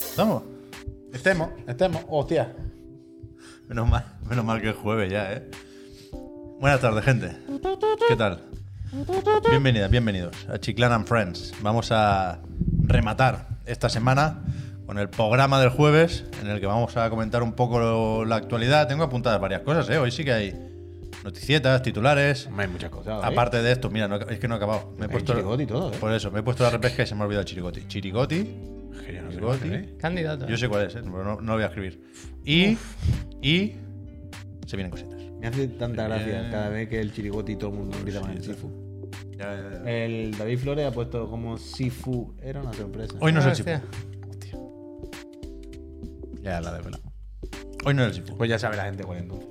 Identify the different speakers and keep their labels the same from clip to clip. Speaker 1: Estamos. Estemos, estemos. Hostia.
Speaker 2: Menos mal, menos mal que es jueves ya, ¿eh? Buenas tardes, gente. ¿Qué tal? Bienvenidas, bienvenidos a Chiclan and Friends. Vamos a rematar esta semana con el programa del jueves, en el que vamos a comentar un poco lo- la actualidad. Tengo apuntadas varias cosas, ¿eh? Hoy sí que hay noticietas, titulares.
Speaker 1: Hombre, Hay muchas cosas. ¿eh?
Speaker 2: Aparte de esto, mira, no he- es que no he acabado. Me he
Speaker 1: El
Speaker 2: puesto
Speaker 1: chirigoti y todo, ¿eh?
Speaker 2: Por eso, me he puesto la repesca y se me ha olvidado el chirigoti. Chirigoti,
Speaker 1: Que yo no sé ¿eh?
Speaker 2: chirigoti.
Speaker 1: qué es.
Speaker 3: Candidato.
Speaker 2: Yo sé cuál es, ¿eh? pero no, no lo voy a escribir. Y. Y. Se vienen cositas.
Speaker 1: Me hace tanta gracia
Speaker 2: Bien.
Speaker 1: cada vez que el chirigoti todo el mundo grita con el Sifu. El David Flores ha puesto como Sifu. Era una sorpresa.
Speaker 2: Hoy no es el
Speaker 3: Hostia.
Speaker 2: Sifu. Hoy no es el Sifu.
Speaker 1: Pues ya sabe la gente cuál es entonces.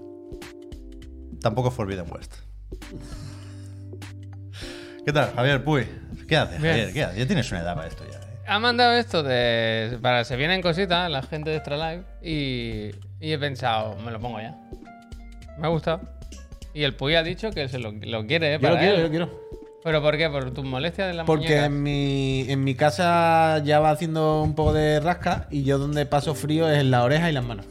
Speaker 2: Tampoco es Forbidden West. ¿Qué tal, Javier Puy? ¿Qué haces,
Speaker 3: Bien.
Speaker 2: Javier? ¿Qué haces? Ya tienes una edad para esto ya. ¿eh?
Speaker 3: Ha mandado esto de. Para se vienen cositas, la gente de Extra Live. Y, y he pensado, me lo pongo ya. Me ha gustado. Y el Puy ha dicho que se lo, lo quiere, ¿eh?
Speaker 1: Yo lo
Speaker 3: para
Speaker 1: quiero,
Speaker 3: él.
Speaker 1: yo lo quiero.
Speaker 3: ¿Pero por qué? ¿Por tus molestias de la
Speaker 1: Porque en mi, en mi casa ya va haciendo un poco de rasca y yo donde paso frío es en la oreja y las manos.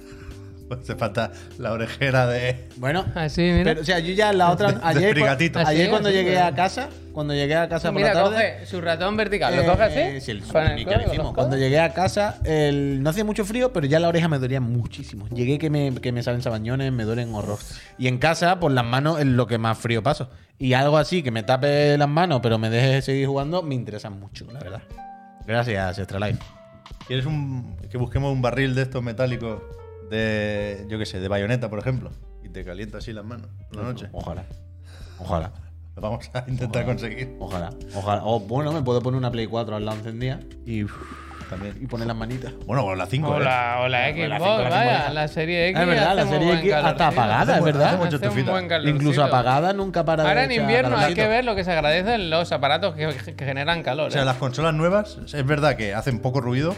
Speaker 2: Pues hace falta la orejera de.
Speaker 1: Bueno,
Speaker 3: Así, Ah, mira.
Speaker 1: Pero, o sea, yo ya la otra. Ayer, cua-
Speaker 2: brigadito.
Speaker 1: ayer
Speaker 3: Así,
Speaker 1: cuando
Speaker 3: así,
Speaker 1: llegué
Speaker 3: pero-
Speaker 1: a casa, cuando llegué a casa por
Speaker 3: Mira,
Speaker 1: la tarde.
Speaker 3: coge su ratón vertical.
Speaker 1: eh,
Speaker 3: ¿Lo coge
Speaker 1: eh,
Speaker 3: así?
Speaker 1: sí, el
Speaker 3: Con
Speaker 1: super
Speaker 3: el
Speaker 1: nick que
Speaker 3: codo,
Speaker 1: le hicimos.
Speaker 3: ¿lo
Speaker 1: Cuando
Speaker 3: coge?
Speaker 1: llegué a casa, el- no hacía mucho frío, pero ya la oreja me dolía muchísimo. Llegué que me, que me salen sabañones, me duelen horror. Y en casa, por las manos es lo que más frío paso. Y algo así, que me tape las manos, pero me deje seguir jugando, me interesa mucho, la verdad. Gracias, Extra Life.
Speaker 2: ¿Quieres un, que busquemos un barril de estos metálicos de. Yo qué sé, de bayoneta, por ejemplo? Y te calienta así las manos por la noche.
Speaker 1: Ojalá. Ojalá.
Speaker 2: Lo vamos a intentar conseguir
Speaker 1: Ojalá. Ojalá. O bueno, me puedo poner una Play 4 al lado encendida y, y
Speaker 2: también.
Speaker 1: poner las manitas.
Speaker 2: Bueno, o la ¿eh? 5.
Speaker 3: O la, o la
Speaker 1: pues, Con
Speaker 3: Xbox,
Speaker 1: la cinco, la cinco, la
Speaker 3: vaya.
Speaker 1: cinco.
Speaker 3: La serie X.
Speaker 1: Es verdad,
Speaker 3: hace
Speaker 1: la
Speaker 3: muy
Speaker 1: serie
Speaker 3: buen
Speaker 1: X hasta
Speaker 3: calorcito.
Speaker 1: apagada, es
Speaker 3: Hace
Speaker 1: verdad.
Speaker 3: un
Speaker 2: Hace mucha
Speaker 3: buen
Speaker 2: estufita.
Speaker 3: calorcito.
Speaker 1: Incluso apagada nunca para de
Speaker 3: Ahora en
Speaker 1: echar
Speaker 3: invierno hay
Speaker 1: calorcito.
Speaker 3: que ver lo que se agradece en los aparatos que, que generan calor.
Speaker 2: O sea,
Speaker 3: ¿eh?
Speaker 2: las consolas nuevas es verdad que hacen poco ruido,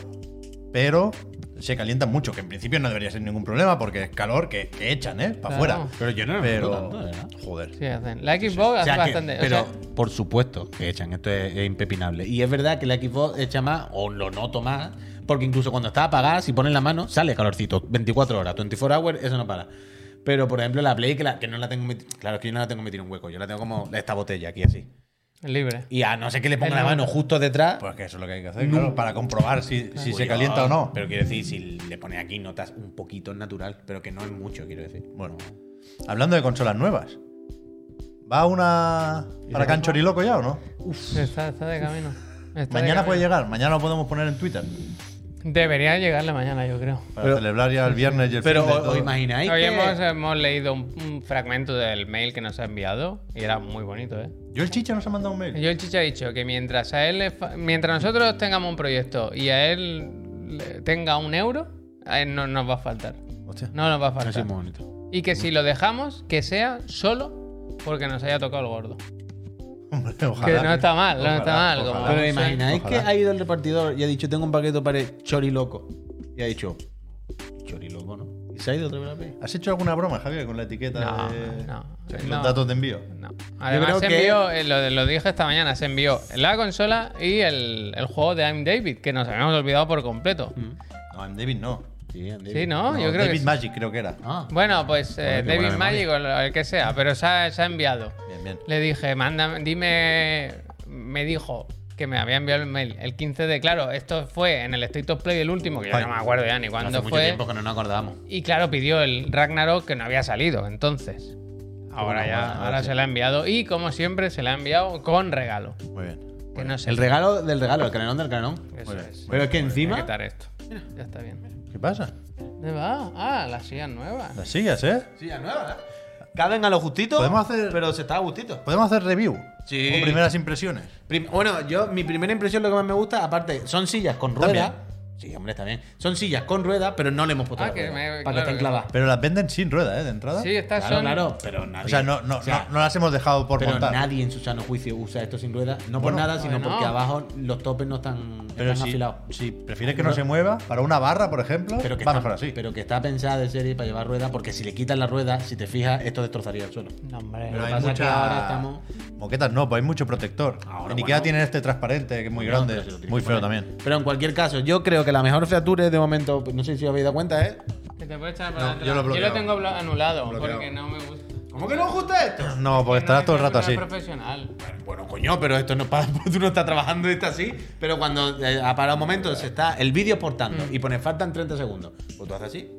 Speaker 2: pero se calientan mucho, que en principio no debería ser ningún problema porque es calor que, que echan, ¿eh? Para
Speaker 3: Claro.
Speaker 2: afuera.
Speaker 1: Pero yo no lo
Speaker 2: Pero.
Speaker 1: noto tanto, ¿eh? ¿verdad?
Speaker 2: joder.
Speaker 3: Sí, hacen. La Xbox
Speaker 1: O sea
Speaker 3: hace
Speaker 1: que-
Speaker 3: bastante. o
Speaker 1: pero
Speaker 3: sea,
Speaker 1: por supuesto que echan, esto es, es impepinable. Y es verdad que la Xbox echa más, o lo noto más, porque incluso cuando está apagada, si pones la mano, sale calorcito. 24 horas, 24 hours, eso no para. Pero por ejemplo, la Play, que, la- que no la tengo meti- Claro, es que yo no la tengo metida en un hueco, yo la tengo como esta botella aquí así.
Speaker 3: libre.
Speaker 1: Y a no ser que le ponga
Speaker 3: Es
Speaker 1: la
Speaker 3: la-
Speaker 1: mano justo detrás.
Speaker 2: Pues que eso es lo que hay que hacer, claro, para comprobar si, si se
Speaker 1: Oye,
Speaker 2: calienta o no.
Speaker 1: Pero quiero decir, si le pones aquí notas un poquito es natural, pero que no es mucho, quiero decir.
Speaker 2: Bueno, hablando de consolas nuevas, ¿va una para Canchoriloco ya o no?
Speaker 3: Está, está de camino. Está de
Speaker 2: Mañana
Speaker 3: camino.
Speaker 2: puede llegar, mañana lo podemos poner en Twitter
Speaker 3: Debería llegarle mañana, yo creo.
Speaker 2: para celebrar ya el viernes y el
Speaker 1: Pero
Speaker 2: fin de
Speaker 1: os,
Speaker 2: todo.
Speaker 1: os imagináis
Speaker 3: Hoy
Speaker 1: que-
Speaker 3: hemos, hemos leído un, un fragmento del mail que nos ha enviado y era muy bonito, ¿eh?
Speaker 2: Yo el chicha nos ha mandado un mail.
Speaker 3: Yo el chicha ha dicho que mientras a él le fa- mientras nosotros tengamos un proyecto y a él le- tenga un euro, a él no nos va a faltar.
Speaker 2: Hostia.
Speaker 3: No nos va a
Speaker 1: Ha sido
Speaker 3: faltar.
Speaker 1: muy bonito.
Speaker 3: Y que si lo dejamos, que sea solo porque nos haya tocado el gordo.
Speaker 2: Hombre, ojalá.
Speaker 3: Que no está mal, no
Speaker 2: Ojalá,
Speaker 3: está mal,
Speaker 2: ojalá.
Speaker 3: como-
Speaker 1: Pero
Speaker 3: sí.
Speaker 1: imagináis
Speaker 2: Ojalá.
Speaker 1: que ha ido el repartidor y ha dicho, tengo un paquete para el chori loco. Y ha dicho, chori loco, ¿no? Y se ha ido otra vez a la Play.
Speaker 2: ¿Has hecho alguna broma, Javier, con la etiqueta
Speaker 3: No,
Speaker 2: de
Speaker 3: no,
Speaker 2: los
Speaker 3: no.
Speaker 2: datos de envío?
Speaker 3: No. Además,
Speaker 1: creo
Speaker 3: se
Speaker 1: que-
Speaker 3: envió, eh, lo, lo dije esta mañana, se envió la consola y el, el juego de I'm David, que nos habíamos olvidado por completo.
Speaker 2: No, en David no.
Speaker 1: Sí, Andy.
Speaker 3: Sí, ¿no?
Speaker 2: No,
Speaker 3: Yo creo
Speaker 2: David
Speaker 3: que sí.
Speaker 2: Magic creo que era.
Speaker 1: Ah,
Speaker 3: Bueno, pues eh,
Speaker 1: Joder, qué
Speaker 3: David
Speaker 1: buena
Speaker 3: Magic o lo- el que sea, pero se ha, se ha enviado.
Speaker 2: Bien, bien.
Speaker 3: Le dije, mándame, dime, me dijo que me había enviado el mail el 15 de, claro, esto fue en el State of Play el último, que yo
Speaker 2: Ay.
Speaker 3: no me acuerdo ya ni cuándo
Speaker 1: hace mucho
Speaker 3: fue.
Speaker 1: tiempo que no nos acordamos.
Speaker 3: Y claro, pidió el Ragnarok que no había salido, entonces. Ahora
Speaker 1: buena
Speaker 3: ya,
Speaker 1: jugada,
Speaker 3: ahora
Speaker 1: sí.
Speaker 3: se la ha enviado y como siempre se la ha enviado con regalo.
Speaker 2: Muy bien.
Speaker 3: Que no sé.
Speaker 1: El regalo del regalo, el canelón del canelón.
Speaker 3: Eso
Speaker 2: Muy bien.
Speaker 3: es.
Speaker 1: Pero es que
Speaker 3: Voy a
Speaker 1: encima...
Speaker 3: quitar esto. Ya está bien.
Speaker 2: ¿Qué pasa?
Speaker 3: ¿Dónde va? Ah, las sillas nuevas.
Speaker 2: Las sillas, ¿eh?
Speaker 1: Sí, ya nueva, ¿eh? Caben a lo justito,
Speaker 2: Podemos hacer-
Speaker 1: pero se está a gustito.
Speaker 2: Podemos hacer review.
Speaker 1: Sí.
Speaker 2: Con primeras impresiones.
Speaker 1: Prim- bueno, yo, mi primera impresión, lo que más me gusta, aparte, son sillas con
Speaker 2: También.
Speaker 1: ruedas. Sí, hombre, está bien. Son sillas con ruedas, pero no le hemos puesto
Speaker 3: Ah,
Speaker 1: la
Speaker 3: que
Speaker 1: rueda, para
Speaker 3: me- claro,
Speaker 1: que estén
Speaker 3: que-
Speaker 1: clavadas.
Speaker 2: Pero las venden sin rueda, ¿eh? De entrada.
Speaker 3: Sí, estas
Speaker 1: Claro,
Speaker 3: son.
Speaker 1: claro, pero nadie.
Speaker 2: O sea, no, no,
Speaker 1: o sea,
Speaker 2: no, no las hemos dejado por
Speaker 1: Pero
Speaker 2: montar.
Speaker 1: nadie en su sano juicio usa esto sin rueda, no por
Speaker 2: Bueno,
Speaker 1: nada, sino
Speaker 3: bueno.
Speaker 1: porque abajo los topes no están,
Speaker 2: pero
Speaker 1: están
Speaker 2: si,
Speaker 1: afilados.
Speaker 2: si prefieres que no se mueva, para una barra, por ejemplo,
Speaker 1: Pero que,
Speaker 2: va
Speaker 1: está,
Speaker 2: mejor así.
Speaker 1: pero que está pensada de serie para llevar rueda, porque si le quitas la rueda, si te fijas, esto destrozaría el suelo.
Speaker 3: No, hombre.
Speaker 2: Pero
Speaker 1: que pasa es que ahora estamos-
Speaker 2: Moquetas no, pues hay mucho protector.
Speaker 1: Ahora,
Speaker 2: en Ikea
Speaker 1: bueno.
Speaker 2: tienen este transparente que es muy
Speaker 1: No,
Speaker 2: grande.
Speaker 1: pero si lo tienes
Speaker 2: muy
Speaker 1: que
Speaker 2: feo
Speaker 1: poner.
Speaker 2: también.
Speaker 1: Pero en cualquier caso, yo creo que la mejor feature de momento, no sé si os habéis dado cuenta, ¿eh? es.
Speaker 3: Que te puede echar para
Speaker 2: No,
Speaker 3: atrás.
Speaker 2: yo lo he bloqueado.
Speaker 3: tengo blo- anulado
Speaker 2: Bloqueado.
Speaker 3: porque no me gusta.
Speaker 1: ¿Cómo que no os gusta esto?
Speaker 2: No, porque
Speaker 3: No,
Speaker 2: estarás todo el
Speaker 3: no es
Speaker 2: rato así.
Speaker 3: profesional.
Speaker 1: Bueno, coño, pero esto no es para. Tú no estás trabajando y está así. Pero cuando eh, ha parado un momento, se está el vídeo exportando
Speaker 3: Mm.
Speaker 1: y pone faltan 30 segundos. Pues tú haces así.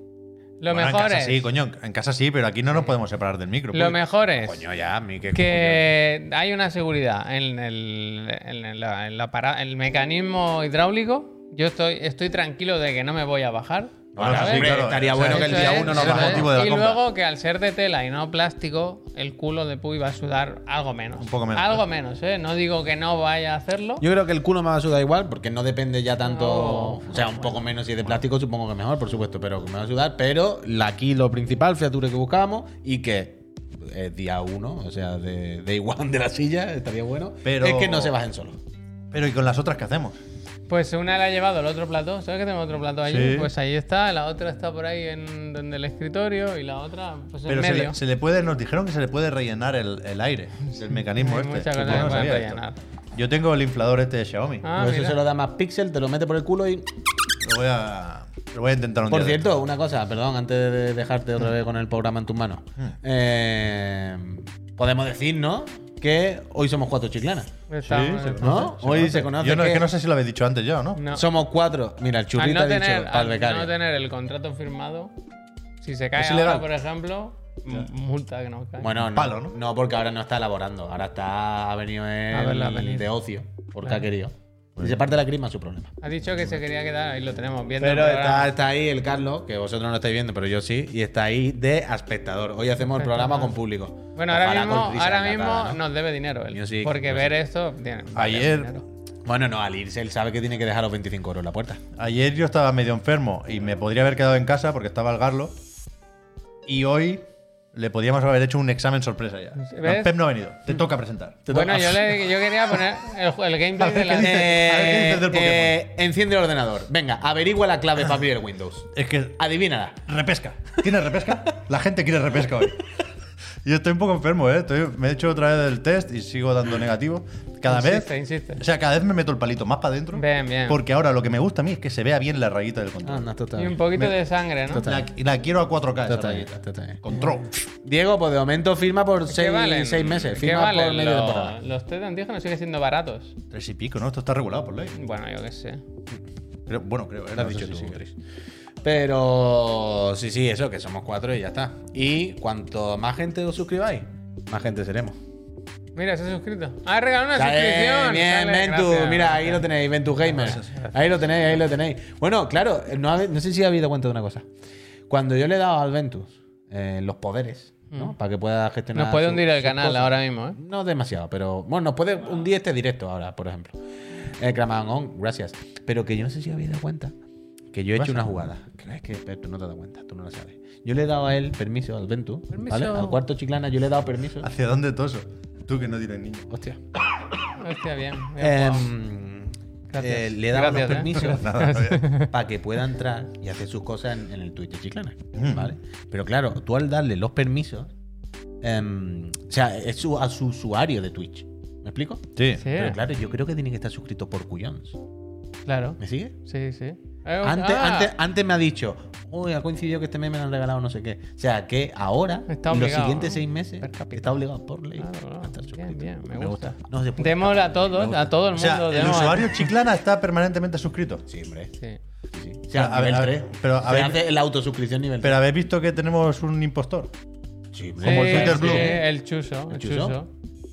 Speaker 3: Lo
Speaker 2: Bueno, en
Speaker 3: mejor
Speaker 2: casa
Speaker 3: es.
Speaker 2: sí, coño. En casa sí, pero aquí no nos podemos separar del micro.
Speaker 3: Lo
Speaker 2: pues.
Speaker 3: mejor es.
Speaker 1: Coño, ya, a mí que.
Speaker 3: que hay una seguridad en el, en el- en la para- el mecanismo hidráulico. Yo estoy, estoy tranquilo de que no me voy a bajar.
Speaker 2: Bueno,
Speaker 3: ¿sabes?
Speaker 2: sí,
Speaker 1: Hombre,
Speaker 2: claro,
Speaker 1: estaría
Speaker 2: o sea,
Speaker 1: bueno que el
Speaker 3: Eso
Speaker 1: día
Speaker 3: es,
Speaker 1: uno nos
Speaker 3: eso
Speaker 2: baja
Speaker 1: bajamos.
Speaker 3: es.
Speaker 2: motivo de la
Speaker 3: Y
Speaker 2: compra.
Speaker 3: luego que al ser de tela y no plástico, el culo de Puy va a sudar algo menos.
Speaker 2: Un poco menos,
Speaker 3: Algo
Speaker 2: ¿eh?
Speaker 3: menos, ¿eh? No digo que no vaya a hacerlo.
Speaker 1: Yo creo que el culo me va a sudar igual, porque no depende ya tanto.
Speaker 3: No.
Speaker 1: o sea, un poco menos si es de plástico, supongo que mejor, por supuesto, pero que me va a sudar. Pero la, aquí lo principal, feature que buscábamos, y que es día uno, o sea, de, de igual de la silla, estaría bueno.
Speaker 2: Pero-
Speaker 1: Es que no se bajen solos.
Speaker 2: Pero ¿y con las otras qué hacemos?
Speaker 3: Pues una la ha llevado el otro plató. ¿Sabes que tenemos otro plató allí?
Speaker 2: Sí.
Speaker 3: Pues ahí está. La otra está por ahí en donde el escritorio y la otra, pues en
Speaker 2: Pero se
Speaker 3: medio.
Speaker 2: le, se le puede, nos dijeron que se le puede rellenar el, el aire, el mecanismo
Speaker 3: Hay
Speaker 2: este.
Speaker 3: muchas
Speaker 2: Yo no
Speaker 3: cosas que pueden
Speaker 2: sabía esto.
Speaker 3: rellenar.
Speaker 2: Yo tengo el inflador este de Xiaomi.
Speaker 3: Ah,
Speaker 1: Pues eso
Speaker 3: mira.
Speaker 1: se lo da más pixel, te lo mete por el culo y.
Speaker 2: Lo, voy a, lo voy a intentar un
Speaker 1: Por
Speaker 2: día de
Speaker 1: cierto, una cosa, perdón, antes de dejarte
Speaker 3: Mm.
Speaker 1: otra vez con el programa en tus manos. Eh, podemos decir, ¿no? Que hoy somos cuatro chiclanas.
Speaker 3: Está-
Speaker 2: Sí, se
Speaker 3: está-
Speaker 1: ¿No?
Speaker 2: estos.
Speaker 1: Hoy se conoce.
Speaker 2: Yo no, es
Speaker 1: que-
Speaker 2: que no sé si lo habéis dicho antes yo, ¿no?
Speaker 3: No.
Speaker 1: Somos cuatro. Mira, el
Speaker 3: Al
Speaker 1: churrita
Speaker 3: no,
Speaker 1: ha dicho
Speaker 3: tener,
Speaker 1: para el
Speaker 3: al
Speaker 1: becario.
Speaker 3: no tener el contrato firmado, si se cae
Speaker 2: Es
Speaker 3: ahora,
Speaker 2: ilegal.
Speaker 3: por ejemplo, m- multa que nos cae.
Speaker 1: Bueno, no,
Speaker 2: Palo, ¿no?
Speaker 1: no, porque ahora no está elaborando. Ahora está ha venido
Speaker 3: A
Speaker 1: el,
Speaker 3: verla venir.
Speaker 1: de ocio, porque ha querido. Si se parte la crima, su problema.
Speaker 3: Ha dicho que se quería quedar, ahí lo tenemos viendo. el
Speaker 1: Pero
Speaker 3: programa.
Speaker 1: está, está ahí el Carlos, que vosotros no lo estáis viendo, pero yo sí, y está ahí de espectador. Hoy hacemos el programa con público.
Speaker 3: Bueno, ahora
Speaker 1: Ojalá
Speaker 3: mismo,
Speaker 1: con risa
Speaker 3: ahora
Speaker 1: enlatada,
Speaker 3: mismo
Speaker 1: ¿no?
Speaker 3: nos debe dinero él.
Speaker 1: Yo sí,
Speaker 3: porque
Speaker 1: yo
Speaker 3: ver esto tiene. vale,
Speaker 2: Ayer,
Speaker 3: dinero.
Speaker 1: Bueno, no, al irse él sabe que tiene que dejar los 25 euros en la puerta.
Speaker 2: ayer yo estaba medio enfermo y me podría haber quedado en casa porque estaba al garlo. Y hoy le podíamos haber hecho un examen sorpresa ya.
Speaker 3: ¿Ves?
Speaker 2: Pep no ha venido. Te toca presentar.
Speaker 3: Bueno, yo, le- yo quería poner el, ju- el gameplay de la.
Speaker 1: Eh,
Speaker 2: A ver, ¿qué dices del Pokémon?
Speaker 1: eh, enciende el ordenador. Venga, averigua la clave para abrir el Windows.
Speaker 2: Es que
Speaker 1: Adivínala.
Speaker 2: repesca. ¿Tienes repesca? La gente quiere repesca hoy. Yo estoy un poco enfermo, ¿eh? Estoy- me he hecho otra vez el test y sigo dando negativo. Cada
Speaker 3: Insiste,
Speaker 2: vez.
Speaker 3: insiste.
Speaker 2: O sea, cada vez me meto el palito más para adentro.
Speaker 3: Bien, bien.
Speaker 2: Porque ahora lo que me gusta a mí es que se vea bien la rayita del control.
Speaker 1: Ah, no, esto está
Speaker 3: Y un
Speaker 1: bien.
Speaker 3: poquito de sangre, ¿no?
Speaker 1: Total.
Speaker 2: la, la quiero a 4K.
Speaker 1: Esto
Speaker 2: Esa
Speaker 1: está bien,
Speaker 2: rayita.
Speaker 1: esto está bien.
Speaker 2: Control.
Speaker 1: Diego, pues de momento firma por
Speaker 3: ¿Qué
Speaker 1: seis,
Speaker 3: valen?
Speaker 1: seis meses.
Speaker 3: ¿Qué
Speaker 1: Firma
Speaker 3: valen
Speaker 1: por medio
Speaker 3: los-
Speaker 1: temporada.
Speaker 3: Los test de antígenos siguen siendo baratos.
Speaker 2: Tres y pico, ¿no? Esto está regulado por ley.
Speaker 3: Bueno, yo qué sé.
Speaker 2: Creo- bueno, creo. ¿eh?
Speaker 1: Lo has
Speaker 2: No sé
Speaker 1: dicho
Speaker 2: si
Speaker 1: tú,
Speaker 2: sigue.
Speaker 1: Tris. Pero sí, sí, eso, que somos cuatro y ya está. Y cuanto más gente os suscribáis, más gente seremos.
Speaker 3: Mira, se ha suscrito. Ah, regaló una
Speaker 1: Dale,
Speaker 3: suscripción.
Speaker 1: bien,
Speaker 3: Dale,
Speaker 1: Ventu,
Speaker 3: gracias.
Speaker 1: mira, ahí lo tenéis, Ventu Gamer. Ahí lo tenéis, ahí lo tenéis. Bueno, claro, no, habe- no sé si habéis dado cuenta de una cosa. Cuando yo le he dado al Ventus eh, los poderes, ¿no? Para que pueda gestionar.
Speaker 3: Mm. Nos puede
Speaker 1: su-
Speaker 3: hundir el
Speaker 1: sus
Speaker 3: canal
Speaker 1: cosas.
Speaker 3: ahora mismo, ¿eh?
Speaker 1: No demasiado, pero bueno, nos puede hundir este directo ahora, por ejemplo. Eh, Cramangón, gracias. Pero que yo no sé si habéis dado cuenta que yo he hecho una jugada. ¿Crees que pero tú no te has dado cuenta? Tú no lo sabes. Yo le he dado a él permiso, al Ventu, ¿vale?
Speaker 3: Permiso.
Speaker 1: Al cuarto chiclana yo le he dado permiso.
Speaker 2: ¿Hacia dónde toso? Tú que no tienes niño.
Speaker 1: Hostia.
Speaker 3: Hostia, bien. bien jugado.
Speaker 1: Em,
Speaker 3: Gracias.
Speaker 1: eh, le he dado
Speaker 3: Gracias,
Speaker 1: los
Speaker 3: eh.
Speaker 1: permisos
Speaker 2: Nada, oye.
Speaker 1: para que pueda entrar y hacer sus cosas en, en el Twitch de Chiclana.
Speaker 3: Mm.
Speaker 1: ¿vale? Pero claro, tú al darle los permisos, em, o sea, es su- a su usuario de Twitch. ¿Me explico?
Speaker 2: Sí.
Speaker 3: Sí,
Speaker 1: Pero claro, yo creo que tiene que estar suscrito por Cuyons.
Speaker 3: claro.
Speaker 1: ¿Me sigue?
Speaker 3: Sí, sí. Eh,
Speaker 1: Antes,
Speaker 3: ah,
Speaker 1: antes, antes me ha dicho, uy, ha coincidido que este mes me lo han regalado no sé qué. O sea, que ahora,
Speaker 3: Está
Speaker 1: los
Speaker 3: obligado,
Speaker 1: siguientes
Speaker 3: ¿no?
Speaker 1: seis meses,
Speaker 3: Per cápita.
Speaker 1: está obligado por ley
Speaker 3: Claro, claro.
Speaker 1: a estar
Speaker 3: Bien,
Speaker 1: suscrito.
Speaker 3: bien, me gusta.
Speaker 1: No se puede.
Speaker 3: Démosle a todos, a todo el
Speaker 2: O
Speaker 3: mundo.
Speaker 2: sea, el
Speaker 3: démosle-
Speaker 2: usuario Chiclana está permanentemente suscrito.
Speaker 1: Sí, hombre.
Speaker 3: Sí.
Speaker 1: Sí, sí. O sea,
Speaker 2: A ver,
Speaker 1: nivel
Speaker 2: a ver,
Speaker 1: 3.
Speaker 2: pero, a
Speaker 1: se
Speaker 2: ver-
Speaker 1: hace la autosuscripción nivel 3.
Speaker 2: Pero habéis visto que tenemos un impostor.
Speaker 1: Sí,
Speaker 2: Como el
Speaker 3: Sí,
Speaker 2: Twitter
Speaker 3: sí,
Speaker 2: Blue.
Speaker 3: El chuso. El
Speaker 1: chuso?
Speaker 3: chuso.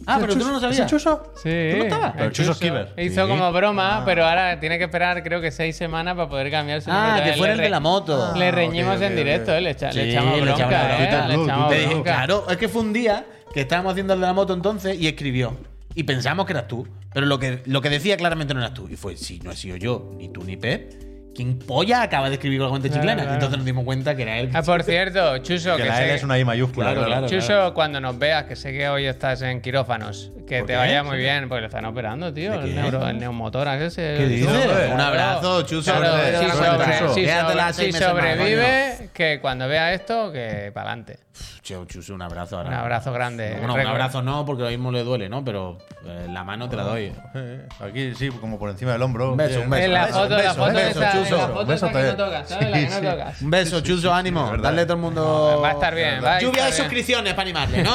Speaker 1: Ah,
Speaker 2: ¿Es
Speaker 1: pero
Speaker 2: el
Speaker 1: tú no lo
Speaker 2: Chus-
Speaker 1: sabías.
Speaker 2: ¿Es el chuso?
Speaker 3: Sí. Eh,
Speaker 1: no estabas?
Speaker 2: Pero el Chuso es Kiber.
Speaker 3: Hizo
Speaker 1: Sí.
Speaker 3: como broma,
Speaker 2: Ah.
Speaker 3: pero ahora tiene que esperar creo que seis semanas para poder cambiar su
Speaker 1: Ah,
Speaker 3: número.
Speaker 1: que
Speaker 3: Le
Speaker 1: fuera el
Speaker 3: re-
Speaker 1: de la moto.
Speaker 2: Ah,
Speaker 3: Le
Speaker 2: ok,
Speaker 3: reñimos
Speaker 2: ok,
Speaker 3: en
Speaker 2: ok.
Speaker 3: directo, eh, le, echa- le
Speaker 1: Sí,
Speaker 3: echamos
Speaker 1: le
Speaker 3: bronca,
Speaker 1: echamos la
Speaker 3: eh,
Speaker 1: bronca.
Speaker 3: le
Speaker 2: Blue,
Speaker 3: echamos
Speaker 1: Te dije,
Speaker 3: bronca.
Speaker 1: claro, es que fue un día que estábamos haciendo el de la moto entonces y escribió. Y pensábamos que eras tú. Pero lo que, lo que decía claramente no eras tú. Y fue, si no he sido yo, ni tú ni Pep, ¿quién polla acaba de escribir con la cuenta
Speaker 3: Claro,
Speaker 1: chiclana?
Speaker 3: claro.
Speaker 1: Entonces nos dimos cuenta que era él.
Speaker 3: Ah, por cierto, Chuso,
Speaker 2: Que
Speaker 3: que,
Speaker 2: la
Speaker 3: sé-
Speaker 2: L es una I mayúscula.
Speaker 1: Claro, claro.
Speaker 3: Chuso, cuando nos veas, que sé que hoy estás en quirófanos, que
Speaker 1: ¿Por
Speaker 3: te
Speaker 1: qué?
Speaker 3: vaya muy bien, porque lo están operando, tío.
Speaker 1: ¿De
Speaker 3: El,
Speaker 1: qué?
Speaker 3: neuro, el neumotórax ese.
Speaker 1: ¿Qué dices?
Speaker 2: Chuso,
Speaker 1: Un abrazo, Chuso.
Speaker 3: Claro,
Speaker 2: Suerte,
Speaker 3: si
Speaker 2: suerte,
Speaker 3: sobre-
Speaker 2: Chuso.
Speaker 3: si
Speaker 1: Quédatela
Speaker 3: sobre-
Speaker 1: seis
Speaker 3: si
Speaker 1: meses más,
Speaker 3: sobrevive, que cuando vea esto, que para adelante.
Speaker 1: Yo, Chus, un abrazo ahora.
Speaker 3: Un abrazo eh, grande.
Speaker 1: Bueno, un
Speaker 3: Recuerda-
Speaker 1: abrazo no, porque lo mismo le duele, ¿no? Pero eh, la mano
Speaker 3: Ah.
Speaker 1: te la doy.
Speaker 2: Eh, Aquí sí, como por encima del hombro.
Speaker 1: Un beso, un beso.
Speaker 3: En la
Speaker 1: beso,
Speaker 3: foto, en la
Speaker 1: beso,
Speaker 3: foto
Speaker 1: beso,
Speaker 3: esa, en
Speaker 1: chuso.
Speaker 3: la foto
Speaker 2: Beso
Speaker 3: esa que no
Speaker 2: también.
Speaker 3: tocas, ¿sabes? La que
Speaker 2: Sí,
Speaker 3: no
Speaker 2: sí.
Speaker 3: tocas.
Speaker 1: Un beso, Chuso, ánimo.
Speaker 2: es verdad.
Speaker 1: Dale a todo el mundo.
Speaker 3: Va a estar bien, va
Speaker 1: Lluvia
Speaker 3: a estar
Speaker 1: de
Speaker 3: bien.
Speaker 1: suscripciones para animarle, ¿no?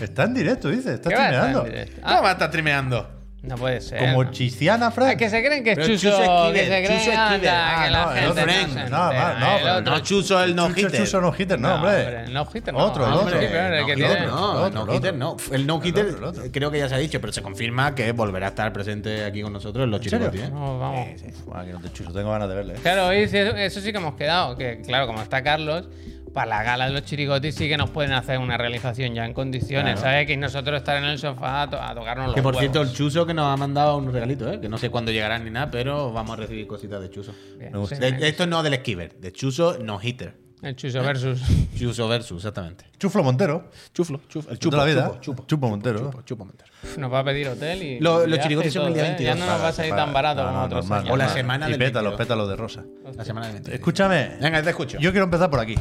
Speaker 2: Está en directo, dice. Está
Speaker 3: ¿Qué va a estar
Speaker 2: trimeando.
Speaker 3: en directo?
Speaker 1: ¿Cómo va a estar trimeando?
Speaker 3: No puede ser.
Speaker 2: Como
Speaker 3: no.
Speaker 2: Chiziana,
Speaker 3: Ah,
Speaker 2: Frank.
Speaker 3: que se creen que es
Speaker 1: Pero
Speaker 3: chuso,
Speaker 1: Chuso Esquivel,
Speaker 3: que se
Speaker 1: Chuso
Speaker 3: creen anda,
Speaker 1: Esquivel.
Speaker 3: que
Speaker 2: Ah,
Speaker 3: la
Speaker 2: no, el
Speaker 3: gente
Speaker 1: otro
Speaker 3: no,
Speaker 1: Ren.
Speaker 3: se
Speaker 2: No, va,
Speaker 3: entera,
Speaker 2: no,
Speaker 3: el
Speaker 2: pero
Speaker 3: otro.
Speaker 1: No, Chuso el no
Speaker 2: Chucho,
Speaker 1: hitter.
Speaker 2: Chucho no hitter, no, Ah, hombre.
Speaker 3: el no-hitter no.
Speaker 2: Otro, el
Speaker 3: Sí,
Speaker 2: otro.
Speaker 3: pero el que
Speaker 2: El
Speaker 3: tiene-
Speaker 1: no-hitter Eh, no, el
Speaker 2: otro,
Speaker 1: no hitter
Speaker 2: el
Speaker 1: no. El no hitter
Speaker 2: El otro, el otro.
Speaker 1: creo que ya se ha dicho, pero se confirma que volverá a estar presente aquí con nosotros en los
Speaker 2: ¿En serio?
Speaker 1: chiricotis. ¿eh?
Speaker 3: No, vamos.
Speaker 2: Uf, ah, que no te chuso, tengo ganas de verle. eh.
Speaker 3: Claro, y si eso, eso sí que hemos quedado. Que claro, como está Carlos, para la gala de los chirigotis sí que nos pueden hacer una realización ya en condiciones, ¿sabes? Que nosotros estar en el sofá a, to- a tocarnos los
Speaker 1: Que por
Speaker 3: huevos.
Speaker 1: cierto, el Chuso que nos ha mandado un regalito, ¿eh? que no sé cuándo llegarán ni nada, pero vamos a recibir cositas de Chuso.
Speaker 3: Bien,
Speaker 2: me gusta.
Speaker 3: sí,
Speaker 1: De-
Speaker 3: bien.
Speaker 1: esto no del esquiver, de Chuso no hitter.
Speaker 3: El
Speaker 1: ¿eh?
Speaker 3: chuso versus.
Speaker 1: Chuso versus, exactamente.
Speaker 2: Chuflo Montero.
Speaker 1: Chuflo, chuflo. El
Speaker 2: Chupo,
Speaker 1: chupo,
Speaker 2: la vida. Chupo,
Speaker 1: chupo, chupo,
Speaker 2: Montero.
Speaker 1: chupo, chupo, Montero.
Speaker 3: Nos va a pedir hotel y.
Speaker 1: Lo- los
Speaker 3: viaje y
Speaker 1: chirigotis son el día
Speaker 3: todo, ¿eh? Ya
Speaker 1: 22.
Speaker 3: no nos va a salir tan barato
Speaker 2: No,
Speaker 3: como
Speaker 2: no,
Speaker 3: otros
Speaker 2: normal,
Speaker 3: años.
Speaker 1: O la
Speaker 2: normal.
Speaker 1: semana
Speaker 2: Y
Speaker 1: del
Speaker 2: pétalos,
Speaker 1: 22.
Speaker 2: pétalos de rosa.
Speaker 1: La semana del 20.
Speaker 2: Escúchame.
Speaker 1: Venga, te escucho.
Speaker 2: Yo quiero empezar por aquí.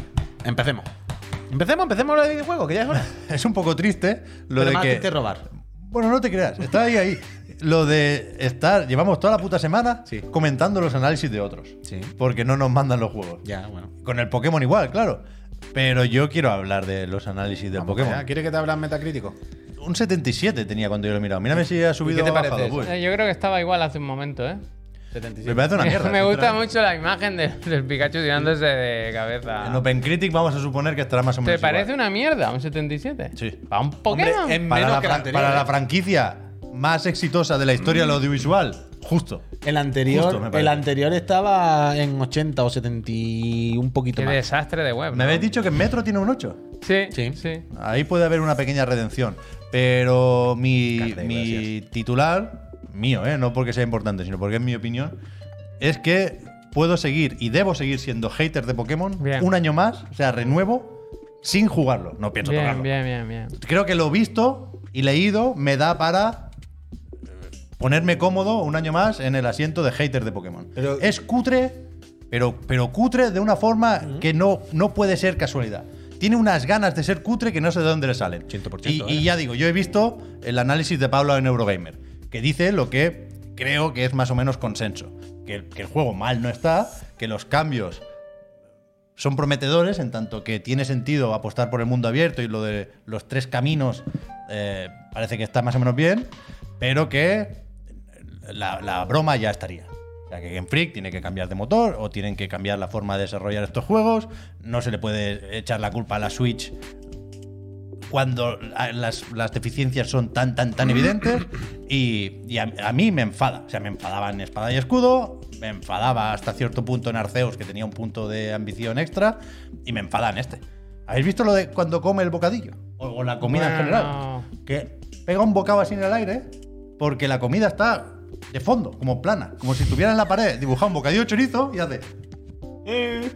Speaker 1: Empecemos. Empecemos, empecemos lo de videojuegos, que ya es hora.
Speaker 2: Es un poco triste lo
Speaker 1: Pero
Speaker 2: de
Speaker 1: más
Speaker 2: que.
Speaker 1: triste robar.
Speaker 2: Bueno, no te creas, está ahí, ahí. Lo de estar, llevamos toda la puta semana
Speaker 1: Sí.
Speaker 2: comentando los análisis de otros.
Speaker 1: Sí.
Speaker 2: Porque no nos mandan los juegos.
Speaker 1: Ya, bueno.
Speaker 2: Con el Pokémon igual, claro. Pero yo quiero hablar de los análisis del Pokémon.
Speaker 1: ¿Quieres que te hablas metacrítico?
Speaker 2: Un 77 tenía cuando yo lo he mirado. Mírame si ha subido
Speaker 1: qué te
Speaker 2: o ha bajado.
Speaker 1: parece eso?
Speaker 2: Uy,
Speaker 3: Eh, Yo creo que estaba igual hace un momento, ¿eh?
Speaker 2: me
Speaker 1: 77.
Speaker 2: parece una mierda.
Speaker 3: Me gusta
Speaker 2: sinceramente.
Speaker 3: mucho la imagen de- del Pikachu tirándose de
Speaker 2: En
Speaker 3: cabeza.
Speaker 2: OpenCritic vamos a suponer que estará más o menos.
Speaker 3: ¿Te parece
Speaker 2: igual.
Speaker 3: una mierda un 77?
Speaker 2: Sí.
Speaker 3: ¿Para un Pokémon?
Speaker 1: Hombre, en-
Speaker 2: Para,
Speaker 1: Menos
Speaker 2: la,
Speaker 1: que la
Speaker 2: fra-
Speaker 1: anterior,
Speaker 2: para
Speaker 1: ¿eh?
Speaker 2: la franquicia más exitosa de la historia
Speaker 1: Mm.
Speaker 2: del audiovisual, justo.
Speaker 1: El anterior,
Speaker 2: Justo, me parece.
Speaker 1: el anterior estaba en 80 o 70 y un poquito
Speaker 3: Qué
Speaker 1: más.
Speaker 3: desastre de web.
Speaker 2: Me
Speaker 3: ¿no?
Speaker 2: habéis dicho que Metro tiene un 8.
Speaker 3: Sí,
Speaker 1: Sí.
Speaker 3: sí.
Speaker 2: Ahí puede haber una pequeña redención. Pero mi,
Speaker 1: Carta de
Speaker 2: mi titular, mío, eh, no porque sea importante, sino porque es mi opinión, es que puedo seguir y debo seguir siendo hater de Pokémon
Speaker 3: Bien.
Speaker 2: un año más, o sea, renuevo, sin jugarlo. No pienso
Speaker 3: Bien,
Speaker 2: tocarlo.
Speaker 3: bien, bien, bien.
Speaker 2: Creo que lo visto y leído me da para ponerme cómodo un año más en el asiento de hater de Pokémon.
Speaker 1: Pero-
Speaker 2: es cutre, pero, pero cutre de una forma que no, no puede ser casualidad. Tiene unas ganas de ser cutre que no sé de dónde le salen.
Speaker 1: 100%,
Speaker 2: y, y
Speaker 1: eh.
Speaker 2: ya digo, yo he visto el análisis de Pablo en Eurogamer, que dice lo que creo que es más o menos consenso. Que, el- que el juego mal no está, que los cambios son prometedores en tanto que tiene sentido apostar por el mundo abierto y lo de los tres caminos eh, parece que está más o menos bien, pero que la, la broma ya estaría. O sea, que Game Freak tiene que cambiar de motor o tienen que cambiar la forma de desarrollar estos juegos, no se le puede echar la culpa a la Switch cuando la- las, las deficiencias son tan, tan, tan evidentes. Y, y a, a mí me enfada. O sea, me enfadaba en Espada y Escudo, me enfadaba hasta cierto punto en Arceus, que tenía un punto de ambición extra, y me enfada en este. ¿Habéis visto lo de cuando come el bocadillo? O, o la comida en
Speaker 3: Bueno,
Speaker 2: general.
Speaker 3: no.
Speaker 2: Que pega un bocado así en el aire, porque la comida está de fondo, como plana. Como si estuviera en la pared, dibujado un bocadillo de chorizo y hace.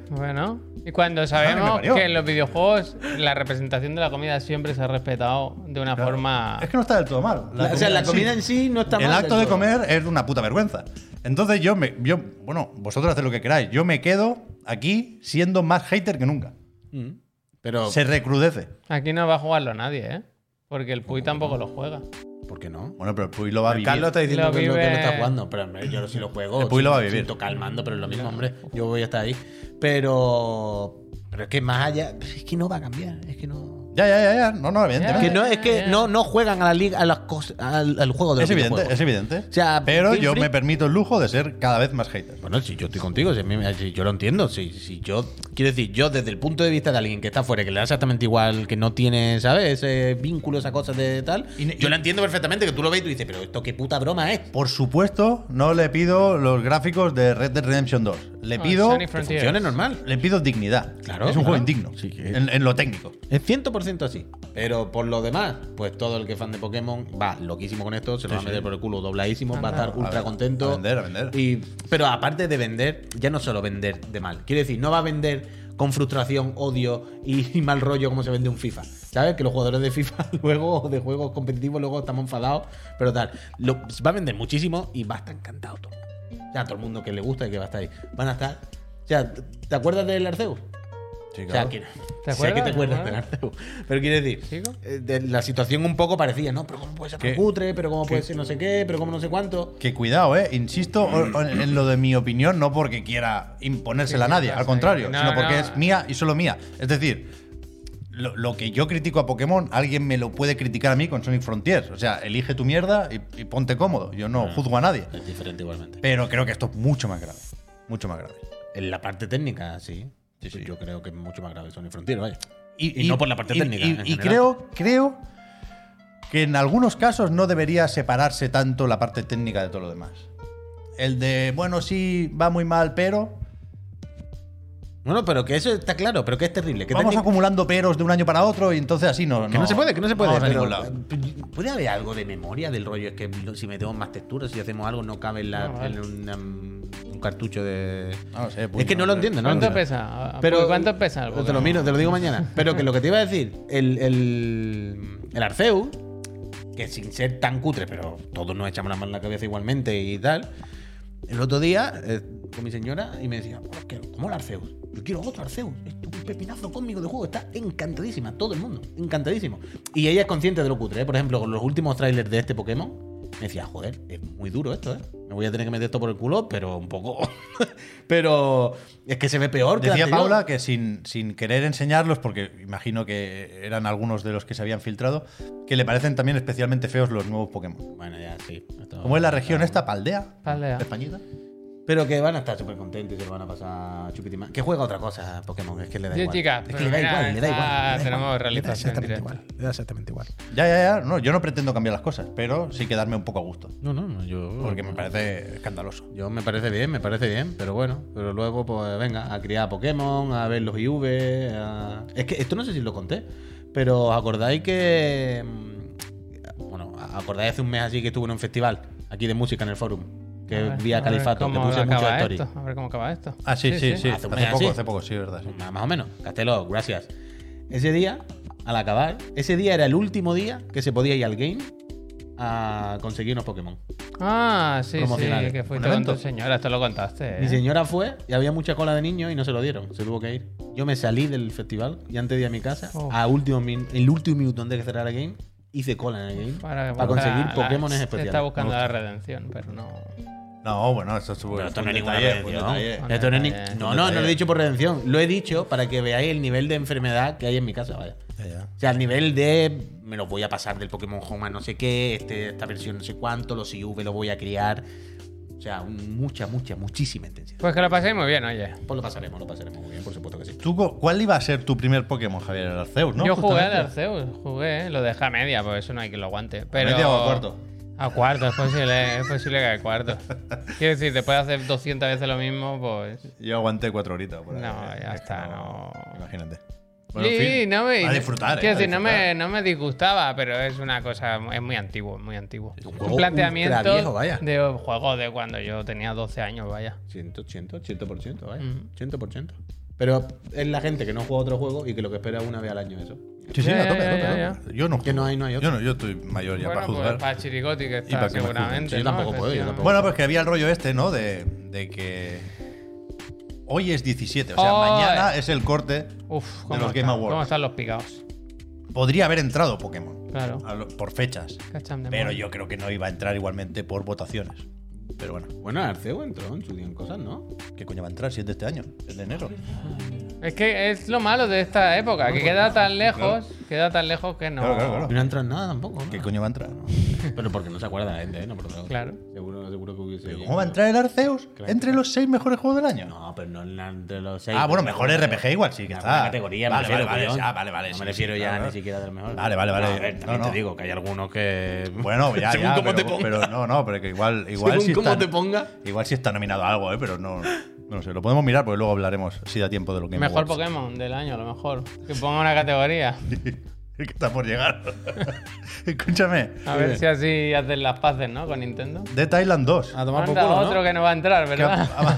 Speaker 3: Bueno. Y
Speaker 1: Ah,
Speaker 2: Madre,
Speaker 3: cuando
Speaker 2: me
Speaker 3: sabemos
Speaker 2: parió.
Speaker 3: que en los videojuegos la representación de la comida siempre se ha respetado de una forma.
Speaker 2: Es que no está del todo mal.
Speaker 1: La- o sea, la comida en sí no está
Speaker 2: El
Speaker 1: mal
Speaker 2: acto de
Speaker 1: del todo.
Speaker 2: comer es una puta vergüenza. Entonces yo me. Yo, bueno, vosotros haced lo que queráis. Yo me quedo aquí siendo más hater que nunca.
Speaker 1: Mm. Pero,
Speaker 2: Se recrudece.
Speaker 3: Aquí no va a jugarlo nadie, ¿eh? Porque el Puy tampoco lo juega.
Speaker 1: ¿por qué no?
Speaker 2: Bueno, pero Puy lo va a vivir.
Speaker 1: Carlos está diciendo
Speaker 3: Lo
Speaker 1: que, no, que no
Speaker 3: vive-
Speaker 1: está jugando, pero hombre, yo sí lo juego.
Speaker 2: El Puy lo va a
Speaker 1: sin-
Speaker 2: vivir.
Speaker 1: sin tocar el mando, pero es lo mismo, hombre. Yo voy a estar ahí. Pero, pero es que más allá, es que no va a cambiar. Es que no.
Speaker 2: Ya, ya, ya, ya. No, no,
Speaker 1: Que
Speaker 2: evidentemente.
Speaker 1: no es que no, no juegan a la liga, a las cosas, al, al juego de
Speaker 2: Es
Speaker 1: los
Speaker 2: evidente,
Speaker 1: videojuegos.
Speaker 2: es evidente.
Speaker 1: O sea,
Speaker 2: pero
Speaker 1: Game
Speaker 2: yo
Speaker 1: Freak-
Speaker 2: me permito el lujo de ser cada vez más hater.
Speaker 1: Bueno, si yo estoy contigo, si a mí me- si yo lo entiendo. Si, si yo, quiero decir, yo desde el punto de vista de alguien que está fuera, que le da exactamente igual, que no tiene, ¿sabes? Ese vínculo, esa cosa de tal.
Speaker 2: Y-
Speaker 1: yo lo entiendo perfectamente, que tú lo ves y tú dices, pero esto qué puta broma es.
Speaker 2: Por supuesto, no le pido los gráficos de Red Dead Redemption 2. Le
Speaker 3: No,
Speaker 2: pido,
Speaker 3: Sony Frontier.
Speaker 1: Funciona normal.
Speaker 2: le pido dignidad.
Speaker 1: Claro,
Speaker 2: es un juego
Speaker 1: claro.
Speaker 2: indigno.
Speaker 1: Sí, que-
Speaker 2: en- en lo técnico.
Speaker 1: Es 100% así. Pero por lo demás, pues todo el que es fan de Pokémon va loquísimo con esto, se lo va a meter por el culo dobladísimo, va a estar ultra
Speaker 2: ver,
Speaker 1: contento.
Speaker 2: a vender, a vender.
Speaker 1: Y, pero aparte de vender, ya no solo vender de mal. Quiero decir, no va a vender con frustración, odio y, y mal rollo como se vende un FIFA. ¿Sabes? Que los jugadores de FIFA luego, o de juegos competitivos, luego estamos enfadados, pero tal. Lo- va a vender muchísimo y va a estar encantado todo. Ya todo el mundo que le gusta y que va a estar ahí. Van a estar O sea, ¿te acuerdas del Arceus?
Speaker 2: Sí,
Speaker 1: O sea,
Speaker 2: claro.
Speaker 1: que-
Speaker 3: ¿Te
Speaker 1: sé que
Speaker 3: acuerdas?
Speaker 1: te acuerdas
Speaker 3: ¿Te
Speaker 1: del Arceus. Pero quiere decir,
Speaker 3: ¿Sigo?
Speaker 1: eh, de la situación un poco parecía, ¿no? Pero cómo puede ser tan
Speaker 2: ¿Qué?
Speaker 1: cutre, pero cómo puede ser no sé qué, pero cómo no sé cuánto.
Speaker 2: Que cuidado, ¿eh? Insisto o- o en en lo de mi opinión, no porque quiera imponérsela a
Speaker 3: Sí,
Speaker 2: nadie,
Speaker 3: sí,
Speaker 2: al
Speaker 3: sí.
Speaker 2: contrario,
Speaker 3: No,
Speaker 2: sino porque
Speaker 3: no.
Speaker 2: es mía y solo mía. Es decir, lo, lo que yo critico a Pokémon, alguien me lo puede criticar a mí con Sonic Frontiers. O sea, elige tu mierda y, y ponte cómodo. Yo no juzgo a nadie.
Speaker 1: Es diferente igualmente.
Speaker 2: Pero creo que esto es mucho más grave. Mucho más grave.
Speaker 1: En la parte técnica, sí.
Speaker 2: Sí, sí.
Speaker 1: Yo creo que es mucho más grave Sony Frontier, vaya. Y, no por la parte
Speaker 2: y-
Speaker 1: técnica.
Speaker 2: y-
Speaker 1: en
Speaker 2: y
Speaker 1: general.
Speaker 2: creo, creo que en algunos casos no debería separarse tanto la parte técnica de todo lo demás. El de, bueno, sí, va muy mal, pero.
Speaker 1: Bueno, pero que eso está claro, pero que es terrible. Que
Speaker 2: vamos
Speaker 1: técnica-
Speaker 2: acumulando peros de un año para otro y entonces así no.
Speaker 1: Que no, se puede, que no se puede.
Speaker 2: vamos a
Speaker 1: pero,
Speaker 2: ningún lado.
Speaker 1: eh, ¿Puede haber algo de memoria del rollo? Es que lo- si metemos más texturas, si hacemos algo, no cabe en, la-
Speaker 3: No, vale.
Speaker 1: en una- un cartucho de.
Speaker 2: No lo sé,
Speaker 1: es que
Speaker 2: puño,
Speaker 1: no lo
Speaker 2: hombre.
Speaker 1: entiendo, ¿no? lo
Speaker 3: ¿Cuánto
Speaker 1: entiendo.
Speaker 3: pesa?
Speaker 1: Pero,
Speaker 3: Pero, Ah, pues, ¿Cuánto pesa el
Speaker 1: Te lo
Speaker 3: Pokémon?
Speaker 1: miro, te lo digo mañana. Pero que lo que te iba a decir, el, el, el Arceus, que sin ser tan cutre, pero todos nos echamos la mano en la cabeza igualmente y tal. El otro día, eh, con mi señora, y me decía, "Pues que- ¿cómo el Arceus? Yo quiero otro Arceus. Es un pepinazo cósmico de juego. Está encantadísima, todo el mundo. Encantadísimo. Y ella es consciente de lo cutre. ¿eh? Por ejemplo, con los últimos trailers de este Pokémon, me decía, joder, es muy duro esto, ¿eh? Me voy a tener que meter esto por el culo, pero un poco... pero es que se ve peor que el
Speaker 2: Decía
Speaker 1: anterior.
Speaker 2: Paula que sin, sin querer enseñarlos, porque imagino que eran algunos de los que se habían filtrado, que le parecen también especialmente feos los nuevos Pokémon.
Speaker 1: Bueno, ya sí. Esto-
Speaker 2: Como es la región esta, Paldea.
Speaker 3: Paldea.
Speaker 2: Españita.
Speaker 1: Pero que van a estar súper contentos y se lo van a pasar chupitimán. Que juega otra cosa Pokémon, es que le da
Speaker 3: Sí,
Speaker 1: igual.
Speaker 3: chicas,
Speaker 1: es que
Speaker 3: pero
Speaker 1: le da
Speaker 3: mira,
Speaker 1: igual, le da
Speaker 3: está-
Speaker 1: igual. le da
Speaker 3: tenemos
Speaker 1: igual,
Speaker 3: realización
Speaker 1: Le da exactamente
Speaker 3: directa.
Speaker 1: igual. Le da exactamente igual.
Speaker 2: Ya, ya, ya. No, yo no pretendo cambiar las cosas, pero sí quedarme un poco a gusto.
Speaker 1: No, no, no, yo.
Speaker 2: Porque me parece escandaloso.
Speaker 1: Yo me parece bien, me parece bien, pero bueno. Pero luego, pues venga, a criar a Pokémon, a ver los IV. A... Es que esto no sé si lo conté, pero ¿os acordáis que. mm, Bueno, acordáis hace un mes así que estuve en un festival aquí de música en el forum. Que
Speaker 3: ver,
Speaker 1: vi a
Speaker 3: ver
Speaker 1: Califato, que
Speaker 3: cómo
Speaker 1: puse
Speaker 3: acaba
Speaker 1: mucho story.
Speaker 3: esto, A ver cómo acaba esto.
Speaker 2: Ah, sí, sí, sí.
Speaker 1: Hace
Speaker 2: Hace,
Speaker 1: un mes,
Speaker 2: poco,
Speaker 1: sí.
Speaker 2: hace poco, sí, es verdad. sí.
Speaker 1: Más, más o menos. Castelo, gracias. Ese día, al acabar, ese día era el último día que se podía ir al game a conseguir unos Pokémon.
Speaker 3: Ah, sí,
Speaker 1: Promocionales.
Speaker 3: sí, que fuiste
Speaker 2: Un
Speaker 3: con
Speaker 2: evento.
Speaker 3: tu señora, esto lo contaste.
Speaker 1: Mi
Speaker 3: ¿eh?
Speaker 1: señora fue y había mucha cola de niños y no se lo dieron. Se tuvo que ir. Yo me salí del festival y antes de ir a mi casa,
Speaker 3: Oh.
Speaker 1: a último, min- el último minuto antes de que cerrara el game, hice cola en el game para,
Speaker 3: buscar
Speaker 1: conseguir
Speaker 3: la-
Speaker 1: Pokémon
Speaker 3: se
Speaker 1: especiales.
Speaker 3: Está buscando la redención, pero no.
Speaker 2: No, bueno, eso estuvo.
Speaker 1: Pero esto no
Speaker 2: fue
Speaker 1: es
Speaker 2: un
Speaker 1: ninguna
Speaker 2: detalle, fue un
Speaker 1: redención.
Speaker 2: detalle.
Speaker 1: Esto no, es ni-
Speaker 3: Detalle.
Speaker 1: no, no, no lo he dicho por redención. Lo he dicho para que veáis el nivel de enfermedad que hay en mi casa, vaya.
Speaker 2: Ya, ya.
Speaker 1: O sea, al nivel de me los voy a pasar del Pokémon Home a no sé qué, este, esta versión no sé cuánto, los IV los voy a criar. O sea, un- mucha, mucha, muchísima intensidad.
Speaker 3: Pues que lo paséis muy bien, oye.
Speaker 1: Pues lo pasaremos, lo pasaremos muy bien, por supuesto que sí.
Speaker 2: ¿Tú, cu- ¿Cuál iba a ser tu primer Pokémon, Javier? El Arceus, ¿no?
Speaker 3: Yo jugué al
Speaker 2: Justamente.
Speaker 3: Arceus, jugué, ¿eh? lo dejé a media, por eso no hay que lo aguante. Pero...
Speaker 2: media o a cuarto?
Speaker 3: A cuarto, es posible, es posible que a cuarto. Quiero decir, después de hacer 200 veces lo mismo, pues.
Speaker 2: Yo aguanté cuatro horitas. Por ahí.
Speaker 3: No,
Speaker 2: Es
Speaker 3: ya
Speaker 2: que
Speaker 3: está, no.
Speaker 2: Imagínate.
Speaker 3: sí,
Speaker 2: en fin,
Speaker 3: no me.
Speaker 2: A disfrutar,
Speaker 3: Quiero
Speaker 2: eh, a
Speaker 3: decir, no me,
Speaker 2: disfrutar.
Speaker 3: no me disgustaba, pero es una cosa. Es muy antiguo, muy antiguo.
Speaker 1: un
Speaker 3: Un,
Speaker 1: juego
Speaker 3: planteamiento
Speaker 1: ultraviejo, vaya.
Speaker 3: de un juego de cuando yo tenía 12 años, vaya.
Speaker 1: 100, 100, 100%, vaya.
Speaker 3: Mm.
Speaker 1: 100%. Pero es la gente que no juega otro juego y que lo que espera es una vez al año eso.
Speaker 2: Sí, sí,
Speaker 3: Ya,
Speaker 2: a tope,
Speaker 3: ya,
Speaker 2: a tope,
Speaker 3: ya,
Speaker 2: a tope. Yo no.
Speaker 1: Que no hay- no hay otro.
Speaker 2: Yo, no, yo estoy mayor ya para
Speaker 3: bueno,
Speaker 2: juzgar.
Speaker 3: pues para Chirigoti que
Speaker 2: para
Speaker 3: está
Speaker 2: que me juzguen.
Speaker 3: seguramente.
Speaker 1: Sí, yo
Speaker 3: ¿no?
Speaker 1: tampoco puedo, yo
Speaker 3: Efectivamente.
Speaker 1: tampoco.
Speaker 2: Bueno, pues que había el rollo este, ¿no? De, de que. Hoy es 17, o sea,
Speaker 3: Oh,
Speaker 2: mañana es el corte.
Speaker 3: Uf, ¿cómo,
Speaker 2: los Game
Speaker 3: está-
Speaker 2: Awards.
Speaker 3: ¿cómo están los picados?
Speaker 2: Podría haber entrado Pokémon.
Speaker 3: Claro.
Speaker 2: a lo- Por fechas.
Speaker 3: Cacham de
Speaker 2: Ah. Pero
Speaker 3: mono.
Speaker 2: yo creo que no iba a entrar igualmente por votaciones. Pero bueno,
Speaker 1: Bueno, Arceo entró en su día en cosas, ¿no?
Speaker 2: ¿qué coño va a entrar si es de este año? Es de enero.
Speaker 3: Es que es lo malo de esta época, que queda tan lejos, queda tan lejos que no.
Speaker 2: Claro, claro, claro.
Speaker 1: Y no entró en nada tampoco. ¿no?
Speaker 2: ¿Qué coño va a entrar?
Speaker 1: Pero porque no se acuerda la gente, ¿eh? No, por otra cosa.
Speaker 3: Claro.
Speaker 1: Seguro, seguro que hubiese.
Speaker 2: ¿Cómo va a entrar el Arceus
Speaker 1: Claro.
Speaker 2: entre los seis mejores juegos del año?
Speaker 1: No, pero no en la- entre los seis. pues,
Speaker 2: Ah, bueno, mejor RPG igual sí que
Speaker 1: En
Speaker 2: está.
Speaker 1: alguna categoría, me
Speaker 2: Vale,
Speaker 1: refiero,
Speaker 2: vale, vale,
Speaker 1: Puyol.
Speaker 2: ah, vale, vale,
Speaker 1: No
Speaker 2: sí,
Speaker 1: me refiero
Speaker 2: sí,
Speaker 1: ya
Speaker 2: claro,
Speaker 1: ni
Speaker 2: claro.
Speaker 1: siquiera del mejor.
Speaker 2: Vale, vale, vale.
Speaker 1: No, a ver, también
Speaker 2: No,
Speaker 1: te
Speaker 2: no.
Speaker 1: digo que hay algunos que.
Speaker 2: Bueno, ya,
Speaker 1: Según
Speaker 2: ya,
Speaker 1: cómo te
Speaker 2: pero,
Speaker 1: pongas.
Speaker 2: pero no, no, pero que igual, igual
Speaker 1: Según
Speaker 2: sí
Speaker 1: cómo
Speaker 2: está,
Speaker 1: te ponga.
Speaker 2: igual sí está nominado a algo, eh, pero no, no lo sé, lo podemos mirar porque luego hablaremos si da tiempo de lo que
Speaker 3: Mejor Pokémon del año, a lo mejor. Que ponga una categoría.
Speaker 2: que está por llegar. Escúchame.
Speaker 3: A ver si así hacen las paces, ¿no? Con Nintendo.
Speaker 2: Dead Island 2.
Speaker 1: A tomar por
Speaker 3: Anda,
Speaker 1: culo, ¿no?
Speaker 3: otro que no va a entrar,
Speaker 2: que han,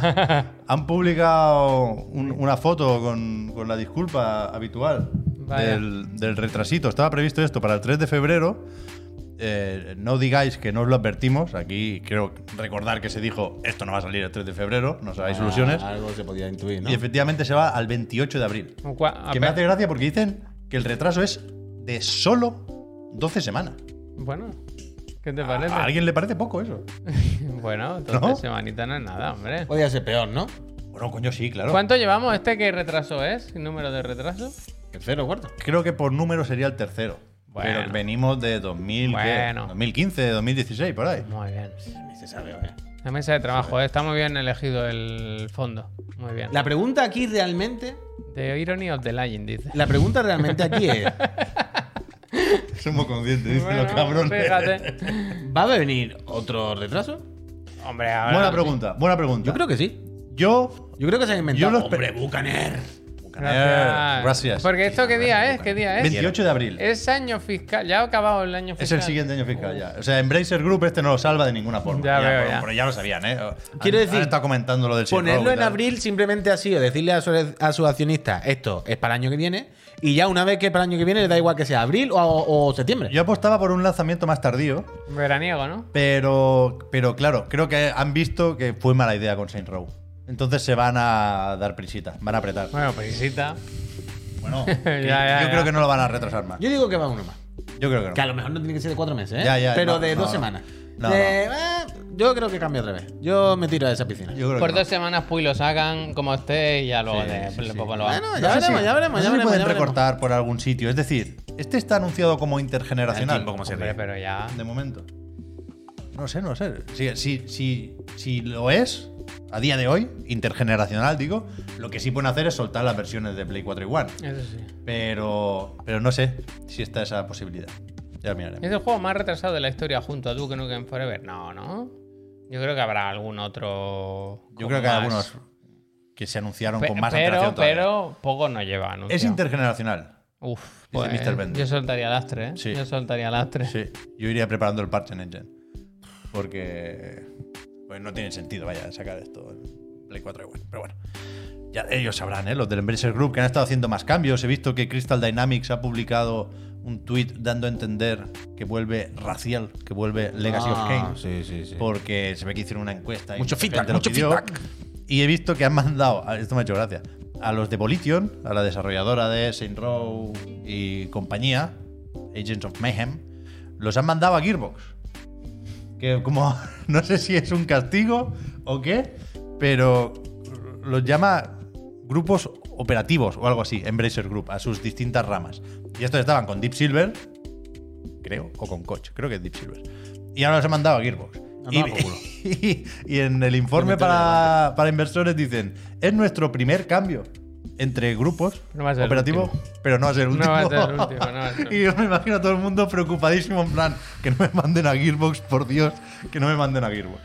Speaker 3: ¿verdad?
Speaker 2: han publicado un- una foto con, con la disculpa habitual
Speaker 3: Vaya.
Speaker 2: del, del retrasito. Estaba previsto esto para el 3 de febrero eh, no digáis que no os lo advertimos. Aquí creo recordar que se dijo esto no va a salir el 3 de febrero, no os hagáis ilusiones.
Speaker 1: Ah, Algo se podía intuir, ¿no?
Speaker 2: Y efectivamente se va al 28 de abril.
Speaker 3: Un cua-
Speaker 2: Que
Speaker 3: a
Speaker 2: me
Speaker 3: ver.
Speaker 2: hace gracia porque dicen que el retraso es de solo 12 semanas.
Speaker 3: Bueno, ¿qué te
Speaker 2: ¿A
Speaker 3: parece?
Speaker 2: a alguien le parece poco eso?
Speaker 3: Bueno, entonces
Speaker 2: ¿No?
Speaker 3: semanita no es nada, hombre.
Speaker 1: Podía ser peor, ¿no?
Speaker 2: Bueno, coño, sí, claro.
Speaker 3: ¿Cuánto llevamos este que retraso es? ¿Qué número de retraso?
Speaker 1: Tercero, cuarto.
Speaker 2: Creo que por número sería el tercero.
Speaker 3: Bueno.
Speaker 2: Pero venimos de 2000, ¿qué?
Speaker 3: Bueno.
Speaker 2: 2015, 2016, por ahí.
Speaker 3: Muy bien.
Speaker 1: Ni se sabe, oye.
Speaker 3: La mesa de trabajo, eh, está muy bien elegido el fondo. Muy bien.
Speaker 1: La pregunta aquí realmente.
Speaker 3: The Irony of the Legend, dice.
Speaker 1: La pregunta realmente aquí es:
Speaker 2: Somos conscientes, dicen
Speaker 3: Bueno,
Speaker 2: los cabrones.
Speaker 3: Fíjate.
Speaker 1: ¿va a venir otro retraso?
Speaker 3: Hombre, ahora.
Speaker 2: Buena pregunta, buena pregunta.
Speaker 1: Yo creo que sí.
Speaker 2: Yo.
Speaker 1: Yo creo que se ha
Speaker 2: Yo
Speaker 1: inventado.
Speaker 2: lo espe-
Speaker 1: Hombre, Bucaner.
Speaker 2: Eh,
Speaker 3: Gracias.
Speaker 2: gracias.
Speaker 3: Porque esto, ¿qué día es? ¿Qué día es?
Speaker 2: 28 de abril.
Speaker 3: Es año fiscal. Ya ha acabado el año fiscal.
Speaker 2: Es el siguiente año fiscal ya. O sea, Embracer Group este no lo salva de ninguna forma.
Speaker 3: Ya veo,
Speaker 2: pero,
Speaker 3: ya.
Speaker 2: pero ya lo sabían, ¿eh?
Speaker 1: Quiero decir,
Speaker 2: Está comentando lo del Silk Road
Speaker 1: Ponerlo
Speaker 2: y
Speaker 1: en
Speaker 2: tal.
Speaker 1: abril simplemente ha sido decirle a su, a su accionista esto es para el año que viene y ya una vez que es para el año que viene le da igual que sea abril o, o septiembre.
Speaker 2: Yo apostaba por un lanzamiento más tardío,
Speaker 3: Veraniego, ¿no?
Speaker 2: pero, pero claro, creo que han visto que fue mala idea con Saint Row. Entonces se van a dar prisitas, van a apretar.
Speaker 3: Bueno, prisita.
Speaker 2: Bueno,
Speaker 3: Ya,
Speaker 2: yo
Speaker 3: ya, ya.
Speaker 2: creo que no lo van a retrasar más.
Speaker 1: Yo digo que va uno más.
Speaker 2: Yo creo que no.
Speaker 1: Que a lo mejor no tiene que ser de cuatro meses, ¿eh?
Speaker 2: Ya, ya,
Speaker 1: Pero
Speaker 2: no,
Speaker 1: de
Speaker 2: no,
Speaker 1: dos
Speaker 2: no.
Speaker 1: semanas.
Speaker 2: No,
Speaker 1: De- eh, yo creo que cambia otra vez. Yo me tiro a esa piscina.
Speaker 2: Yo creo
Speaker 3: Por
Speaker 2: que no.
Speaker 3: dos semanas, pues lo sacan como esté y ya luego
Speaker 2: Sí,
Speaker 3: de-
Speaker 2: sí, sí.
Speaker 3: poco lo
Speaker 1: Bueno,
Speaker 3: hagan.
Speaker 1: ya
Speaker 2: No sé
Speaker 1: veremos,
Speaker 2: si-
Speaker 1: ya veremos,
Speaker 2: no sé
Speaker 1: ya
Speaker 2: si
Speaker 1: veremos.
Speaker 2: pueden
Speaker 1: ya veremos.
Speaker 2: recortar por algún sitio. Es decir, este está anunciado como intergeneracional.
Speaker 1: Aquí, como se
Speaker 3: Hombre,
Speaker 1: ríe.
Speaker 3: pero ya.
Speaker 2: De momento. No sé, no sé. Si, si, si, si lo es, a día de hoy, intergeneracional, digo, lo que sí pueden hacer es soltar las versiones de Play 4 y One.
Speaker 3: Eso sí.
Speaker 2: Pero, pero no sé si está esa posibilidad. Ya miraremos.
Speaker 3: Es el juego más retrasado de la historia junto a Duke Nukem Forever. No, no. Yo creo que habrá algún otro.
Speaker 2: Yo
Speaker 3: con
Speaker 2: creo que hay
Speaker 3: más-
Speaker 2: algunos que se anunciaron
Speaker 3: Pe-
Speaker 2: con más
Speaker 3: pero,
Speaker 2: antelación todavía.
Speaker 3: pero poco no lleva anunciado.
Speaker 2: Es intergeneracional.
Speaker 3: Uf,
Speaker 2: Dice
Speaker 3: pues,
Speaker 2: Mr. Bender.
Speaker 3: Yo soltaría lastre, ¿eh?
Speaker 2: Sí.
Speaker 3: Yo soltaría lastre.
Speaker 2: Sí, yo iría preparando el parche en Engine. Porque pues no tiene sentido, vaya, sacar esto en Play 4 igual. Pero bueno, ya ellos sabrán, ¿eh? Los del Embracer Group que han estado haciendo más cambios. He visto que Crystal Dynamics ha publicado un tweet dando a entender que vuelve racial, que vuelve Legacy of
Speaker 1: Ah,
Speaker 2: Kane.
Speaker 1: Sí, sí, sí.
Speaker 2: Porque se ve que hicieron una encuesta. y mucha
Speaker 1: Mucho feedback,
Speaker 2: gente lo
Speaker 1: mucho
Speaker 2: pidió.
Speaker 1: feedback.
Speaker 2: Y he visto que han mandado, esto me ha hecho gracia, a los de Volition, a la desarrolladora de Saint Row y compañía, Agents of Mayhem, los han mandado a Gearbox. Que como, no sé si es un castigo o qué, pero los llama grupos operativos o algo así, Embracer Group, a sus distintas ramas. Y estos estaban con Deep Silver, creo, o con Coach, creo que es Deep Silver. Y ahora los han mandado a Gearbox. Y,
Speaker 1: Andaba por culo.
Speaker 2: y- y en el informe para, para inversores dicen, es nuestro primer cambio entre grupos
Speaker 3: No va a ser el
Speaker 2: operativo,
Speaker 3: último.
Speaker 2: pero no va a ser el último.
Speaker 3: No va a ser el último, no va a ser el
Speaker 2: y yo me imagino a todo el mundo preocupadísimo en plan, que no me manden a Gearbox, por Dios, que no me manden a Gearbox.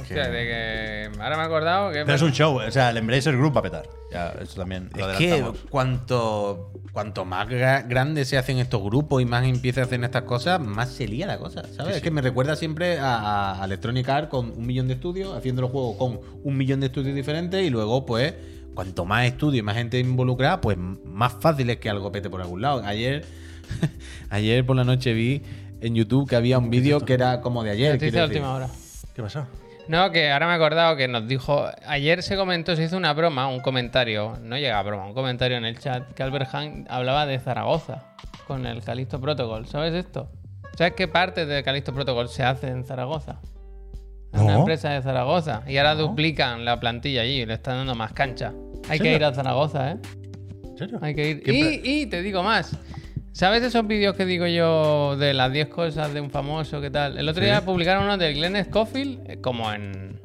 Speaker 3: Hostia, de que. Ahora me he acordado que.
Speaker 2: Pero es un show, o sea, el Embracer Group va a petar. Ya, eso también lo
Speaker 1: Es que
Speaker 2: adelantamos.
Speaker 1: cuanto, cuanto más gra- grandes se hacen estos grupos y más empieza a hacer estas cosas, más se lía la cosa, ¿sabes? Es que me recuerda siempre a, a Electronic Arts con un millón de estudios, haciendo los juegos con un millón de estudios diferentes y luego, pues, cuanto más estudios y más gente involucrada, pues m- más fácil es que algo pete por algún lado. Ayer, ayer por la noche vi en YouTube que había un vídeo que era como de ayer.
Speaker 3: Noticia
Speaker 1: quiero
Speaker 3: de
Speaker 1: decir.
Speaker 3: última hora.
Speaker 2: ¿Qué pasó?
Speaker 3: No, que ahora me he acordado que nos dijo. Ayer se comentó, se hizo una broma, un comentario. No llega a broma, un comentario en el chat. Que Albert Hahn hablaba de Zaragoza con el Calixto Protocol. ¿Sabes esto? ¿Sabes qué parte de Calixto Protocol se hace en Zaragoza? Es Una
Speaker 2: No.
Speaker 3: empresa de Zaragoza. Y ahora duplican la plantilla allí y le están dando más cancha. Hay que
Speaker 2: serio?
Speaker 3: ir a Zaragoza, ¿eh?
Speaker 2: ¿En serio?
Speaker 3: Hay que ir.
Speaker 2: ¿Qué
Speaker 3: Y, y te digo más. ¿Sabes esos vídeos que digo yo de las 10 cosas de un famoso? ¿Qué tal? El otro día publicaron uno del Glenn Scofield, eh, como en.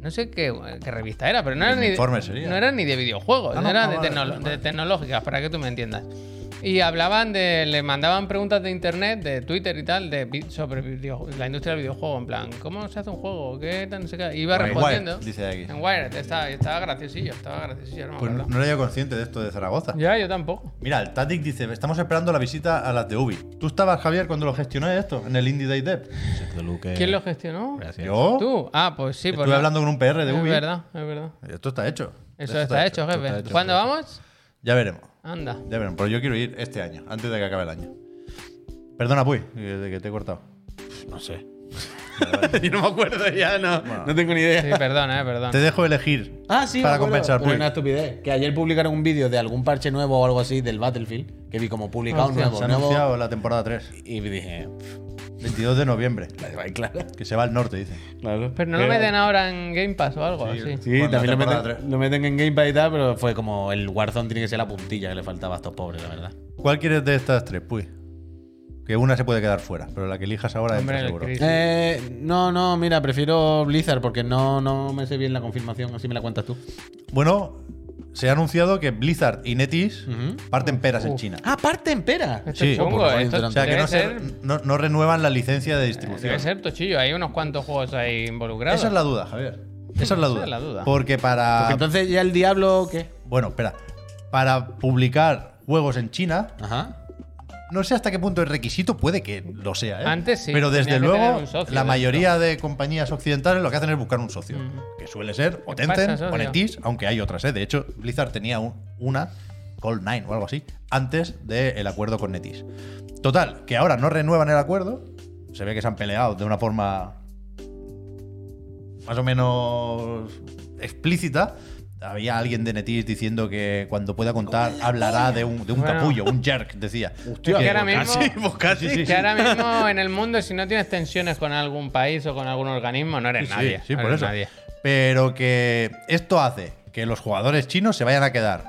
Speaker 3: No sé qué, qué revista era, pero no era,
Speaker 2: En
Speaker 3: ni de,
Speaker 2: Informe sería.
Speaker 3: no era ni de videojuegos,
Speaker 2: Ah, no,
Speaker 3: era
Speaker 2: ah,
Speaker 3: de,
Speaker 2: vale,
Speaker 3: tecno-
Speaker 2: vale,
Speaker 3: de tecnológicas, para que tú me entiendas. Y hablaban de. Le mandaban preguntas de internet, de Twitter y tal, de, vi- sobre video- la industria del videojuego. En plan, ¿cómo se hace un juego? ¿Qué tal? No sé qué. Iba
Speaker 2: Wired,
Speaker 3: respondiendo.
Speaker 2: dice aquí.
Speaker 3: En Wired, estaba, estaba graciosillo, estaba graciosillo. no me
Speaker 2: Pues no,
Speaker 3: acuerdo.
Speaker 2: no era yo consciente de esto de Zaragoza.
Speaker 3: Ya, yo tampoco.
Speaker 2: Mira, el Tatic dice, estamos esperando la visita a las de Ubi. ¿Tú estabas, Javier, cuando lo gestioné esto, en el Indie Day Dev? Eh,
Speaker 3: ¿Quién lo gestionó?
Speaker 1: Gracias.
Speaker 2: Yo
Speaker 3: ¿Tú? Ah, pues sí,
Speaker 2: estuve
Speaker 3: por la-
Speaker 2: hablando con un PR de
Speaker 3: Es
Speaker 2: Ubi.
Speaker 3: verdad, es verdad.
Speaker 2: Esto está hecho.
Speaker 3: Eso
Speaker 2: Esto
Speaker 3: está, hecho,
Speaker 2: esto está
Speaker 3: jefe.
Speaker 2: hecho.
Speaker 3: ¿Cuándo vamos?
Speaker 2: Ya veremos.
Speaker 3: Anda.
Speaker 2: Ya veremos. Pero yo quiero ir este año, antes de que acabe el año. Perdona, Puy, que que te he cortado.
Speaker 1: No sé. Yo no me acuerdo ya, no, no tengo ni
Speaker 3: Sí,
Speaker 1: idea.
Speaker 3: perdona, eh, perdón.
Speaker 2: Te dejo elegir
Speaker 1: Ah, sí,
Speaker 2: para
Speaker 1: me acuerdo,
Speaker 2: compensar,
Speaker 1: pero
Speaker 3: Pues
Speaker 2: Puy.
Speaker 1: una estupidez. Que ayer publicaron un vídeo de algún parche nuevo o algo así del Battlefield, que vi como publicado
Speaker 3: Hostia,
Speaker 1: nuevo,
Speaker 2: Ah, Se ha
Speaker 1: nuevo,
Speaker 2: anunciado la temporada 3,
Speaker 1: Y dije,
Speaker 2: 22 de noviembre,
Speaker 1: claro.
Speaker 2: que se va al norte, dicen.
Speaker 1: claro.
Speaker 3: Pero no lo meten ahora en Game Pass o algo así.
Speaker 1: Sí,
Speaker 2: Cuando
Speaker 1: también lo
Speaker 2: temporada
Speaker 1: meten,
Speaker 2: tres.
Speaker 1: lo meten en Game Pass y tal, pero fue como el Warzone tiene que ser la puntilla que le faltaba a estos pobres, la verdad.
Speaker 2: ¿Cuál quieres de estas tres, Puy? Que una se puede quedar fuera, pero la que elijas ahora
Speaker 3: Hombre,
Speaker 2: entra
Speaker 3: el
Speaker 2: seguro.
Speaker 3: Chris.
Speaker 1: Eh, no, no, mira, prefiero Blizzard porque no, no me sé bien la confirmación, así me la cuentas tú.
Speaker 2: Bueno, se ha anunciado que Blizzard y Netis parten peras en
Speaker 3: Uf.
Speaker 2: China.
Speaker 1: Ah, parte en pera.
Speaker 3: Esto
Speaker 2: Sí,
Speaker 3: es chungo,
Speaker 1: por favor,
Speaker 3: esto
Speaker 1: interesante.
Speaker 2: O sea, que
Speaker 3: debe
Speaker 2: no, se-
Speaker 3: ser- Eh,
Speaker 2: no- no renuevan la licencia de distribución.
Speaker 3: Debe ser tochillo, hay unos cuantos juegos ahí involucrados.
Speaker 2: Esa es la duda, Javier. Esa es la
Speaker 3: Esa
Speaker 2: duda.
Speaker 3: es la duda.
Speaker 2: Porque para.
Speaker 1: Porque entonces ya el diablo, ¿qué?
Speaker 2: Bueno, espera. Para publicar juegos en China,
Speaker 1: Ajá.
Speaker 2: no sé hasta qué punto el requisito puede que lo sea, ¿eh?
Speaker 3: Antes sí,
Speaker 2: Pero
Speaker 3: tenía
Speaker 2: desde
Speaker 3: que tener
Speaker 2: luego,
Speaker 3: un socio
Speaker 2: la
Speaker 3: dentro.
Speaker 2: mayoría de compañías occidentales lo que hacen es buscar un socio. Que suele ser o
Speaker 3: ¿Qué
Speaker 2: Tencent
Speaker 3: pasa, socio?
Speaker 2: o NetEase, aunque hay otras, ¿eh? De hecho, Blizzard tenía un- una, Call 9 o algo así, antes del acuerdo con NetEase. Total, que ahora no renuevan el acuerdo. Se ve que se han peleado de una forma más o menos explícita. Había alguien de Netis diciendo que cuando pueda contar hablará de un, de un
Speaker 3: Bueno.
Speaker 2: capullo, un jerk, decía.
Speaker 1: Hostia,
Speaker 3: que ahora mismo-
Speaker 2: casi, pues casi, sí,
Speaker 3: que
Speaker 2: sí.
Speaker 3: ahora mismo en el mundo, si no tienes tensiones con algún país o con algún organismo, no eres
Speaker 2: Sí,
Speaker 3: nadie.
Speaker 2: sí,
Speaker 3: no
Speaker 2: por
Speaker 3: eres
Speaker 2: eso.
Speaker 3: nadie.
Speaker 2: Pero que esto hace que los jugadores chinos se vayan a quedar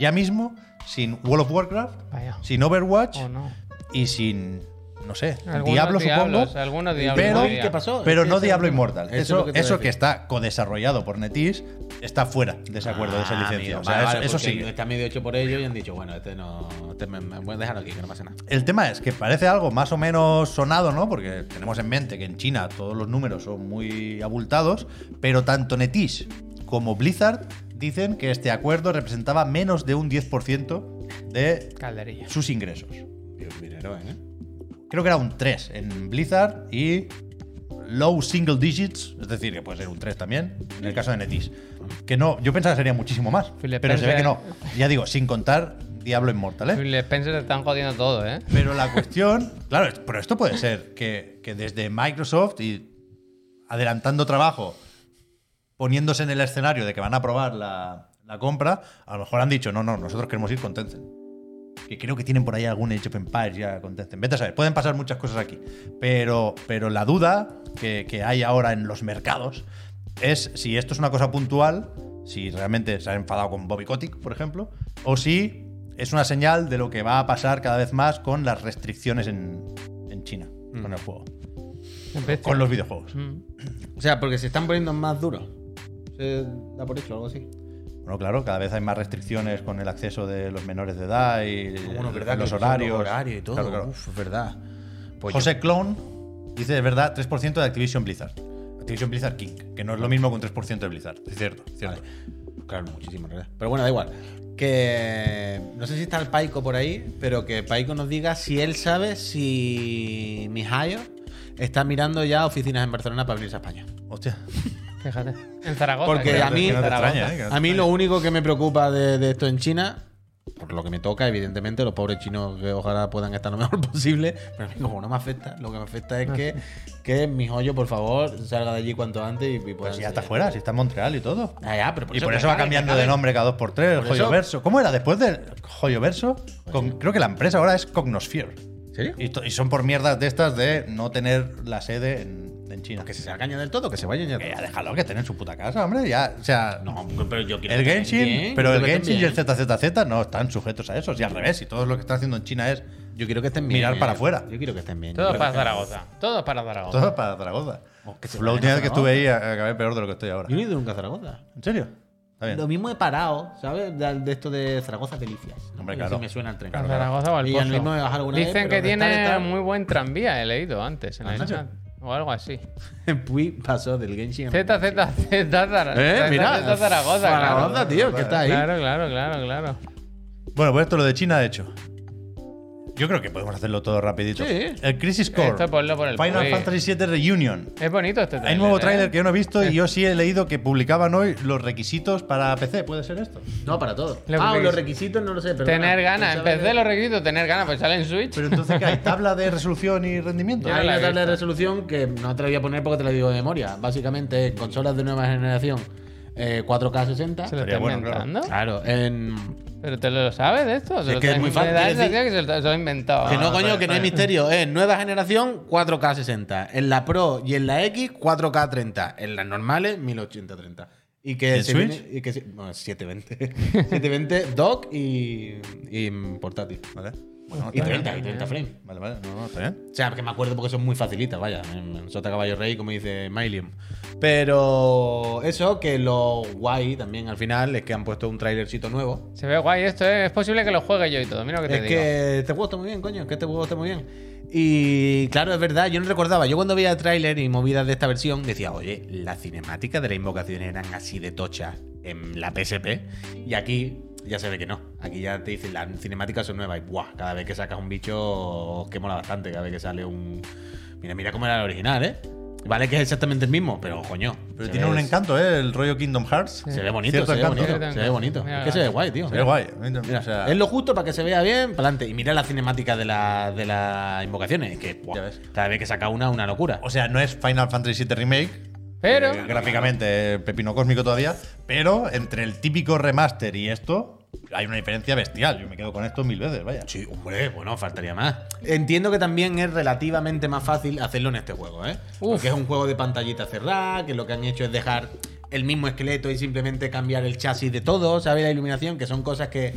Speaker 2: ya mismo sin World of Warcraft,
Speaker 3: Vaya.
Speaker 2: sin Overwatch
Speaker 3: O no.
Speaker 2: y sin, no sé,
Speaker 3: Algunos
Speaker 2: Diablo
Speaker 3: diablos,
Speaker 2: supongo.
Speaker 3: algunos diablos
Speaker 2: Pero-
Speaker 3: había.
Speaker 1: ¿Qué pasó?
Speaker 2: Pero
Speaker 1: Es que
Speaker 2: no
Speaker 1: ese
Speaker 2: Diablo
Speaker 1: es el tema.
Speaker 2: Inmortal.
Speaker 1: Eso es lo
Speaker 2: Eso,
Speaker 1: que te
Speaker 2: eso
Speaker 1: voy
Speaker 2: que
Speaker 1: a decir.
Speaker 2: está codesarrollado por NetEase está fuera de ese acuerdo, de esa
Speaker 1: Ah,
Speaker 2: licencia.
Speaker 1: amigo,
Speaker 2: O sea,
Speaker 1: vale,
Speaker 2: eso-
Speaker 1: vale,
Speaker 2: eso,
Speaker 1: porque
Speaker 2: sí.
Speaker 1: Está medio hecho por ellos y han dicho, bueno, este no. Este me, me- voy a dejarlo aquí, que no pasa nada.
Speaker 2: El tema es que parece algo más o menos sonado, ¿no? Porque tenemos en mente que en China todos los números son muy abultados, pero tanto NetEase como Blizzard dicen que este acuerdo representaba menos de un 10% de
Speaker 3: Calderilla.
Speaker 2: sus ingresos.
Speaker 1: Qué dinero, ¿eh?
Speaker 2: Creo que era un 3 en Blizzard y low single digits, es decir, que puede ser un 3 también, en el caso de NetEase. Que no, yo pensaba que sería muchísimo más,
Speaker 3: Phil
Speaker 2: pero se ve
Speaker 3: Spencer.
Speaker 2: que no. Ya digo, sin contar Diablo Inmortal, ¿eh?
Speaker 3: Phil Spencer te están jodiendo todo, ¿eh?
Speaker 2: Pero la cuestión, claro, es- pero esto puede ser que, que desde Microsoft y adelantando trabajo, poniéndose en el escenario de que van a aprobar la, la compra, a lo mejor han dicho, no, no, nosotros queremos ir con Tencent. Que creo que tienen por ahí algún Age of Empires ya con Tencent. Vete a saber, pueden pasar muchas cosas aquí. Pero, pero la duda que, que hay ahora en los mercados es si esto es una cosa puntual, si realmente se ha enfadado con Bobby Kotick, por ejemplo, o si es una señal de lo que va a pasar cada vez más con las restricciones en, en China, con
Speaker 1: Mm.
Speaker 2: el juego,
Speaker 3: Bestia.
Speaker 2: con los videojuegos.
Speaker 3: Mm.
Speaker 1: O sea, porque se están poniendo más duros. Se da por hecho algo así.
Speaker 2: Eh, Bueno, claro, cada vez hay más restricciones con el acceso de los menores de edad y
Speaker 1: Bueno, verdad,
Speaker 2: los
Speaker 1: que
Speaker 2: horarios.
Speaker 1: los horarios y todo.
Speaker 2: Claro, claro.
Speaker 1: Uf, es verdad. Pues
Speaker 2: José Clone dice, es verdad, 3% de Activision Blizzard. Activision Blizzard King, que no es lo mismo con 3% de Blizzard. Es cierto, es cierto.
Speaker 1: yo- claro, muchísimo, en realidad. Pero bueno, da igual. Que no sé si está el Paico por ahí, pero que Paico nos diga si él sabe si Mijayo está mirando ya oficinas en Barcelona para abrirse a España.
Speaker 2: Hostia. pues
Speaker 3: Fíjate. En Zaragoza.
Speaker 1: Porque
Speaker 3: creo.
Speaker 1: a mí,
Speaker 2: que no te
Speaker 3: Zaragoza.
Speaker 2: extraña, ¿eh? Que no te
Speaker 1: a mí lo
Speaker 2: extraña.
Speaker 1: único que me preocupa de, de esto en China, por lo que me toca, evidentemente, los pobres chinos que ojalá puedan estar lo mejor posible, pero a mí como no me afecta, lo que me afecta es que, que mi joyo, por favor, salga de allí cuanto antes y, y pueda
Speaker 2: Pues ya está
Speaker 1: seguir.
Speaker 2: fuera, si está en Montreal y todo.
Speaker 1: Ah, ya, pero por
Speaker 2: y por
Speaker 1: que
Speaker 2: eso va
Speaker 1: acabe,
Speaker 2: cambiando
Speaker 1: que
Speaker 2: de
Speaker 1: acabe.
Speaker 2: nombre cada 2x3, el
Speaker 1: Por
Speaker 2: Joyo
Speaker 1: eso- Pues
Speaker 2: Verso. ¿Cómo era? Después del Joyo Verso, con- creo que la empresa ahora es Cognosphere.
Speaker 1: ¿En serio?
Speaker 2: Y, to- y son por mierdas de estas de no tener la sede en, en China.
Speaker 1: Que se salga del todo, que se vaya ya.
Speaker 2: Que ya déjalo que tienen su puta casa, hombre. Ya, o sea,
Speaker 1: No, pero yo quiero.
Speaker 2: el
Speaker 1: que
Speaker 2: Genshin,
Speaker 1: estén bien,
Speaker 2: pero
Speaker 1: yo
Speaker 2: el
Speaker 1: quiero que
Speaker 2: Genshin y el
Speaker 1: estén bien.
Speaker 2: ZZZ no están sujetos a eso. Y al revés, y todo lo que está haciendo en China es
Speaker 1: Yo quiero que estén bien. eh,
Speaker 2: mirar para afuera.
Speaker 1: Yo quiero que estén bien.
Speaker 3: Todo
Speaker 1: Yo
Speaker 3: para
Speaker 1: quiero que-
Speaker 3: Zaragoza. Todo para Zaragoza.
Speaker 2: todo para Zaragoza.
Speaker 1: Oh, que se
Speaker 2: la
Speaker 1: vayan
Speaker 2: última
Speaker 1: a
Speaker 2: vez que estuve
Speaker 1: Zaragoza.
Speaker 2: ahí acabé peor de lo que estoy ahora.
Speaker 1: Yo no he ido nunca a Zaragoza.
Speaker 2: ¿En serio? Está bien.
Speaker 1: Lo mismo he parado, ¿sabes? De, de esto de Zaragoza Delicias. ¿no?
Speaker 2: Hombre,
Speaker 1: Porque
Speaker 2: claro.
Speaker 1: sí me suena el tren.
Speaker 3: A Zaragoza o al
Speaker 1: Y al
Speaker 3: Pozo.
Speaker 1: mismo me bajas alguna vez,
Speaker 3: Dicen
Speaker 1: pero ¿Ah,
Speaker 3: que
Speaker 1: de estar,
Speaker 3: tiene
Speaker 1: estar-
Speaker 3: muy buen tranvía, he leído antes en el chat. O algo así.
Speaker 1: Puy pasó del Genshin. al
Speaker 3: Z, Z, Z, Zara-
Speaker 1: Eh,
Speaker 3: Z,
Speaker 1: mira.
Speaker 3: Z, Zaragoza. claro.
Speaker 1: Zaragoza, tío, que está ahí.
Speaker 3: Claro, claro, claro, claro.
Speaker 2: Bueno, pues esto lo de China, de hecho. Yo creo que podemos hacerlo todo rapidito.
Speaker 1: Sí.
Speaker 2: El Crisis Core.
Speaker 3: Esto ponlo por el
Speaker 2: Final
Speaker 3: PUBG.
Speaker 2: Fantasy VII Reunion.
Speaker 3: Es bonito este tráiler.
Speaker 2: Hay nuevo
Speaker 3: ¿eh?
Speaker 2: tráiler que yo no he visto y yo sí he leído que publicaban hoy los requisitos para PC. ¿Puede ser esto?
Speaker 1: No, para todo.
Speaker 3: Los
Speaker 1: ah, o los
Speaker 3: requisitos.
Speaker 1: requisitos no lo sé, pero.
Speaker 3: Tener
Speaker 1: bueno,
Speaker 3: ganas. En
Speaker 1: pensaba
Speaker 3: PC
Speaker 1: que-
Speaker 3: los requisitos, tener ganas. Pues sale en Switch.
Speaker 2: Pero entonces, ¿qué hay? ¿Tabla de resolución y rendimiento?
Speaker 1: Hay
Speaker 3: la
Speaker 1: una
Speaker 3: he
Speaker 1: tabla de
Speaker 3: visto.
Speaker 1: resolución que no te la voy a poner porque te la digo de memoria. Básicamente, es consolas de nueva generación eh, 4K 60.
Speaker 3: ¿Se lo
Speaker 2: Estaría
Speaker 3: está
Speaker 2: bueno, claro.
Speaker 3: inventando?
Speaker 1: Claro, en.
Speaker 3: ¿Pero te lo sabes de esto? ¿Se
Speaker 1: Es
Speaker 3: lo
Speaker 1: que
Speaker 3: está
Speaker 1: es muy
Speaker 3: inventando?
Speaker 1: fácil, quiero
Speaker 3: Me da la
Speaker 1: decir-
Speaker 3: sensación que se lo, está- se lo ha inventado.
Speaker 1: Que no,
Speaker 2: Ah,
Speaker 1: coño,
Speaker 2: vale,
Speaker 1: que no es
Speaker 2: vale.
Speaker 1: misterio. Es nueva generación 4K 60. En la Pro y en la X 4K 30. En las normales 1080 30. Y que
Speaker 2: ¿En
Speaker 1: se
Speaker 2: Switch?
Speaker 1: viene- y que se- bueno, 720. 720 dock y, y en portátil.
Speaker 2: Vale. Bueno,
Speaker 1: Y
Speaker 2: está bien.
Speaker 1: 30, y 30 frames.
Speaker 2: Vale, vale. No, no, está bien.
Speaker 1: O sea, que me acuerdo porque son muy facilitas, vaya. En Sota Caballo Rey, como dice Mylium. Pero eso, que lo guay también al final es que han puesto un trailercito nuevo.
Speaker 3: Se ve guay esto, ¿eh? Es posible que lo juegue yo y todo. Mira lo que
Speaker 1: Es
Speaker 3: te Pues digo.
Speaker 1: que este juego está muy bien, coño. Es que este juego está muy bien. Y claro, es verdad, yo no recordaba. Yo cuando veía tráiler y movidas de esta versión, decía, oye, las cinemáticas de la invocación eran así de tochas en la PSP. Y aquí ya se ve que no. Aquí ya te dicen, las cinemáticas son nuevas. Y buah, cada vez que sacas un bicho, que mola bastante. Cada vez que sale un. Mira, mira cómo era el original, ¿eh? Vale, que es exactamente el mismo, pero coño.
Speaker 2: Pero
Speaker 1: se
Speaker 2: tiene
Speaker 1: ve-
Speaker 2: un encanto, ¿eh? El rollo Kingdom Hearts.
Speaker 1: Se ve bonito,
Speaker 2: Cierto
Speaker 1: se ve
Speaker 2: encanto.
Speaker 1: bonito,
Speaker 3: Cierto
Speaker 1: se ve
Speaker 3: encanto.
Speaker 1: bonito.
Speaker 3: Mira,
Speaker 1: Es que se ve guay, tío.
Speaker 2: Se ve guay.
Speaker 1: Mira,
Speaker 2: O sea,
Speaker 1: es lo justo para que se vea bien, para adelante. Y mira las cinemáticas de, la- de las invocaciones. es Que buah,
Speaker 2: Ya ves.
Speaker 1: cada vez que saca una, una locura.
Speaker 2: o sea, no es Final Fantasy VII Remake.
Speaker 3: Pero.
Speaker 2: eh, gráficamente, eh, pepino cósmico todavía. Pero entre el típico remaster y esto, hay una diferencia bestial. Yo me quedo con esto mil veces, vaya.
Speaker 1: Sí, hombre, bueno, faltaría más. Entiendo que también es relativamente más fácil hacerlo en este juego, ¿eh?
Speaker 3: Uf.
Speaker 1: Porque es un juego de pantallita cerrada, que lo que han hecho es dejar el mismo esqueleto y simplemente cambiar el chasis de todo, ¿sabes? La iluminación, que son cosas que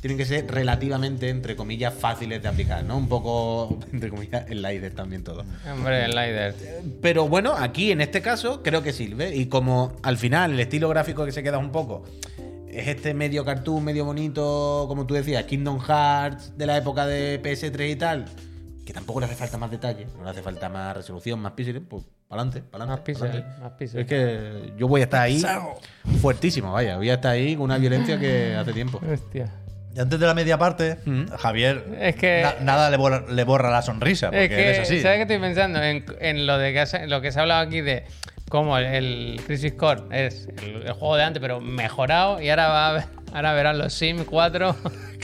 Speaker 1: tienen que ser relativamente, entre comillas, fáciles de aplicar, ¿no? Un poco, entre comillas, el slider E también todo.
Speaker 3: Hombre, el Lider.
Speaker 1: Pero bueno, aquí en este caso creo que sirve. Y como al final el estilo gráfico que se queda un poco es este medio cartoon, medio bonito, como tú decías, Kingdom Hearts de la época de PS3 y tal, que tampoco le hace falta más detalle, no le hace falta más resolución, más píxeles, pues para adelante, para
Speaker 3: Más
Speaker 1: adelante.
Speaker 3: píxeles, más píxeles.
Speaker 1: Es que yo voy a estar ahí fuertísimo, vaya, voy a estar ahí con una violencia que hace tiempo.
Speaker 3: Hostia.
Speaker 2: Y antes de la media parte, Javier,
Speaker 3: Mm. Es que-
Speaker 2: na- nada le borra, le borra la sonrisa, porque
Speaker 3: Es que,
Speaker 2: eres así.
Speaker 3: ¿sabes qué estoy pensando? En, en lo, de que has- lo que se ha hablado aquí de cómo el, el Crisis Core es el, el juego de antes, pero mejorado, y ahora, va, a- ahora verán los Sims 4.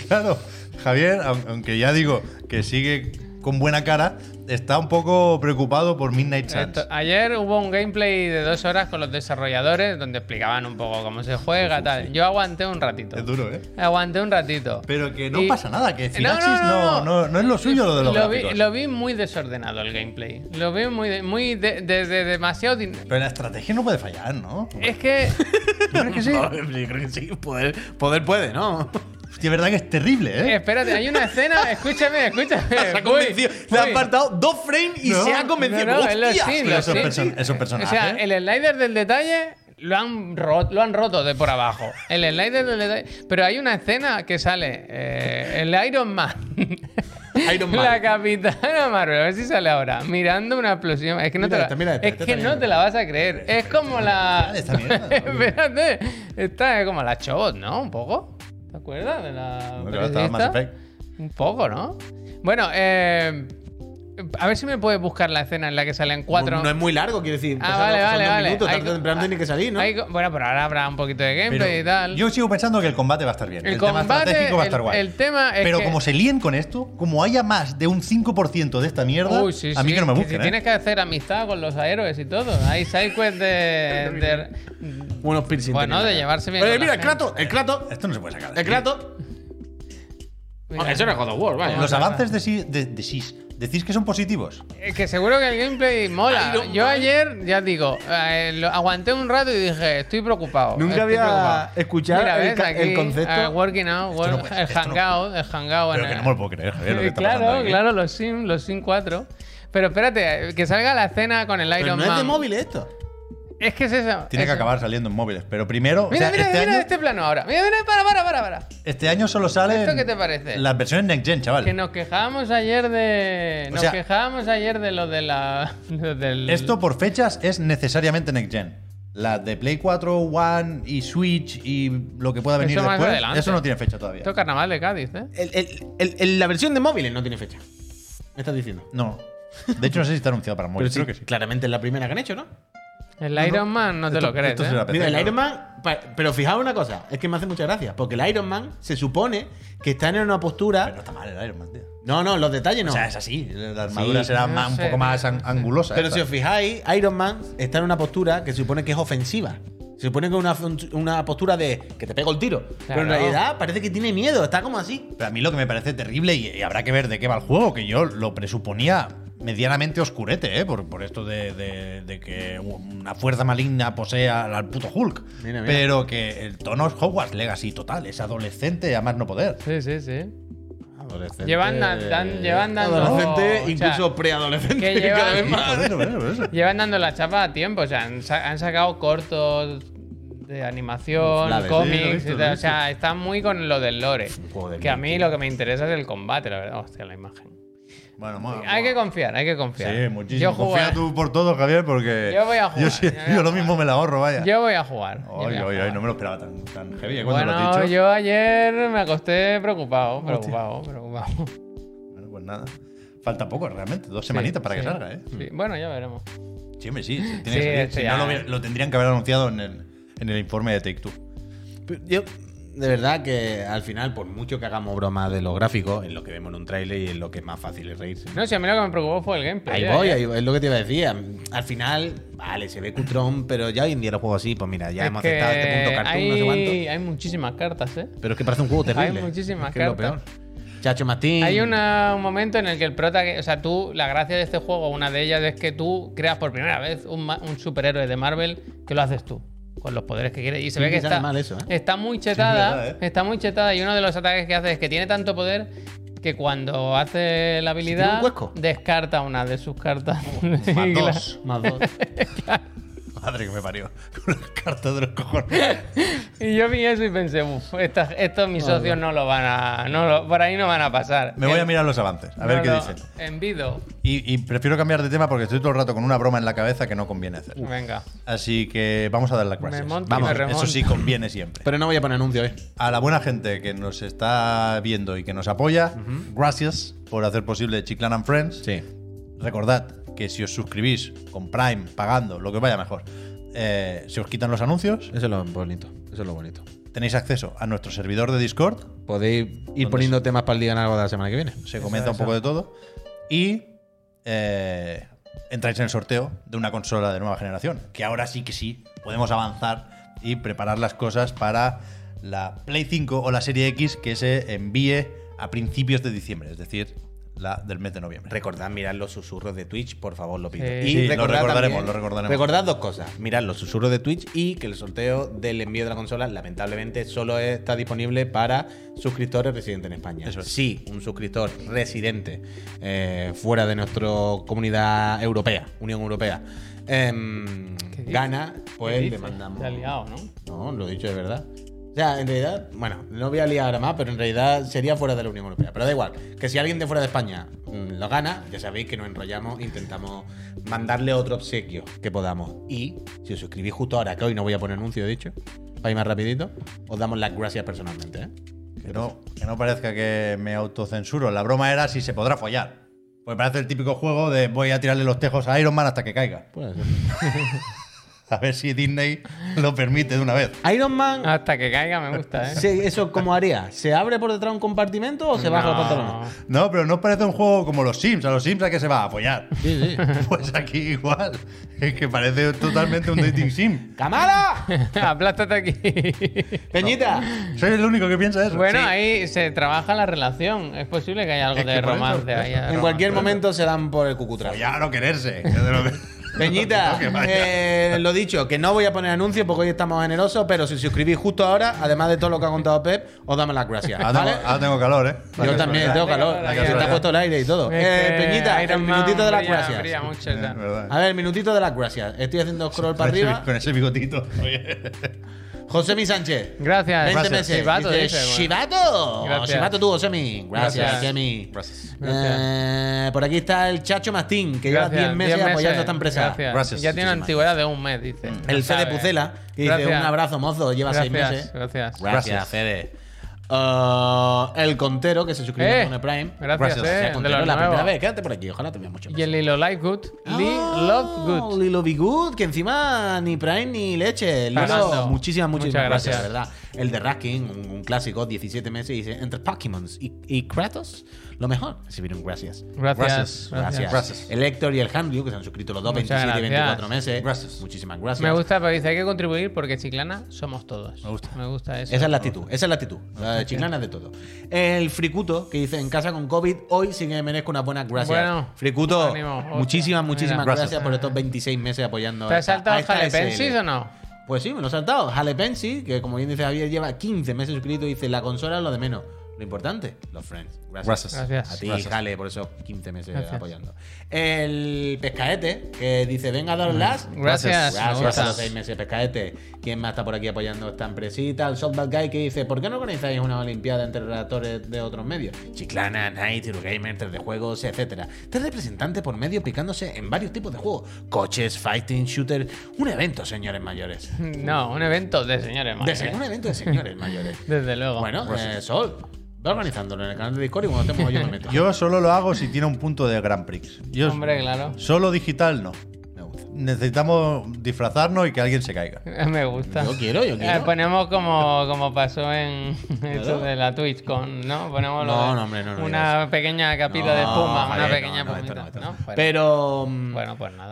Speaker 2: Claro, Javier, aun- aunque ya digo que sigue con buena cara, está un poco preocupado por Midnight Suns.
Speaker 3: Esto- ayer hubo un gameplay de dos horas con los desarrolladores donde explicaban un poco cómo se juega, tal. Yo aguanté un ratito.
Speaker 2: Es duro, ¿eh?
Speaker 3: Aguanté un ratito.
Speaker 2: Pero que no
Speaker 3: Y-
Speaker 2: pasa nada, que
Speaker 3: No,
Speaker 2: Firaxis no, no, no es lo suyo lo de los
Speaker 3: lo vi,
Speaker 2: gráficos.
Speaker 3: lo vi muy desordenado el gameplay. Lo vi muy, de- muy de- de- de- demasiado. din-
Speaker 2: Pero la estrategia no puede fallar, ¿no?
Speaker 3: Es que
Speaker 2: ¿Tú crees que sí?
Speaker 1: No, yo creo que sí, poder, poder puede, ¿no?
Speaker 2: Hostia, es verdad que es terrible,
Speaker 3: Eh,
Speaker 2: ¿eh?
Speaker 3: espérate, hay una escena, escúchame, escúchame.
Speaker 1: Se ha
Speaker 3: Uy,
Speaker 1: convencido, le han
Speaker 3: uy.
Speaker 1: apartado dos frames y
Speaker 2: No,
Speaker 1: se ha convencido.
Speaker 3: no, no, es lo
Speaker 1: ¡Hostias!
Speaker 3: sí,
Speaker 2: Pero
Speaker 3: lo
Speaker 2: esos,
Speaker 3: sí.
Speaker 2: person- esos
Speaker 3: O
Speaker 2: personajes.
Speaker 3: sea, el slider del detalle lo han, ro- lo han roto de por abajo. El slider del detalle. Pero hay una escena que sale eh, el Iron Man.
Speaker 1: Iron Man.
Speaker 3: La capitana Marvel, a ver si sale ahora. Mirando una explosión. Es que no,
Speaker 1: Mira
Speaker 3: te, la,
Speaker 1: esta, mira esta,
Speaker 3: es
Speaker 1: esta
Speaker 3: que
Speaker 1: también.
Speaker 3: no te la vas a creer. Es como la.
Speaker 2: esta mierda, oye.
Speaker 3: Espérate. Esta es como la Chobot, ¿no? Un poco. ¿Te acuerdas de la.
Speaker 2: Bueno, claro, estaba en Mass
Speaker 3: periodista?
Speaker 2: Effect.
Speaker 3: Un poco, ¿no? Bueno, eh, a ver si me puedes buscar la escena en la que salen cuatro.
Speaker 1: No es muy largo, quiero decir.
Speaker 3: ah,
Speaker 1: son
Speaker 3: vale,
Speaker 1: dos
Speaker 3: vale, vale.
Speaker 1: Minutos,
Speaker 3: Hay-
Speaker 1: tarde o temprano tiene que salir, ¿no?
Speaker 3: hay- bueno, pero ahora habrá un poquito de gameplay y tal.
Speaker 2: Yo sigo pensando que el combate va a estar bien.
Speaker 3: El
Speaker 2: El, tema
Speaker 3: combate,
Speaker 2: estratégico va a estar
Speaker 3: el-
Speaker 2: guay.
Speaker 3: el tema es
Speaker 2: Pero
Speaker 3: que-
Speaker 2: como se líen con esto, como haya más de un 5% de esta mierda,
Speaker 3: Uy, sí,
Speaker 2: a mí
Speaker 3: sí,
Speaker 2: que no me
Speaker 3: si
Speaker 2: busquen. ¿eh?
Speaker 3: Tienes que hacer amistad con los héroes y todo. Hay sidequests de, de-
Speaker 1: Unos piercings.
Speaker 3: Bueno,
Speaker 1: tenía.
Speaker 3: de llevarse bien.
Speaker 1: Oye,
Speaker 3: con
Speaker 1: mira,
Speaker 3: la
Speaker 1: el
Speaker 3: gente.
Speaker 1: Kratos, el Kratos,
Speaker 2: Esto no se puede sacar. de
Speaker 1: el
Speaker 2: aquí.
Speaker 1: Kratos.
Speaker 3: Mira,
Speaker 1: Aunque eso no es God of War, vaya.
Speaker 2: Los
Speaker 3: no, no.
Speaker 2: avances de, Si- de, de SIS, decís que son positivos.
Speaker 3: Es que seguro que el gameplay mola.
Speaker 1: Iron
Speaker 3: Yo
Speaker 1: Man.
Speaker 3: ayer, ya digo, eh, lo- aguanté un rato y dije, estoy preocupado.
Speaker 1: Nunca
Speaker 3: estoy
Speaker 1: había
Speaker 3: preocupado.
Speaker 1: escuchado
Speaker 3: Mira,
Speaker 1: el
Speaker 3: ves,
Speaker 1: ca- el
Speaker 3: aquí,
Speaker 1: concepto.
Speaker 3: ah, working out, work-
Speaker 2: no puede-
Speaker 3: el
Speaker 2: esto no-
Speaker 3: hangout, el hangout.
Speaker 2: Pero
Speaker 3: en
Speaker 2: que
Speaker 3: el-
Speaker 2: no me lo puedo creer, Javier, lo que está pasando
Speaker 3: eh, claro,
Speaker 2: aquí.
Speaker 3: claro, los Sim, los Sim 4. Pero espérate, que salga la escena con el Iron
Speaker 1: Pero no
Speaker 3: Man.
Speaker 1: es de móvil esto.
Speaker 3: Es que es eso.
Speaker 2: Tiene que
Speaker 3: eso.
Speaker 2: acabar saliendo en móviles. Pero primero, o
Speaker 3: Mira,
Speaker 2: sea,
Speaker 3: mira,
Speaker 2: este,
Speaker 3: mira
Speaker 2: año,
Speaker 3: este plano ahora. Mira, mira, para, para, para, para.
Speaker 2: este año solo salen
Speaker 3: ¿Esto qué te parece?
Speaker 2: las versiones Next Gen, chaval.
Speaker 3: Que nos quejábamos ayer de.
Speaker 2: O
Speaker 3: Nos
Speaker 2: sea-
Speaker 3: quejábamos ayer de lo de la. lo del-
Speaker 2: Esto por fechas es necesariamente Next Gen. Las de Play 4, One y Switch y lo que pueda
Speaker 3: Eso
Speaker 2: venir
Speaker 3: más
Speaker 2: después,
Speaker 3: adelante.
Speaker 2: eso no tiene fecha todavía.
Speaker 3: Esto es carnaval de Cádiz, ¿eh?
Speaker 1: El- el- el- el- la versión de móviles no tiene fecha. Me estás diciendo.
Speaker 2: No. De hecho, no sé si está anunciado para móvil.
Speaker 1: Pero sí,
Speaker 2: Pues creo que sí.
Speaker 1: claramente es la primera que han hecho, ¿no?
Speaker 3: El Iron Man no te
Speaker 2: Esto-
Speaker 3: lo crees,
Speaker 2: esto
Speaker 3: ¿eh?
Speaker 2: será PC,
Speaker 1: Mira, el
Speaker 2: claro.
Speaker 1: Iron Man. pa- Pero fijaos una cosa, es que me hace mucha gracia. Porque el Iron Man se supone que está en una
Speaker 2: Pero no
Speaker 1: postura.
Speaker 2: está mal el Iron Man, tío.
Speaker 1: No, no, los detalles no.
Speaker 2: O sea, es así. La armadura
Speaker 1: Sí.
Speaker 2: será
Speaker 3: No
Speaker 2: más- un
Speaker 3: sé,
Speaker 2: poco más an- angulosa.
Speaker 1: Pero
Speaker 2: esta.
Speaker 1: si os fijáis, Iron Man está en una postura que se supone que es ofensiva. Se supone que es una, fun- una postura de que te pego el tiro. Pero en
Speaker 3: Claro.
Speaker 1: realidad parece que tiene miedo, está como así.
Speaker 2: Pero a mí lo que me parece terrible, y, y habrá que ver de qué va el juego, que yo lo presuponía medianamente oscurete, ¿eh? por, por esto de, de- de que una fuerza maligna posea al puto Hulk.
Speaker 1: Mira, mira.
Speaker 2: Pero que el tono es Hogwarts Legacy total, es adolescente y a más no poder.
Speaker 3: Sí, sí, sí.
Speaker 1: Adolescente.
Speaker 3: Llevan dan- dan- llevan dando-
Speaker 1: Adolescente,
Speaker 3: o sea,
Speaker 1: incluso preadolescente.
Speaker 3: que llevan-
Speaker 1: cada vez más.
Speaker 2: Bueno, bueno, bueno, eso.
Speaker 3: Llevan dando la chapa a tiempo, o sea, han, sa- han sacado cortos de animación,
Speaker 1: Inflables.
Speaker 2: Sí, lo he
Speaker 3: cómics,
Speaker 2: visto,
Speaker 3: y
Speaker 2: lo
Speaker 3: tal.
Speaker 2: he
Speaker 3: o sea, están muy con lo del lore.
Speaker 1: Un juego de
Speaker 3: Que a mí
Speaker 1: mil,
Speaker 3: lo que me interesa es el combate, la verdad. Hostia, la imagen.
Speaker 2: Bueno, mo-
Speaker 3: Hay que confiar, hay que confiar.
Speaker 2: Ah, Sí,
Speaker 3: Yo,
Speaker 2: muchísimo.
Speaker 3: jugar-
Speaker 2: Confía tú por todo, Javier, porque
Speaker 3: Yo voy a jugar,
Speaker 2: yo sí-
Speaker 3: yo voy a
Speaker 2: yo lo
Speaker 3: jugar.
Speaker 2: mismo me la ahorro, vaya.
Speaker 3: yo voy a jugar. yo voy
Speaker 2: Ay,
Speaker 3: a
Speaker 2: ay,
Speaker 3: jugar.
Speaker 2: ay, no me lo esperaba tan, tan heavy. ¿eh? ¿Cuándo lo has
Speaker 3: Bueno,
Speaker 2: dicho?
Speaker 3: yo ayer me acosté preocupado, preocupado, preocupado.
Speaker 2: Bueno, pues nada. Falta poco, realmente. Dos semanitas
Speaker 3: Sí,
Speaker 2: para
Speaker 3: sí,
Speaker 2: que salga, ¿eh?
Speaker 3: sí. Bueno, ya veremos.
Speaker 2: Sí, hombre, sí. sí, tiene que
Speaker 3: Sí,
Speaker 2: salir.
Speaker 3: este
Speaker 2: Si
Speaker 3: ya.
Speaker 2: no, lo, hubiera- lo tendrían que haber anunciado en el, en el informe de Take Two.
Speaker 1: Yo, de verdad que al final, por mucho que hagamos bromas de los gráficos, en lo que vemos en un tráiler y en lo que es más fácil es reírse.
Speaker 3: No, si a mí lo que me preocupó fue el gameplay.
Speaker 1: Ahí
Speaker 3: ya,
Speaker 1: voy,
Speaker 3: ya.
Speaker 1: ahí voy, es lo que te iba a decir. Al final, vale, se ve cutrón, pero ya hoy en día los juegos así, pues mira, ya
Speaker 3: Es
Speaker 1: hemos
Speaker 3: que
Speaker 1: aceptado este punto cartoon, no sé cuánto.
Speaker 3: hay- hay muchísimas cartas, ¿eh?
Speaker 1: Pero es que parece un juego terrible.
Speaker 3: Hay muchísimas
Speaker 1: Es que es lo
Speaker 3: cartas.
Speaker 1: peor. Chacho Martín.
Speaker 3: Hay una- un momento en el que el prota, o sea, tú, la gracia de este juego, una de ellas es que tú creas por primera vez un, ma- un superhéroe de Marvel que lo haces tú, con los poderes que quieres. Y se
Speaker 1: Sí,
Speaker 3: ve que
Speaker 1: que sale
Speaker 3: está,
Speaker 1: mal eso, ¿eh?
Speaker 3: está muy chetada,
Speaker 2: Es verdad, ¿eh?
Speaker 3: está muy chetada y uno de los ataques que hace es que tiene tanto poder que cuando hace
Speaker 1: tira
Speaker 3: la habilidad
Speaker 1: un huesco.
Speaker 3: descarta una de sus cartas.
Speaker 2: Más
Speaker 3: Y la-
Speaker 2: dos.
Speaker 1: Más dos.
Speaker 2: Madre que me parió. Con las cartas de los cojones.
Speaker 3: Y yo vi eso y pensé, uff, estos mis socios no lo van a, no lo- por ahí no van a pasar.
Speaker 2: Me voy a mirar los avances, a ver qué dicen.
Speaker 3: Envido.
Speaker 2: Y, y prefiero cambiar de tema porque estoy todo el rato con una broma en la cabeza que no conviene hacer.
Speaker 3: Venga.
Speaker 2: Así que vamos a dar la clase.
Speaker 3: Me monto y
Speaker 2: Vamos,
Speaker 3: me remonto.
Speaker 2: eso sí conviene siempre.
Speaker 1: Pero no voy a poner anuncio, eh.
Speaker 2: A la buena gente que nos está viendo y que nos apoya, gracias por hacer posible Chiclan and Friends.
Speaker 1: Sí.
Speaker 2: Recordad que si os suscribís con Prime, pagando, lo que os vaya mejor, eh, se os quitan los anuncios,
Speaker 1: Eso es lo bonito. Eso es lo bonito.
Speaker 2: tenéis acceso a nuestro servidor de Discord,
Speaker 1: Podéis ir poniendo temas para el día en algo de la semana que viene.
Speaker 2: se comenta un poco de todo, y eh, entráis en el sorteo de una consola de nueva generación, que ahora sí que sí, podemos avanzar y preparar las cosas para la Play 5 o la Serie X que se envíe a principios de diciembre, es decir, la del mes de noviembre.
Speaker 1: Recordad mirar los susurros de Twitch, por favor, lo pido.
Speaker 3: Sí.
Speaker 1: y
Speaker 2: Sí, lo
Speaker 1: recordad
Speaker 2: recordaremos,
Speaker 1: también-
Speaker 2: lo recordaremos.
Speaker 1: Recordad dos cosas. Mirad los susurros de Twitch y que el sorteo del envío de la consola, lamentablemente, solo está disponible para suscriptores residentes en España.
Speaker 2: Eso es.
Speaker 1: Si un suscriptor residente eh, fuera de nuestra comunidad europea, Unión Europea, em,
Speaker 3: ¿Qué dices?
Speaker 1: gana,
Speaker 3: ¿Qué
Speaker 1: pues le
Speaker 3: dices?
Speaker 1: mandamos.
Speaker 3: Te ha liado, ¿no?
Speaker 1: No, lo he dicho de verdad. O sea, en realidad, bueno, no voy a liar ahora más, pero en realidad sería fuera de la Unión Europea. Pero da igual, que si alguien de fuera de España mm, lo gana, ya sabéis que nos enrollamos, intentamos mandarle otro obsequio que podamos. Y si os suscribís justo ahora, que hoy no voy a poner anuncio, he dicho, para ir más rapidito, os damos las gracias personalmente. ¿eh?
Speaker 2: Que no, que no parezca que me autocensuro. La broma era si se podrá follar. Pues parece el típico juego de voy a tirarle los tejos a Iron Man hasta que caiga.
Speaker 1: Puede
Speaker 2: A ver si Disney lo permite de una vez.
Speaker 1: ser. Iron Man,
Speaker 3: Hasta que caiga me gusta, Ah, ¿eh?
Speaker 1: se- ¿eso cómo haría? ¿Se abre por detrás un compartimento o se baja el pantalón?
Speaker 2: No, pero no parece un juego como los Sims. A los Sims a que se va a follar.
Speaker 1: Sí, sí.
Speaker 2: Pues aquí igual. Es que parece totalmente un dating sim.
Speaker 1: ¡Camara!
Speaker 3: Aplástate aquí.
Speaker 1: ¡Peñita!
Speaker 2: Soy el único que piensa eso.
Speaker 3: bueno,
Speaker 2: Sí.
Speaker 3: ahí se trabaja la relación. Es posible que haya algo
Speaker 2: Es que
Speaker 3: de
Speaker 2: por eso,
Speaker 3: romance.
Speaker 2: por eso.
Speaker 3: haya
Speaker 1: En
Speaker 3: romance.
Speaker 1: cualquier momento se dan por el cucutra.
Speaker 2: Follar o Pues quererse. que es de lo que-
Speaker 1: Peñita,
Speaker 2: lo que vaya.
Speaker 1: eh, lo dicho, que no voy a poner anuncios porque hoy estamos generosos, pero si os suscribís justo ahora, además de todo lo que ha contado Pep, os damos las gracias.
Speaker 3: Ah,
Speaker 2: Ahora tengo,
Speaker 1: ¿vale?
Speaker 2: ahora tengo calor, ¿eh?
Speaker 1: Yo también tengo calor, se
Speaker 3: La
Speaker 1: te
Speaker 2: casualidad.
Speaker 1: ha puesto el aire y todo.
Speaker 3: Es que
Speaker 1: Eh, Peñita, el
Speaker 3: Iron Man
Speaker 1: minutito de las
Speaker 3: brilla- brilla
Speaker 1: gracias.
Speaker 3: mucho, tal.
Speaker 2: Es verdad.
Speaker 1: A ver, minutito de las gracias. Estoy haciendo scroll para
Speaker 2: Con ese-
Speaker 1: arriba.
Speaker 2: Con ese bigotito.
Speaker 1: Josemi Sánchez.
Speaker 3: Gracias.
Speaker 1: 20
Speaker 2: Gracias.
Speaker 1: meses.
Speaker 3: Shibato,
Speaker 1: Dice,
Speaker 3: dice, bueno.
Speaker 1: Shibato.
Speaker 3: Gracias.
Speaker 1: Shibato tú, Josemi. Gracias,
Speaker 3: Gracias.
Speaker 1: Josemi.
Speaker 2: Gracias.
Speaker 3: Gracias.
Speaker 1: Eh, por aquí está el Chacho Mastín, que lleva 10 meses apoyando a esta empresa.
Speaker 3: Gracias.
Speaker 2: Gracias,
Speaker 3: Ya tiene una
Speaker 2: muchísimas
Speaker 3: antigüedad de un mes, dice.
Speaker 1: Mm. El Fede
Speaker 3: Sabe.
Speaker 1: Pucela, que dice
Speaker 3: Gracias.
Speaker 1: un abrazo, mozo, lleva 6
Speaker 3: Gracias,
Speaker 1: meses.
Speaker 3: Gracias.
Speaker 1: Gracias,
Speaker 2: Gracias.
Speaker 1: Fede. Ah, el Contero, que se suscribe
Speaker 3: Eh,
Speaker 1: con el Prime.
Speaker 3: Gracias,
Speaker 2: Gracias.
Speaker 3: eh,
Speaker 1: Sea
Speaker 3: de
Speaker 1: Contero,
Speaker 3: los
Speaker 1: la primera
Speaker 3: nuevos.
Speaker 1: vez. Quédate por aquí, ojalá te vea mucho.
Speaker 3: Y el Lilo Life Good. Lee
Speaker 1: Ah.
Speaker 3: Love Good.
Speaker 1: Lilo Be Good, que encima ni Prime ni leche. Lilo,
Speaker 3: Pasando.
Speaker 1: muchísimas, muchísimas gracias,
Speaker 3: Muchas gracias.
Speaker 1: de verdad. El de Raskin, un, un clásico, 17 meses, dice, entre Pokémon y, y Kratos, lo mejor, recibir un gracias.
Speaker 3: Gracias.
Speaker 2: Gracias.
Speaker 1: Gracias.
Speaker 2: Gracias.
Speaker 1: El Héctor y el Handrew, que se han suscrito los dos,
Speaker 3: Muchas
Speaker 1: 27 y 24
Speaker 3: gracias.
Speaker 1: meses.
Speaker 2: Gracias.
Speaker 1: Muchísimas gracias.
Speaker 3: Me gusta, pero dice, hay que contribuir porque Chiclana somos todos. Me gusta. Me gusta eso.
Speaker 1: Esa es la actitud, esa es la actitud. La de chiclana es de todo. El Fricuto, que dice en casa con COVID, hoy sí que merezco unas buenas gracias.
Speaker 3: Bueno,
Speaker 1: Fricuto,
Speaker 3: ánimo, hostia.
Speaker 1: muchísimas, muchímas
Speaker 3: Mira.
Speaker 1: gracias,
Speaker 2: Gracias.
Speaker 1: por estos 26 meses apoyando.
Speaker 3: ¿Te
Speaker 1: a
Speaker 3: has
Speaker 1: esta- a
Speaker 3: saltado
Speaker 1: esta
Speaker 3: Jalepensis
Speaker 1: SL.
Speaker 3: o no?
Speaker 1: Pues sí, me lo he saltado. Jalepensi, que como bien dice Javier, lleva 15 meses suscrito y dice la consola es lo de menos. Lo importante, los friends. Gracias.
Speaker 2: Gracias.
Speaker 3: Gracias.
Speaker 1: A ti,
Speaker 2: Gracias.
Speaker 1: Jale, por esos 15 meses
Speaker 3: Gracias.
Speaker 1: apoyando. El Pescaete, que dice, venga a dar las.
Speaker 3: Gracias.
Speaker 1: Gracias,
Speaker 3: Me gusta.
Speaker 1: a los seis meses, pescadete. ¿Quién más está por aquí apoyando esta empresita? El Softball Guy que dice: ¿Por qué no organizáis una Olimpiada entre redactores de otros medios? Chiclana, Night, Eurogamer, 3 de juegos, etcétera. Tres representantes por medio picándose en varios tipos de juegos: coches, fighting, shooter. Un evento, señores mayores.
Speaker 3: No, un evento de señores
Speaker 1: De
Speaker 3: mayores.
Speaker 1: se- un evento de señores mayores.
Speaker 3: Desde luego.
Speaker 1: Bueno, eh, Sol, va organizándolo en el canal de Discord y cuando estemos yo me meto.
Speaker 2: Yo solo lo hago si tiene un punto de Grand Prix. Yo
Speaker 3: Hombre, claro.
Speaker 2: Solo digital no.
Speaker 1: Me gusta.
Speaker 2: Necesitamos disfrazarnos y que alguien se caiga.
Speaker 3: Me gusta.
Speaker 1: Yo quiero, yo
Speaker 3: Eh,
Speaker 1: quiero.
Speaker 3: ponemos como, como pasó en esto de la TwitchCon, ¿no? Ponemos lo
Speaker 1: No,
Speaker 3: de
Speaker 1: no, hombre, no, no
Speaker 3: una pequeña capita de
Speaker 1: No,
Speaker 3: espuma,
Speaker 1: Javier,
Speaker 3: una
Speaker 1: no,
Speaker 3: pequeña
Speaker 1: no, esto
Speaker 3: espumita,
Speaker 1: no, esto no.
Speaker 3: ¿no? Bueno,
Speaker 1: Pero. mm,
Speaker 3: Bueno, pues nada.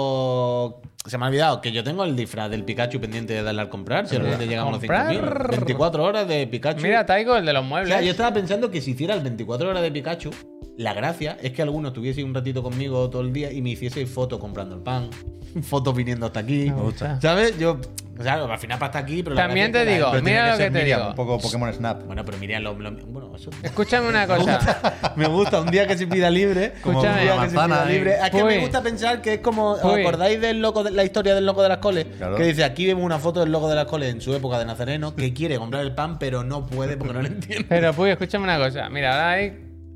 Speaker 1: Pero. Se me ha olvidado que yo tengo el disfraz del Pikachu pendiente de darle al comprar. Si algún día llegamos a los
Speaker 3: ¿Comprar?
Speaker 1: 5.000. 24 horas de Pikachu.
Speaker 3: Mira, Taigo, el de los
Speaker 1: o
Speaker 3: muebles.
Speaker 1: sea, yo estaba pensando que si hiciera el 24 horas de Pikachu, la gracia es que alguno estuviese un ratito conmigo todo el día y me hiciese fotos comprando el pan, fotos viniendo hasta aquí.
Speaker 3: Me gusta.
Speaker 1: ¿Sabes? Yo. O sea, al final para hasta aquí, pero la
Speaker 3: También
Speaker 1: gracia
Speaker 3: te
Speaker 1: es que la-
Speaker 3: digo,
Speaker 2: Pero tiene
Speaker 3: mira lo que
Speaker 2: ser
Speaker 3: te
Speaker 2: Miriam,
Speaker 3: digo.
Speaker 2: un poco Pokémon Snap.
Speaker 1: Bueno, pero mira, lo, lo- bueno, eso.
Speaker 3: Escúchame una cosa.
Speaker 1: Me gusta un día que se pida libre.
Speaker 2: Como
Speaker 1: un
Speaker 3: Escúchame.
Speaker 1: día que se
Speaker 2: manzana eh.
Speaker 1: pida
Speaker 2: ahí.
Speaker 1: libre. Es que me
Speaker 3: Uy.
Speaker 1: gusta pensar que es como. ¿Os
Speaker 3: Uy.
Speaker 1: acordáis del loco de, la historia del loco de las coles?
Speaker 2: Claro.
Speaker 1: Que dice: aquí vemos una foto del loco de las coles en su época de Nazareno que quiere comprar el pan, pero no puede porque no lo entiende.
Speaker 3: Pero, Puy, escúchame una cosa. Mira, ahora hay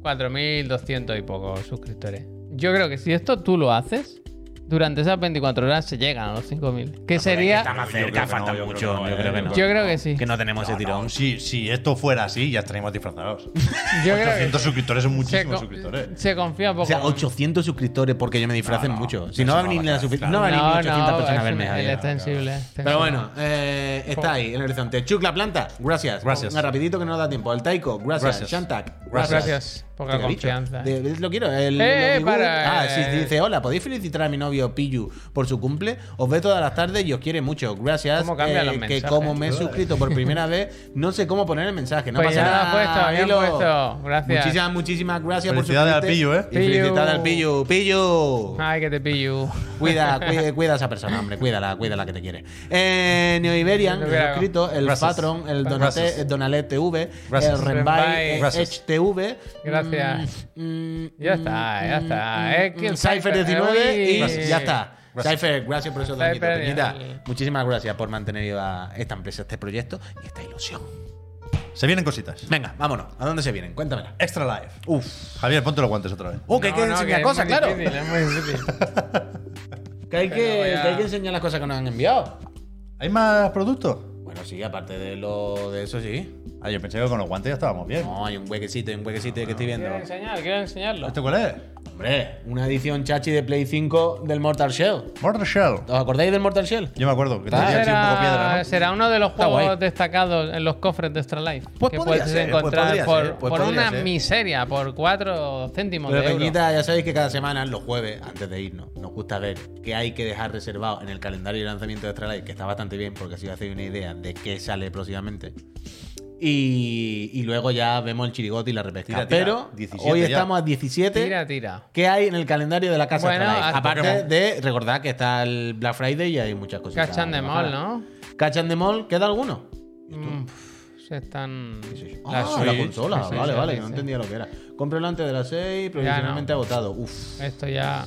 Speaker 3: 4.200 y pocos suscriptores. Yo creo que si esto tú lo haces, durante esas 24 horas se llegan a los 5.000. Que
Speaker 1: Está
Speaker 3: sería...
Speaker 1: más
Speaker 2: Yo creo
Speaker 1: cerca,
Speaker 2: que no,
Speaker 1: falta
Speaker 2: yo creo
Speaker 1: mucho.
Speaker 2: que no,
Speaker 1: yo
Speaker 2: eh,
Speaker 1: creo que no.
Speaker 3: Yo creo que sí.
Speaker 1: Que no tenemos ese tirón.
Speaker 2: No, si, si esto fuera así, ya estaríamos disfrazados.
Speaker 3: Yo creo que
Speaker 2: 800 suscriptores son
Speaker 3: se,
Speaker 2: muchísimos
Speaker 3: co-
Speaker 2: suscriptores.
Speaker 3: se confía poco.
Speaker 1: O sea,
Speaker 3: en-
Speaker 1: 800 suscriptores porque yo me disfracen
Speaker 2: No, no.
Speaker 1: mucho. Si
Speaker 2: Eso
Speaker 1: no va a
Speaker 2: no
Speaker 1: venir
Speaker 2: va
Speaker 1: ni
Speaker 2: a
Speaker 1: la
Speaker 2: pasar,
Speaker 1: sufic-
Speaker 2: claro.
Speaker 1: no va a venir ni 800
Speaker 3: es
Speaker 1: personas a
Speaker 3: un- este-
Speaker 1: verme.
Speaker 3: Él
Speaker 1: Javier.
Speaker 3: es sensible. es sensible.
Speaker 1: Pero bueno, eh, está ahí el horizonte. Chuck la planta, gracias.
Speaker 2: Gracias.
Speaker 1: Venga, rapidito que no nos da tiempo. El Taiko, gracias.
Speaker 2: Gracias.
Speaker 1: Shantak,
Speaker 2: Gracias.
Speaker 3: Gracias. Poca
Speaker 1: Te lo he dicho.
Speaker 3: confianza.
Speaker 1: De- de- lo quiero. El,
Speaker 3: Eh,
Speaker 1: el-
Speaker 3: para,
Speaker 1: Ah, sí,
Speaker 3: eh.
Speaker 1: dice, hola, ¿podéis felicitar a mi novio Piyu por su cumple? Os ve todas las tardes y os quiere mucho. Gracias. eh,
Speaker 3: ¿Cómo cambian los
Speaker 1: que
Speaker 3: mensajes,
Speaker 1: como me he
Speaker 3: tío?
Speaker 1: suscrito por primera vez, no sé cómo poner el mensaje. No
Speaker 3: Pues
Speaker 1: pasa
Speaker 3: ya lo
Speaker 1: nada.
Speaker 3: has puesto, habían
Speaker 1: Milo.
Speaker 3: puesto. Gracias.
Speaker 1: Muchísimas, muchísimas gracias por
Speaker 2: Felicidades al
Speaker 1: suscribirte.
Speaker 2: Piyu, ¿eh?
Speaker 1: Y
Speaker 3: Piyu.
Speaker 1: felicidades al Piyu. Piyu.
Speaker 3: Ay, que te pillo.
Speaker 1: Cuida, cuida, cuida a esa persona, hombre. Cuídala, cuídala que te quiere. Eh, Neo Iberian,
Speaker 3: Lo
Speaker 1: el
Speaker 3: que hago.
Speaker 1: suscrito, el
Speaker 2: Gracias.
Speaker 1: Patron, el
Speaker 2: Gracias.
Speaker 1: Donate, el Donalet TV,
Speaker 2: Gracias.
Speaker 1: el Renbay,
Speaker 3: Renbay.
Speaker 1: el
Speaker 2: Gracias.
Speaker 1: HTV.
Speaker 3: Gracias.
Speaker 1: mm, mm,
Speaker 3: Ya está, ya
Speaker 1: mm,
Speaker 3: está.
Speaker 1: mm,
Speaker 3: Es que el
Speaker 1: Cypher
Speaker 3: Cypher, eh,
Speaker 1: 19 y
Speaker 3: uy.
Speaker 1: ya está.
Speaker 2: Gracias.
Speaker 1: Cypher, gracias por esos dos
Speaker 3: Cypher, eh,
Speaker 1: Peñita,
Speaker 3: ya.
Speaker 1: muchísimas gracias por mantener viva esta empresa, este proyecto y esta ilusión.
Speaker 2: Se vienen cositas.
Speaker 1: Venga, vámonos. ¿A dónde se vienen? Cuéntamela.
Speaker 2: Extra live.
Speaker 1: Uf.
Speaker 2: Javier, ponte los guantes otra vez.
Speaker 1: Uh, que hay que
Speaker 3: No, no,
Speaker 1: enseñar
Speaker 3: es
Speaker 1: cosas,
Speaker 3: muy
Speaker 1: claro.
Speaker 3: difícil, es muy difícil.
Speaker 1: Que hay que,
Speaker 3: Que no vaya-
Speaker 1: que hay que enseñar las cosas que nos han enviado.
Speaker 2: ¿Hay más productos?
Speaker 1: Bueno, sí, aparte de lo de eso, sí.
Speaker 2: Ah, yo pensé que con los guantes ya estábamos bien.
Speaker 1: No, hay un huequecito, hay un huequecito que estoy viendo.
Speaker 2: Ah,
Speaker 3: Quiero enseñar, quiero enseñarlo.
Speaker 2: ¿Esto ¿Este cuál es?
Speaker 1: Hombre, una edición chachi de Play 5 del Mortal Shell.
Speaker 2: Mortar Shell.
Speaker 1: ¿Os acordáis del Mortal Shell?
Speaker 2: Yo me acuerdo que
Speaker 1: Ah,
Speaker 2: tenía así un poco piedra, ¿no?
Speaker 3: será uno de los
Speaker 1: Está
Speaker 3: juegos
Speaker 1: guay.
Speaker 3: destacados en los cofres de Extra Life.
Speaker 2: Pues
Speaker 3: que
Speaker 2: podría
Speaker 3: puedes
Speaker 2: ser, pues
Speaker 3: encontrar
Speaker 2: podría
Speaker 3: por,
Speaker 2: ser, pues
Speaker 3: por
Speaker 2: podría
Speaker 3: una
Speaker 2: ser.
Speaker 3: miseria, por 4 céntimos
Speaker 1: Pero
Speaker 3: de euro.
Speaker 1: Peñita, ya sabéis que cada semana, los jueves, antes de irnos, nos gusta ver qué hay que dejar reservado en el calendario de lanzamiento de Astralife, que está bastante bien, porque así os hacéis una idea de qué sale próximamente. Y, y luego ya vemos el chirigote y la repesca.
Speaker 2: Tira, tira.
Speaker 1: Pero
Speaker 2: 17
Speaker 1: hoy
Speaker 2: ya.
Speaker 1: estamos a 17.
Speaker 3: Tira, tira.
Speaker 1: ¿Qué hay en el calendario de la casa
Speaker 3: Bueno,
Speaker 1: Astralife?
Speaker 3: haz
Speaker 1: Aparte
Speaker 2: Pokémon.
Speaker 1: de recordar que está el Black Friday y hay muchas cosas.
Speaker 3: Cachan de mall, ¿no?
Speaker 1: Cachan de Mall, ¿queda alguno?
Speaker 3: Mm, se están.
Speaker 1: Ah,
Speaker 3: Switch,
Speaker 1: la consola,
Speaker 3: sí, sí,
Speaker 1: vale,
Speaker 3: sí,
Speaker 1: vale,
Speaker 3: sí,
Speaker 1: que no
Speaker 3: sí.
Speaker 1: entendía lo que era. Cómpralo antes de las 6, provisionalmente agotado. Uf.
Speaker 3: Esto ya.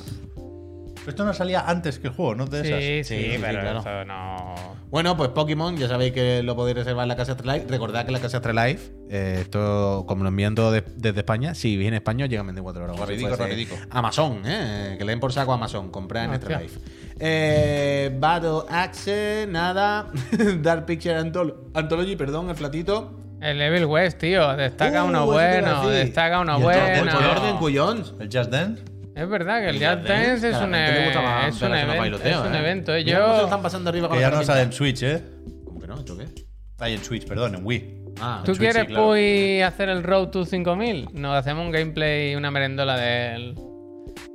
Speaker 2: Pero Esto no salía antes que el juego, ¿no? De esas.
Speaker 3: Sí, sí,
Speaker 1: Sí, sí,
Speaker 3: pero
Speaker 1: claro.
Speaker 3: eso no.
Speaker 1: Bueno, pues Pokémon, ya sabéis que lo podéis reservar en la Casa Astralife. Recordad que la Casa Astralife, eh, esto como lo envían todo de- desde España, si viene español llegan 24 horas.
Speaker 2: Raridico,
Speaker 1: Pues, eh,
Speaker 2: raridico.
Speaker 1: Amazon, eh, que le den por saco a Amazon, comprar en
Speaker 3: Hostia.
Speaker 1: Astralife. Eh, Battle Axe, nada. Dark Picture Antol- Anthology, perdón, el platito.
Speaker 3: El Evil West, tío. Destaca
Speaker 1: Uh,
Speaker 3: uno
Speaker 1: eso te iba a
Speaker 3: bueno.
Speaker 1: decir.
Speaker 3: Destaca uno
Speaker 2: Y el
Speaker 3: bueno.
Speaker 2: Dragon Ball
Speaker 1: El color de Cuyón.
Speaker 2: El Just Dance.
Speaker 3: Es verdad que el
Speaker 1: Y
Speaker 3: Jazz
Speaker 1: las
Speaker 3: Dance,
Speaker 1: dance,
Speaker 3: es,
Speaker 1: que a
Speaker 3: un,
Speaker 1: la gente le gusta
Speaker 3: evento-
Speaker 1: más
Speaker 3: es un
Speaker 1: relacionado a
Speaker 3: evento.
Speaker 1: bailoteo,
Speaker 3: es un
Speaker 1: ¿eh?
Speaker 3: evento. eh.
Speaker 1: Mira cómo se lo están
Speaker 3: Yo,
Speaker 1: pasando arriba con
Speaker 2: Que ya
Speaker 1: la
Speaker 2: no
Speaker 1: carita.
Speaker 2: sale en Switch, ¿eh?
Speaker 1: ¿Cómo que no? ¿Esto qué?
Speaker 2: Ay, en Switch, perdón, en Wii.
Speaker 1: Ah,
Speaker 3: ¿Tú
Speaker 1: Switch,
Speaker 3: quieres,
Speaker 1: sí, claro.
Speaker 3: Puy, hacer el Road to 5000? Nos hacemos un gameplay, una merendola del,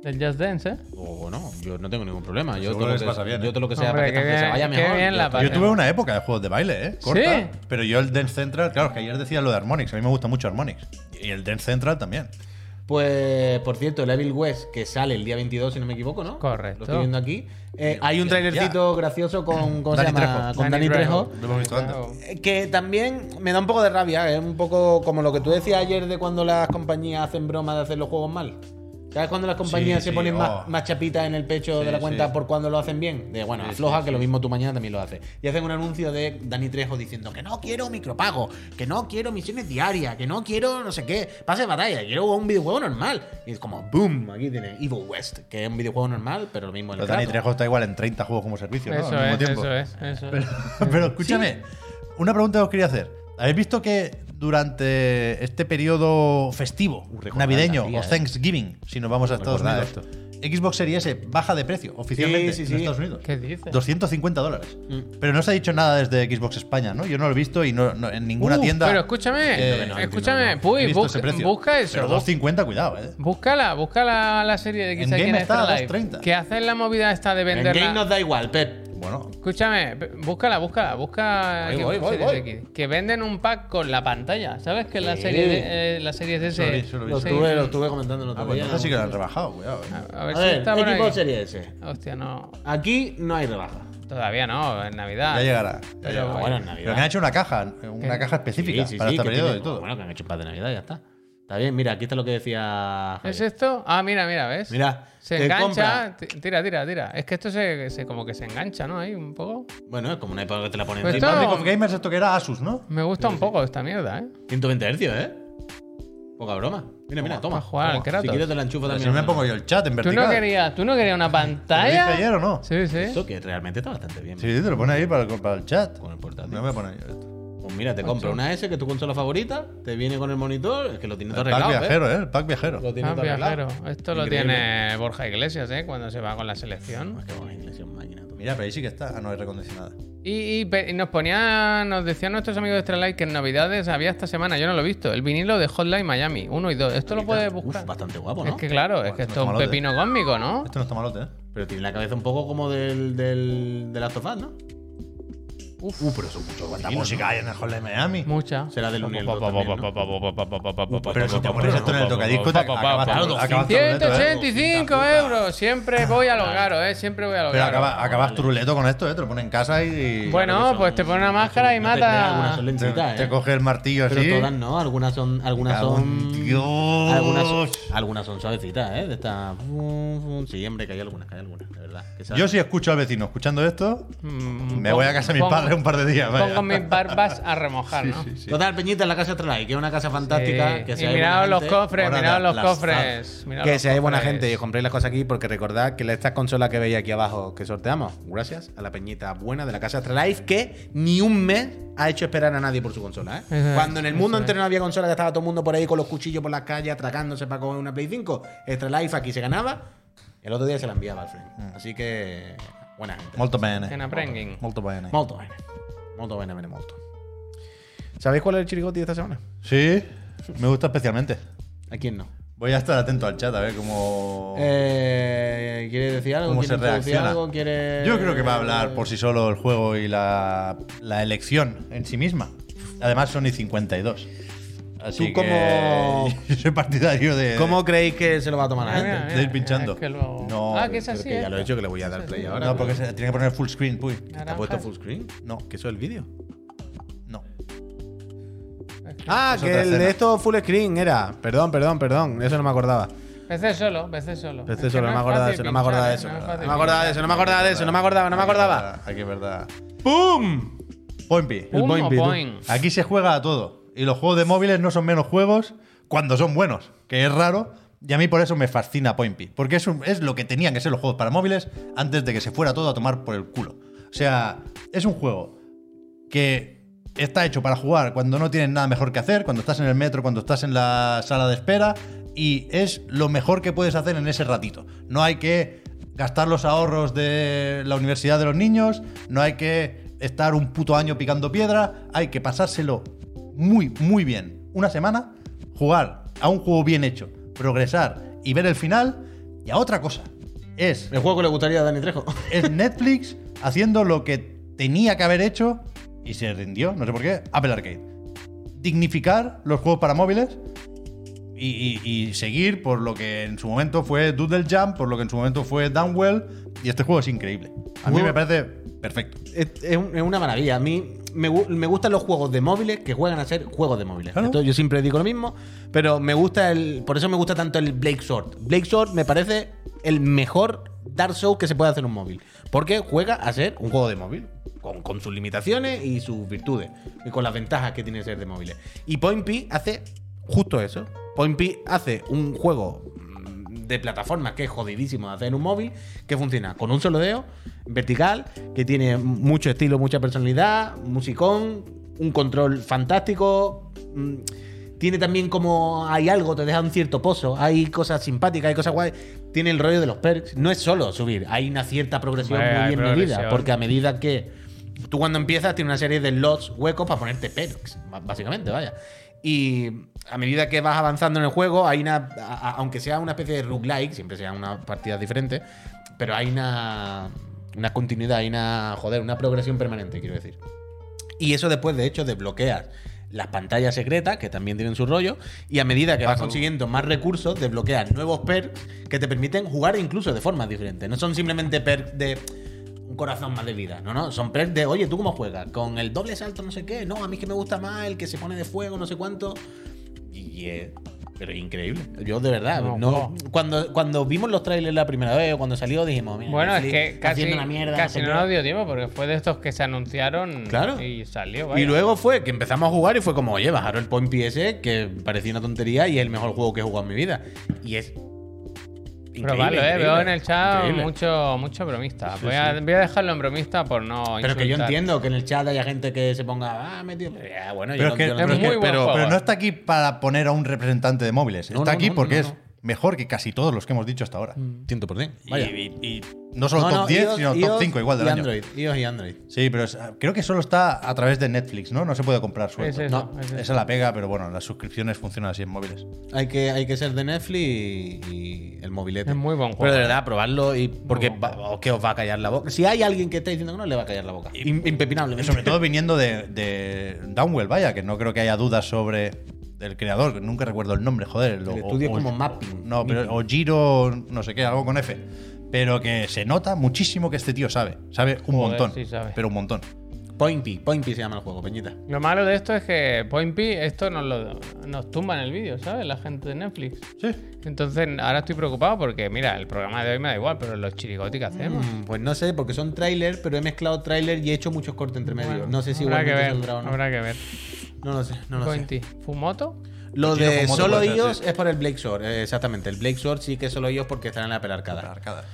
Speaker 3: del Just Dance, ¿eh?
Speaker 1: O Oh, no, yo no tengo ningún problema. Yo
Speaker 2: Seguro
Speaker 1: todo, lo
Speaker 2: que les
Speaker 1: Pues que,
Speaker 2: pasa bien, ¿eh?
Speaker 1: yo todo lo que sea
Speaker 3: Hombre,
Speaker 1: para que
Speaker 3: qué
Speaker 1: esta empresa
Speaker 3: bien-
Speaker 1: vaya
Speaker 3: qué
Speaker 1: mejor.
Speaker 3: bien
Speaker 1: ya
Speaker 3: la
Speaker 1: está.
Speaker 3: pasa.
Speaker 2: Yo tuve una época de juegos de baile, ¿eh? Corta.
Speaker 3: Sí.
Speaker 2: Pero yo el Dance Central, claro, que ayer decía lo de Harmonix. A mí me gusta mucho Harmonix. Y el Dance Central también.
Speaker 1: Pues, por cierto, el Evil West, que sale el día 22, si no me equivoco, ¿no?
Speaker 3: Correcto.
Speaker 1: Lo estoy viendo aquí. Eh, hay un trailercito gracioso con, ¿cómo se
Speaker 2: Dani
Speaker 1: llama?
Speaker 2: Trejo.
Speaker 1: Con Dani, Trejo.
Speaker 2: Lo hemos visto antes.
Speaker 1: Eh, Que también me da un poco de rabia, es un poco como lo que tú decías ayer de cuando las compañías hacen broma de hacer los juegos mal. ¿Sabes cuando las
Speaker 2: Sí,
Speaker 1: compañías se
Speaker 2: sí,
Speaker 1: ponen
Speaker 2: oh.
Speaker 1: más, más chapitas en el pecho de
Speaker 2: Sí,
Speaker 1: la cuenta
Speaker 2: sí.
Speaker 1: por cuando lo hacen bien? De bueno,
Speaker 2: Sí,
Speaker 1: afloja
Speaker 2: sí,
Speaker 1: que lo mismo tú mañana también lo haces. Y hacen un anuncio de Dani Trejo diciendo que no quiero micropago, que no quiero misiones diarias, que no quiero no sé qué, pase de batalla, quiero un videojuego normal. Y es como boom, aquí tiene Evil West, que es un videojuego normal, pero lo mismo en
Speaker 2: Pero
Speaker 1: el
Speaker 2: Dani
Speaker 1: trato.
Speaker 2: Trejo está igual en 30 juegos como servicio, ¿no?
Speaker 3: Eso
Speaker 2: Al mismo
Speaker 3: es,
Speaker 2: tiempo.
Speaker 3: eso es, eso es.
Speaker 2: Pero, pero escúchame, una pregunta que os quería hacer. ¿Habéis visto que durante este periodo festivo,
Speaker 1: recordad
Speaker 2: navideño
Speaker 1: la tía,
Speaker 2: o
Speaker 1: eh.
Speaker 2: Thanksgiving, si nos vamos a Estados
Speaker 1: Recordad
Speaker 2: Unidos, Xbox Series S baja de precio oficialmente
Speaker 1: Sí, sí,
Speaker 2: en
Speaker 1: sí.
Speaker 2: Estados Unidos?
Speaker 3: ¿Qué dices?
Speaker 2: 250 dólares.
Speaker 1: Mm.
Speaker 2: Pero no se ha dicho nada desde Xbox España, ¿no? Yo no lo he visto y no, no- en ninguna
Speaker 3: Uh,
Speaker 2: tienda.
Speaker 3: Pero escúchame,
Speaker 2: Eh, no, no,
Speaker 3: escúchame,
Speaker 2: no. He
Speaker 3: Puy,
Speaker 2: visto
Speaker 3: busca,
Speaker 2: ese precio.
Speaker 3: busca eso.
Speaker 2: Pero
Speaker 3: busca-
Speaker 2: 250, cuidado, ¿eh?
Speaker 3: Búscala, búscala la serie de
Speaker 2: En
Speaker 3: quizá
Speaker 2: Game
Speaker 3: quien
Speaker 2: está a
Speaker 3: Extra Life.
Speaker 2: 2.30.
Speaker 3: Que hacen la movida esta de
Speaker 1: En game
Speaker 3: venderla.
Speaker 1: nos da igual, Pep.
Speaker 2: Bueno,
Speaker 3: Escúchame, b- búscala, búscala, busca
Speaker 1: Voy,
Speaker 3: Xbox
Speaker 1: voy, voy,
Speaker 3: Series
Speaker 1: voy.
Speaker 3: X, que venden un pack con la pantalla, ¿sabes? Que la
Speaker 1: Sí.
Speaker 3: serie de, eh, la serie de
Speaker 2: Eso lo vi,
Speaker 3: ese.
Speaker 2: eso lo vi.
Speaker 1: Lo
Speaker 3: Sí.
Speaker 1: estuve, lo estuve comentando el otro
Speaker 2: ah, pues
Speaker 1: día.
Speaker 2: entonces sí que lo han rebajado, cuidado. ¿eh?
Speaker 3: A
Speaker 1: A
Speaker 3: ver, si
Speaker 1: ver,
Speaker 3: está por
Speaker 1: equipo
Speaker 3: Pues ahí.
Speaker 1: Series S.
Speaker 3: Hostia, no.
Speaker 1: Aquí no hay rebaja.
Speaker 3: Todavía no, en Navidad.
Speaker 2: Ya llegará. ya
Speaker 3: Pero
Speaker 2: llegará.
Speaker 3: bueno,
Speaker 1: bueno, en
Speaker 2: Pero que han
Speaker 1: Navidad.
Speaker 2: hecho una caja, una
Speaker 3: ¿Qué?
Speaker 2: caja específica
Speaker 1: Sí, sí,
Speaker 2: para
Speaker 1: sí,
Speaker 2: este
Speaker 1: que
Speaker 2: periodo
Speaker 1: tiene-
Speaker 2: y todo.
Speaker 1: Bueno, que han hecho un par de Navidad, ya está. Está bien, mira, aquí está lo que decía. Javier.
Speaker 3: ¿Es esto? Ah, mira, mira, ¿ves?
Speaker 1: Mira,
Speaker 3: Se
Speaker 1: te
Speaker 3: engancha.
Speaker 1: compra-
Speaker 3: ti- Tira, tira, tira. Es que esto se, se- como que se engancha, ¿no? Ahí un poco.
Speaker 1: Bueno, es como una época que te la ponen
Speaker 3: Pues
Speaker 1: encima.
Speaker 3: esto-
Speaker 2: Public of Gamers, esto que era Asus, ¿no?
Speaker 3: Me gusta un poco esta mierda, ¿eh?
Speaker 1: 120 hercios, ¿eh? Poca broma. Mira, mira, toma.
Speaker 3: para jugar al
Speaker 1: Toma.
Speaker 3: Kratos.
Speaker 1: Si quieres te la enchufo
Speaker 2: Si
Speaker 1: también.
Speaker 2: no me pongo yo el chat en
Speaker 3: ¿Tú
Speaker 2: vertical.
Speaker 3: no, querías, ¿Tú no querías una
Speaker 2: ¿Te lo dije
Speaker 3: pantalla?
Speaker 2: ayer o no? Sí,
Speaker 3: Sí, sí.
Speaker 1: Eso que realmente está bastante bien.
Speaker 2: te lo pones ahí para el, para el chat.
Speaker 1: Con el portátil.
Speaker 2: No me voy a poner yo esto.
Speaker 1: Pues mira, te compro una S que es tu consola favorita, te viene con el monitor, es que lo tienes todo
Speaker 2: El pack
Speaker 1: arreglado. ¿eh?
Speaker 2: viajero, ¿eh? El pack viajero.
Speaker 1: Lo tienes
Speaker 3: Ah,
Speaker 1: todo arreglado.
Speaker 3: viajero. Esto lo
Speaker 1: Increíble.
Speaker 3: tiene Borja Iglesias, ¿eh? Cuando se va con la selección.
Speaker 1: Es que bueno, Iglesias máquina. tú.
Speaker 2: Mira, pero ahí sí que está. Ah, no, hay recondicionada.
Speaker 3: Y, y pe- y nos ponía, nos decían nuestros amigos de Stralight que en Navidades había esta semana, yo no lo he visto, el vinilo de Hotline Miami 1 y 2. Esto lo puedes
Speaker 1: Uf,
Speaker 3: buscar.
Speaker 1: bastante guapo, ¿no?
Speaker 3: Es que claro, es
Speaker 2: esto
Speaker 3: que esto es un
Speaker 2: malote.
Speaker 3: pepino cósmico, ¿no?
Speaker 2: Esto no está malote, ¿eh?
Speaker 1: Pero tiene la cabeza un poco como del, del, del Last of Us, ¿no? Uf,
Speaker 2: Uh,
Speaker 1: pero eso es mucho
Speaker 2: La
Speaker 1: guantánamo.
Speaker 2: música hay en el Hotline Miami.
Speaker 1: Pues
Speaker 3: Mucha.
Speaker 1: Será del Uniel
Speaker 2: Pero si te pones esto en el tocadisco, te acabas todo- acabas todo el reto, ¿eh?
Speaker 3: 185 euros. Siempre voy a los garos, ¿eh? Siempre voy a los
Speaker 2: Pero
Speaker 3: garos.
Speaker 2: acaba- acabas turuleto con esto, ¿eh? Te lo pones en casa y.
Speaker 3: Bueno, pues te pone una máscara y
Speaker 1: Algunas
Speaker 3: mata.
Speaker 1: son
Speaker 2: Te,
Speaker 1: lentitas,
Speaker 2: te
Speaker 1: ¿eh?
Speaker 2: coge el martillo
Speaker 1: Pero
Speaker 2: así.
Speaker 1: todas no, algunas son. Algunas
Speaker 2: Cago en
Speaker 1: son.
Speaker 2: Dios.
Speaker 1: Algunas son, algunas son suavecitas, ¿eh? De estas. fum, fum. Sí, hombre, que hay algunas, que hay algunas, de verdad. Que
Speaker 2: Yo si escucho al vecino escuchando esto,
Speaker 3: Mm,
Speaker 2: me
Speaker 3: pon-
Speaker 2: voy a casa de mis
Speaker 3: pongo-
Speaker 2: padres un par de días. vaya.
Speaker 3: Pongo mis barbas a remojar, ¿no?
Speaker 2: Sí, sí.
Speaker 1: Total, Peñita, la casa Astralife, que es una casa fantástica.
Speaker 3: Sí.
Speaker 1: Que si
Speaker 3: y
Speaker 1: hay
Speaker 3: miraos
Speaker 1: buena
Speaker 3: los
Speaker 1: gente-
Speaker 3: cofres,
Speaker 2: ahora
Speaker 3: miraos
Speaker 2: la-
Speaker 3: los
Speaker 2: las-
Speaker 3: cofres. miraos
Speaker 1: Que
Speaker 3: los
Speaker 1: si hay buena
Speaker 3: cofres.
Speaker 1: gente y os compréis las cosas aquí, porque recordad que estas consolas que veis aquí abajo que sorteamos, gracias a la peñita buena de la casa Astralife, que ni un mes ha hecho esperar a nadie por su consola. ¿eh?
Speaker 3: Eso es,
Speaker 1: Cuando en el mundo
Speaker 3: eso
Speaker 1: entero no había consola que estaba todo el mundo por ahí con los cuchillos por las calles atracándose para comer una Play 5, Astralife aquí se ganaba, el otro día se la enviaba al friend. Así que, buena gente.
Speaker 2: Mm. Molto bene.
Speaker 3: Que ne aprenguin.
Speaker 2: Molto bene.
Speaker 1: Molto bene. Molto bene, bene, molto. ¿Sabéis cuál es el chirigoti de esta semana?
Speaker 2: Sí, me gusta especialmente.
Speaker 1: ¿A quién no?
Speaker 2: Voy a estar atento al chat a ver cómo...
Speaker 1: Eh, ¿Quiere decir algo?
Speaker 2: Oh. ¿Cómo
Speaker 1: ¿Quiere
Speaker 2: se
Speaker 1: introducir
Speaker 2: reacciona?
Speaker 1: algo? ¿Quiere- Eh,
Speaker 2: Yo creo que va a hablar por sí solo el juego y la, la elección en sí misma. Además, Sony 52. Así que
Speaker 1: Tú como-
Speaker 2: yo soy partidario de...
Speaker 1: ¿Cómo creéis que se lo va a tomar la
Speaker 3: Ah,
Speaker 1: gente?
Speaker 3: mira,
Speaker 2: de
Speaker 3: mira,
Speaker 2: ir pinchando.
Speaker 3: es que luego-
Speaker 2: No,
Speaker 3: ah, que es
Speaker 1: Pero
Speaker 3: así.
Speaker 1: que ya lo he
Speaker 3: esta.
Speaker 1: hecho, que le voy a dar play ahora.
Speaker 2: No, porque se tiene que poner full screen, puy.
Speaker 1: ¿Te ha
Speaker 3: Naranja.
Speaker 1: puesto full screen?
Speaker 2: No,
Speaker 1: ¿Que eso es el vídeo?
Speaker 2: no.
Speaker 1: Ah,
Speaker 2: Es
Speaker 1: que
Speaker 2: otra
Speaker 1: el de
Speaker 2: escena.
Speaker 1: Ah, esto full screen era. Perdón, perdón, perdón. Eso no me acordaba.
Speaker 3: PC solo, PC solo.
Speaker 2: PC
Speaker 3: Es que
Speaker 2: solo, no
Speaker 3: es
Speaker 2: me acordaba de
Speaker 3: fácil
Speaker 2: eso, no me acordaba de
Speaker 3: pinchar,
Speaker 2: eso.
Speaker 3: ¿eh? No es
Speaker 2: No
Speaker 3: fácil
Speaker 2: me acordaba de eso, no me acordaba de eso, no me acordaba, no me acordaba. Aquí es verdad.
Speaker 1: ¡Pum!
Speaker 2: Point P.
Speaker 3: pinchar. Pum
Speaker 1: point
Speaker 3: o
Speaker 1: beat, ¿no?
Speaker 3: point.
Speaker 2: Aquí se juega a todo. Y los juegos de móviles no son menos juegos cuando son buenos, que es raro. Y a mí por eso me fascina Point P. Porque es, un- es lo que tenían que ser los juegos para móviles antes de que se fuera todo a tomar por el culo. O sea, es un juego que está hecho para jugar cuando no tienes nada mejor que hacer, cuando estás en el metro, cuando estás en la sala de espera, y es lo mejor que puedes hacer en ese ratito. No hay que gastar los ahorros de la universidad de los niños, no hay que estar un puto año picando piedra, hay que pasárselo muy, muy bien. Una semana, jugar a un juego bien hecho, progresar y ver el final, y a otra cosa. Es
Speaker 1: El juego que le gustaría a Dani Trejo.
Speaker 2: es Netflix haciendo lo que tenía que haber hecho y se rindió, no sé por qué, Apple Arcade. Dignificar los juegos para móviles y, y- y seguir por lo que en su momento fue Doodle Jump, por lo que en su momento fue Downwell. Y este juego es increíble. A mí
Speaker 1: Juego-
Speaker 2: me parece perfecto.
Speaker 1: Es, es un- es una maravilla. A mí me, gu- me gustan los juegos de móviles que juegan a ser juegos de móviles.
Speaker 2: Claro.
Speaker 1: Esto yo siempre digo lo mismo, pero me gusta el. Por eso me gusta tanto el Blake Sword. Blake Sword me parece el mejor Dark Souls que se puede hacer en un móvil. Porque juega a ser un juego de móvil. Con, con sus limitaciones y sus virtudes. Y con las ventajas que tiene ser de móviles. Y Point P hace justo eso. Point P hace un juego mm, de plataformas que es jodidísimo de hacer en un móvil, que funciona con un solo dedo, vertical, que tiene mucho estilo, mucha personalidad, musicón, un control fantástico. mm, Tiene también como hay algo, te deja un cierto pozo, hay cosas simpáticas, hay cosas guay. Tiene el rollo de los perks. No es solo subir, hay una cierta progresión
Speaker 3: Hombre,
Speaker 1: muy
Speaker 3: hay
Speaker 1: bien medida,
Speaker 3: progresión.
Speaker 1: porque a medida que tú cuando empiezas tienes una serie de lots huecos para ponerte perks, ba- básicamente, vaya. Y a medida que vas avanzando en el juego, hay una. a- a- aunque sea una especie de roguelike, siempre sea una partida diferente, pero hay una. Una continuidad, hay una. Joder, una progresión permanente, quiero decir. Y eso después, de hecho, desbloqueas las pantallas secretas, que también tienen su rollo, y a medida que vas consiguiendo más recursos, desbloqueas nuevos perks que te permiten jugar incluso de formas diferentes. No son simplemente perks de un corazón más de vida, no, no, son perks de, oye, ¿tú cómo juegas? Con el doble salto, no sé qué, no, a mí es que me gusta más el que se pone de fuego, no sé cuánto. Y es pero increíble. Yo de verdad,
Speaker 3: No,
Speaker 1: no-
Speaker 3: wow.
Speaker 1: cuando, cuando vimos los trailers la primera vez o cuando salió dijimos, mira,
Speaker 3: Bueno, es
Speaker 1: Netflix
Speaker 3: que
Speaker 1: está
Speaker 3: casi,
Speaker 1: haciendo una mierda,
Speaker 3: casi
Speaker 1: sé
Speaker 3: no
Speaker 1: qué".
Speaker 3: nos dio tiempo porque fue de estos que se anunciaron
Speaker 1: Claro.
Speaker 3: y salió.
Speaker 1: Y
Speaker 3: vaya.
Speaker 1: luego fue que empezamos a jugar y fue como, oye, bajaron el Point PS, que parecía una tontería y es el mejor juego que he jugado en mi vida. Y es. increíble,
Speaker 3: Probarlo, eh.
Speaker 1: increíble,
Speaker 3: Veo en el chat
Speaker 1: increíble.
Speaker 3: mucho, mucho bromista. voy, a, voy a dejarlo en bromista por no
Speaker 1: Pero que yo
Speaker 3: insultar.
Speaker 1: entiendo que en el chat haya gente que se ponga, ah, metido. Ya, bueno,
Speaker 2: Pero
Speaker 1: yo
Speaker 2: es que-
Speaker 1: no, yo no
Speaker 2: pero
Speaker 3: es
Speaker 1: entiendo.
Speaker 3: muy buen
Speaker 2: pero,
Speaker 3: juego.
Speaker 2: pero no está aquí para poner a un representante de móviles.
Speaker 1: No,
Speaker 2: está
Speaker 1: no,
Speaker 2: aquí
Speaker 1: no,
Speaker 2: porque
Speaker 1: no, no.
Speaker 2: es mejor que casi todos los que hemos dicho hasta ahora.
Speaker 1: Ciento por cien.
Speaker 2: Y-
Speaker 1: Vaya.
Speaker 2: Y, y no solo
Speaker 1: No,
Speaker 2: top
Speaker 1: no,
Speaker 2: 10,
Speaker 1: iOS,
Speaker 2: sino top
Speaker 1: iOS
Speaker 2: 5 igual del
Speaker 1: y
Speaker 2: año.
Speaker 1: Android, iOS y Android.
Speaker 2: Sí, pero es- ah, creo que solo está a través de Netflix, ¿no? No se puede comprar suelto.
Speaker 3: Es eso,
Speaker 1: pues, No,
Speaker 3: es eso.
Speaker 2: Esa es la pega, pero bueno, las suscripciones funcionan así en móviles.
Speaker 1: Hay que, hay que ser de Netflix y, y el mobilete.
Speaker 3: Es muy buen
Speaker 1: Pero
Speaker 3: juego.
Speaker 1: de verdad, probarlo y porque
Speaker 3: buen
Speaker 1: va- os- que os va a callar la boca. Si hay alguien que está diciendo que no, le va a callar la boca. Im- Impepinablemente.
Speaker 2: Sobre todo viniendo de, de Downwell, vaya, que no creo que haya dudas sobre el creador, que nunca recuerdo el nombre, joder. lo-
Speaker 1: El estudio es
Speaker 2: o-
Speaker 1: como Mapping.
Speaker 2: No, pero o Giro, no sé qué, algo con F. Pero que se nota muchísimo que este tío sabe. Sabe un
Speaker 3: Joder,
Speaker 2: montón.
Speaker 3: sí sabe.
Speaker 2: Pero un montón.
Speaker 1: Point P, Point P se llama el juego, Peñita.
Speaker 3: Lo malo de esto es que Point P, esto nos, lo, nos tumba en el vídeo, ¿sabes? La gente de Netflix.
Speaker 2: Sí.
Speaker 3: Entonces, ahora estoy preocupado porque, mira, el programa de hoy me da igual, pero los chirigotis que hacemos.
Speaker 1: Mm, Pues no sé, porque son trailers, pero he mezclado trailers y he hecho muchos cortes entre medio.
Speaker 3: Bueno,
Speaker 1: no sé si
Speaker 3: habrá que
Speaker 1: igualmente
Speaker 3: ver.
Speaker 1: saldrá o no.
Speaker 3: Habrá que ver.
Speaker 1: No lo sé, no lo
Speaker 3: Point
Speaker 1: sé.
Speaker 3: P. ¿Fumoto?
Speaker 1: Lo
Speaker 2: Chino
Speaker 1: de
Speaker 2: con moto
Speaker 1: solo
Speaker 2: puede ser,
Speaker 1: ellos
Speaker 2: sí.
Speaker 1: es por el Blake Sword, eh, exactamente. El Blake Sword sí que es solo ellos porque están en la pelarcada.
Speaker 2: Arcada.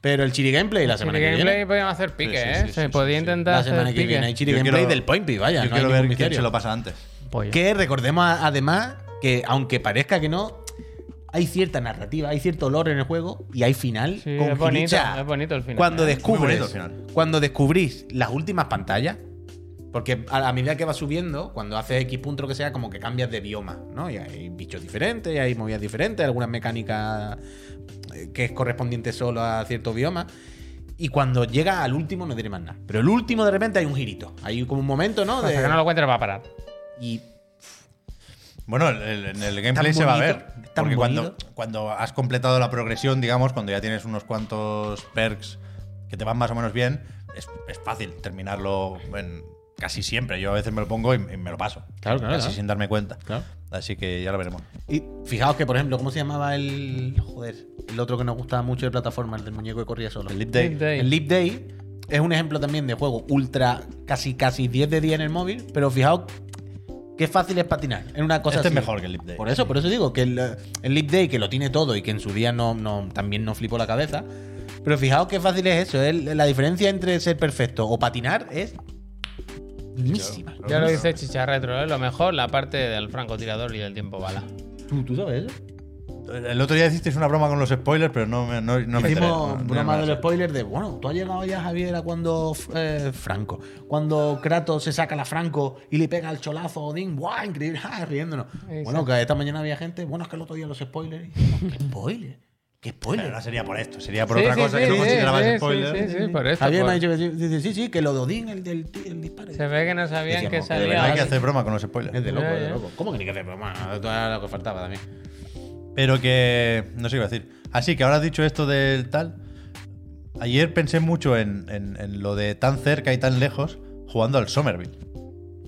Speaker 1: Pero el Chiri Gameplay la
Speaker 3: Chiri
Speaker 1: semana que
Speaker 3: gameplay
Speaker 1: viene.
Speaker 3: podíamos hacer pique,
Speaker 2: Sí, sí,
Speaker 3: ¿eh?
Speaker 2: sí,
Speaker 3: Se
Speaker 2: sí,
Speaker 3: podía
Speaker 2: sí, sí.
Speaker 3: intentar
Speaker 1: La
Speaker 3: hacer
Speaker 1: semana que
Speaker 3: pique.
Speaker 1: viene hay Chiri
Speaker 2: Yo
Speaker 1: Gameplay
Speaker 2: quiero-
Speaker 1: del Point P, vaya.
Speaker 2: Yo
Speaker 1: no hay
Speaker 2: quiero
Speaker 1: ningún
Speaker 2: ver quién
Speaker 1: misterio.
Speaker 2: se lo pasa antes.
Speaker 3: Pollo.
Speaker 1: Que recordemos a- además que, aunque parezca que no, hay cierta narrativa, hay cierto olor en el juego y hay final
Speaker 3: Sí,
Speaker 1: con
Speaker 3: es bonito,
Speaker 1: Gilicha.
Speaker 3: es bonito el final.
Speaker 1: Cuando
Speaker 3: Es muy
Speaker 1: descubres,
Speaker 2: bonito el final.
Speaker 1: cuando descubrís las últimas pantallas, porque a, a medida que vas subiendo, cuando haces X punto lo que sea, como que cambias de bioma, ¿no? Y hay bichos diferentes, y hay movidas diferentes, algunas mecánicas eh, que es correspondiente solo a cierto bioma. Y cuando llega al último no tiene más nada. Pero el último de repente hay un girito. Hay como un momento, ¿no?
Speaker 3: Hasta
Speaker 1: De-
Speaker 3: que no lo encuentres va a parar.
Speaker 1: Y
Speaker 2: Bueno, el- el- en el gameplay
Speaker 1: tan
Speaker 2: se va a
Speaker 1: bonito,
Speaker 2: ver.
Speaker 1: tan
Speaker 2: Porque cuando,
Speaker 1: bonito.
Speaker 2: cuando has completado la progresión, digamos, cuando ya tienes unos cuantos perks que te van más o menos bien, es, es fácil terminarlo en casi siempre. Yo a veces me lo pongo y, y me lo paso.
Speaker 1: Claro, claro,
Speaker 2: Casi
Speaker 1: claro.
Speaker 2: sin darme cuenta.
Speaker 1: Claro.
Speaker 2: Así que ya lo veremos.
Speaker 1: Y fijaos que, por ejemplo, ¿cómo se llamaba el. Joder, el otro que nos gustaba mucho de plataforma, el del muñeco que corría solo?
Speaker 2: El Leap Day.
Speaker 3: Leap Day.
Speaker 1: El Leap Day es un ejemplo también de juego ultra, casi casi 10 de 10 en el móvil, pero fijaos qué fácil es patinar. En una cosa
Speaker 2: Este es
Speaker 1: así.
Speaker 2: mejor que el Leap Day.
Speaker 1: Por eso, por eso digo que el, el Leap Day, que lo tiene todo y que en su día no, no- también no flipó la cabeza. Pero fijaos qué fácil es eso. el- la diferencia entre ser perfecto o patinar es. Misísima.
Speaker 3: Ya lo dice Chicharretro, ¿eh? lo mejor la parte del francotirador y del tiempo bala.
Speaker 1: ¿Tú, tú sabes eso?
Speaker 2: El otro día hicisteis una broma con los spoilers, pero no, me- no, no me enteré. No-
Speaker 1: Hicimos
Speaker 2: no
Speaker 1: broma
Speaker 2: me la
Speaker 1: del
Speaker 2: sé.
Speaker 1: spoiler de, bueno, tú has llegado ya, Javier, a cuando eh, Franco, cuando Kratos se saca la Franco y le pega el cholazo a Odín, ¡guau! Increíble, ¡ah! riéndonos. Bueno, que esta mañana había gente, bueno, es que el otro día los spoilers. Y, ¿Qué spoiler? ¿Qué
Speaker 2: Pero
Speaker 1: spoiler?
Speaker 2: no sería por esto, sería por
Speaker 3: Sí,
Speaker 2: otra
Speaker 3: sí,
Speaker 2: cosa que
Speaker 3: sí,
Speaker 2: no
Speaker 3: sí,
Speaker 2: considerabas
Speaker 3: sí,
Speaker 2: spoiler.
Speaker 3: sí, sí, sí, por esto.
Speaker 1: Javier me
Speaker 3: por-
Speaker 1: ha dicho que sí, dice, sí, sí, que lo de Odín, el del el disparo.
Speaker 3: Se ve que no sabían
Speaker 1: Decíamos
Speaker 3: que
Speaker 1: que de verdad
Speaker 3: salía.
Speaker 2: Hay que hacer broma con los spoilers.
Speaker 1: Es de loco,
Speaker 3: Ya,
Speaker 1: es de
Speaker 3: ya.
Speaker 1: loco. ¿Cómo que ni que hacer broma? Ah, Esto era lo que faltaba también.
Speaker 2: Pero que. No sé qué iba a decir. Así que ahora has dicho esto del tal. Ayer pensé mucho en, en- en lo de tan cerca y tan lejos jugando al Somerville.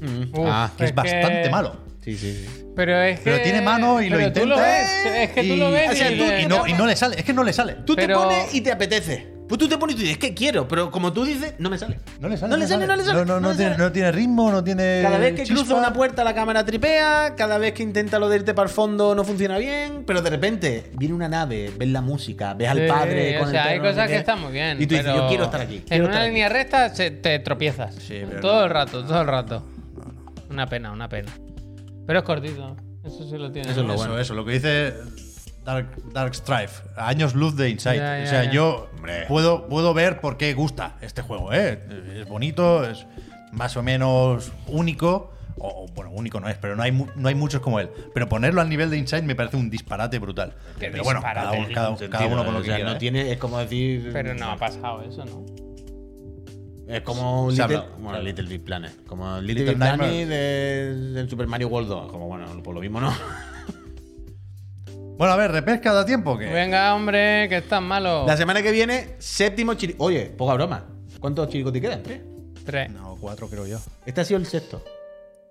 Speaker 1: Mm.
Speaker 3: Uf,
Speaker 1: ah,
Speaker 2: Que es,
Speaker 3: Es que-
Speaker 2: bastante malo.
Speaker 1: sí, sí, sí.
Speaker 3: Pero es que.
Speaker 2: Pero tiene mano y lo
Speaker 3: pero
Speaker 2: intenta.
Speaker 3: tú ves, es que tú lo ves.
Speaker 2: O sea,
Speaker 3: y
Speaker 2: tú-
Speaker 3: le-
Speaker 2: y no, y no le sale. Es que no le sale.
Speaker 1: Tú
Speaker 3: Pero-
Speaker 1: te pones y te apetece. Pues tú te pones y tú dices, que quiero, pero como tú dices, no me sale.
Speaker 2: No le sale.
Speaker 1: No le sale, no le sale,
Speaker 2: No, no,
Speaker 1: no
Speaker 2: no
Speaker 1: le
Speaker 2: tiene,
Speaker 1: sale.
Speaker 2: no tiene ritmo, no tiene.
Speaker 1: Cada vez que
Speaker 2: Eh, chispa.
Speaker 1: cruza una puerta la cámara tripea, cada vez que intenta lo de irte para el fondo no funciona bien, pero de repente viene una nave, ves la música, ves al
Speaker 3: Sí,
Speaker 1: padre
Speaker 3: o
Speaker 1: con
Speaker 3: sea,
Speaker 1: el
Speaker 3: hay
Speaker 1: perro, no sé
Speaker 3: cosas que
Speaker 1: qué,
Speaker 3: están muy bien.
Speaker 1: Y tú dices,
Speaker 3: pero
Speaker 1: yo quiero estar aquí.
Speaker 3: En
Speaker 1: quiero
Speaker 3: una
Speaker 1: estar aquí".
Speaker 3: línea recta se- te tropiezas.
Speaker 2: Sí, pero
Speaker 3: todo
Speaker 2: no.
Speaker 3: el rato, todo el rato. Una pena, una pena. Pero es cortito. Eso sí lo tiene.
Speaker 1: Eso es lo
Speaker 2: Eso,
Speaker 1: bueno.
Speaker 2: eso, lo que dice Dark, Dark Strife, a años luz de Inside.
Speaker 3: Ya, ya,
Speaker 2: o sea,
Speaker 3: ya.
Speaker 2: yo puedo, puedo ver por qué gusta este juego, ¿eh? Es bonito, es más o menos único. O, o, bueno, único no es, pero no hay, mu- no hay muchos como él. Pero ponerlo al nivel de Inside me parece un disparate brutal.
Speaker 3: Qué
Speaker 2: Pero bueno,
Speaker 3: disparate,
Speaker 2: cada uno,
Speaker 3: sin
Speaker 2: cada- cada uno con lo
Speaker 1: O
Speaker 2: que
Speaker 1: sea,
Speaker 2: quiera.
Speaker 1: no
Speaker 2: ¿eh?
Speaker 1: tiene, es como decir.
Speaker 3: Pero no ha pasado eso, ¿no?
Speaker 1: Es como
Speaker 2: Se
Speaker 1: Little,
Speaker 2: habla-
Speaker 1: bueno, Little Big Planet. Como Little,
Speaker 2: Little
Speaker 1: Big Planet
Speaker 2: Nightmares.
Speaker 1: de- del Super Mario World 2. Como bueno, por lo mismo no.
Speaker 2: Bueno, a ver, repesca da tiempo o qué?
Speaker 3: Venga, hombre, que estás malo.
Speaker 1: Eh. La semana que viene, séptimo chiri. Oye, poca broma. ¿Cuántos chiricos te quedan? ¿Tres?
Speaker 3: Tres.
Speaker 2: No, cuatro creo yo.
Speaker 1: Este ha sido el sexto.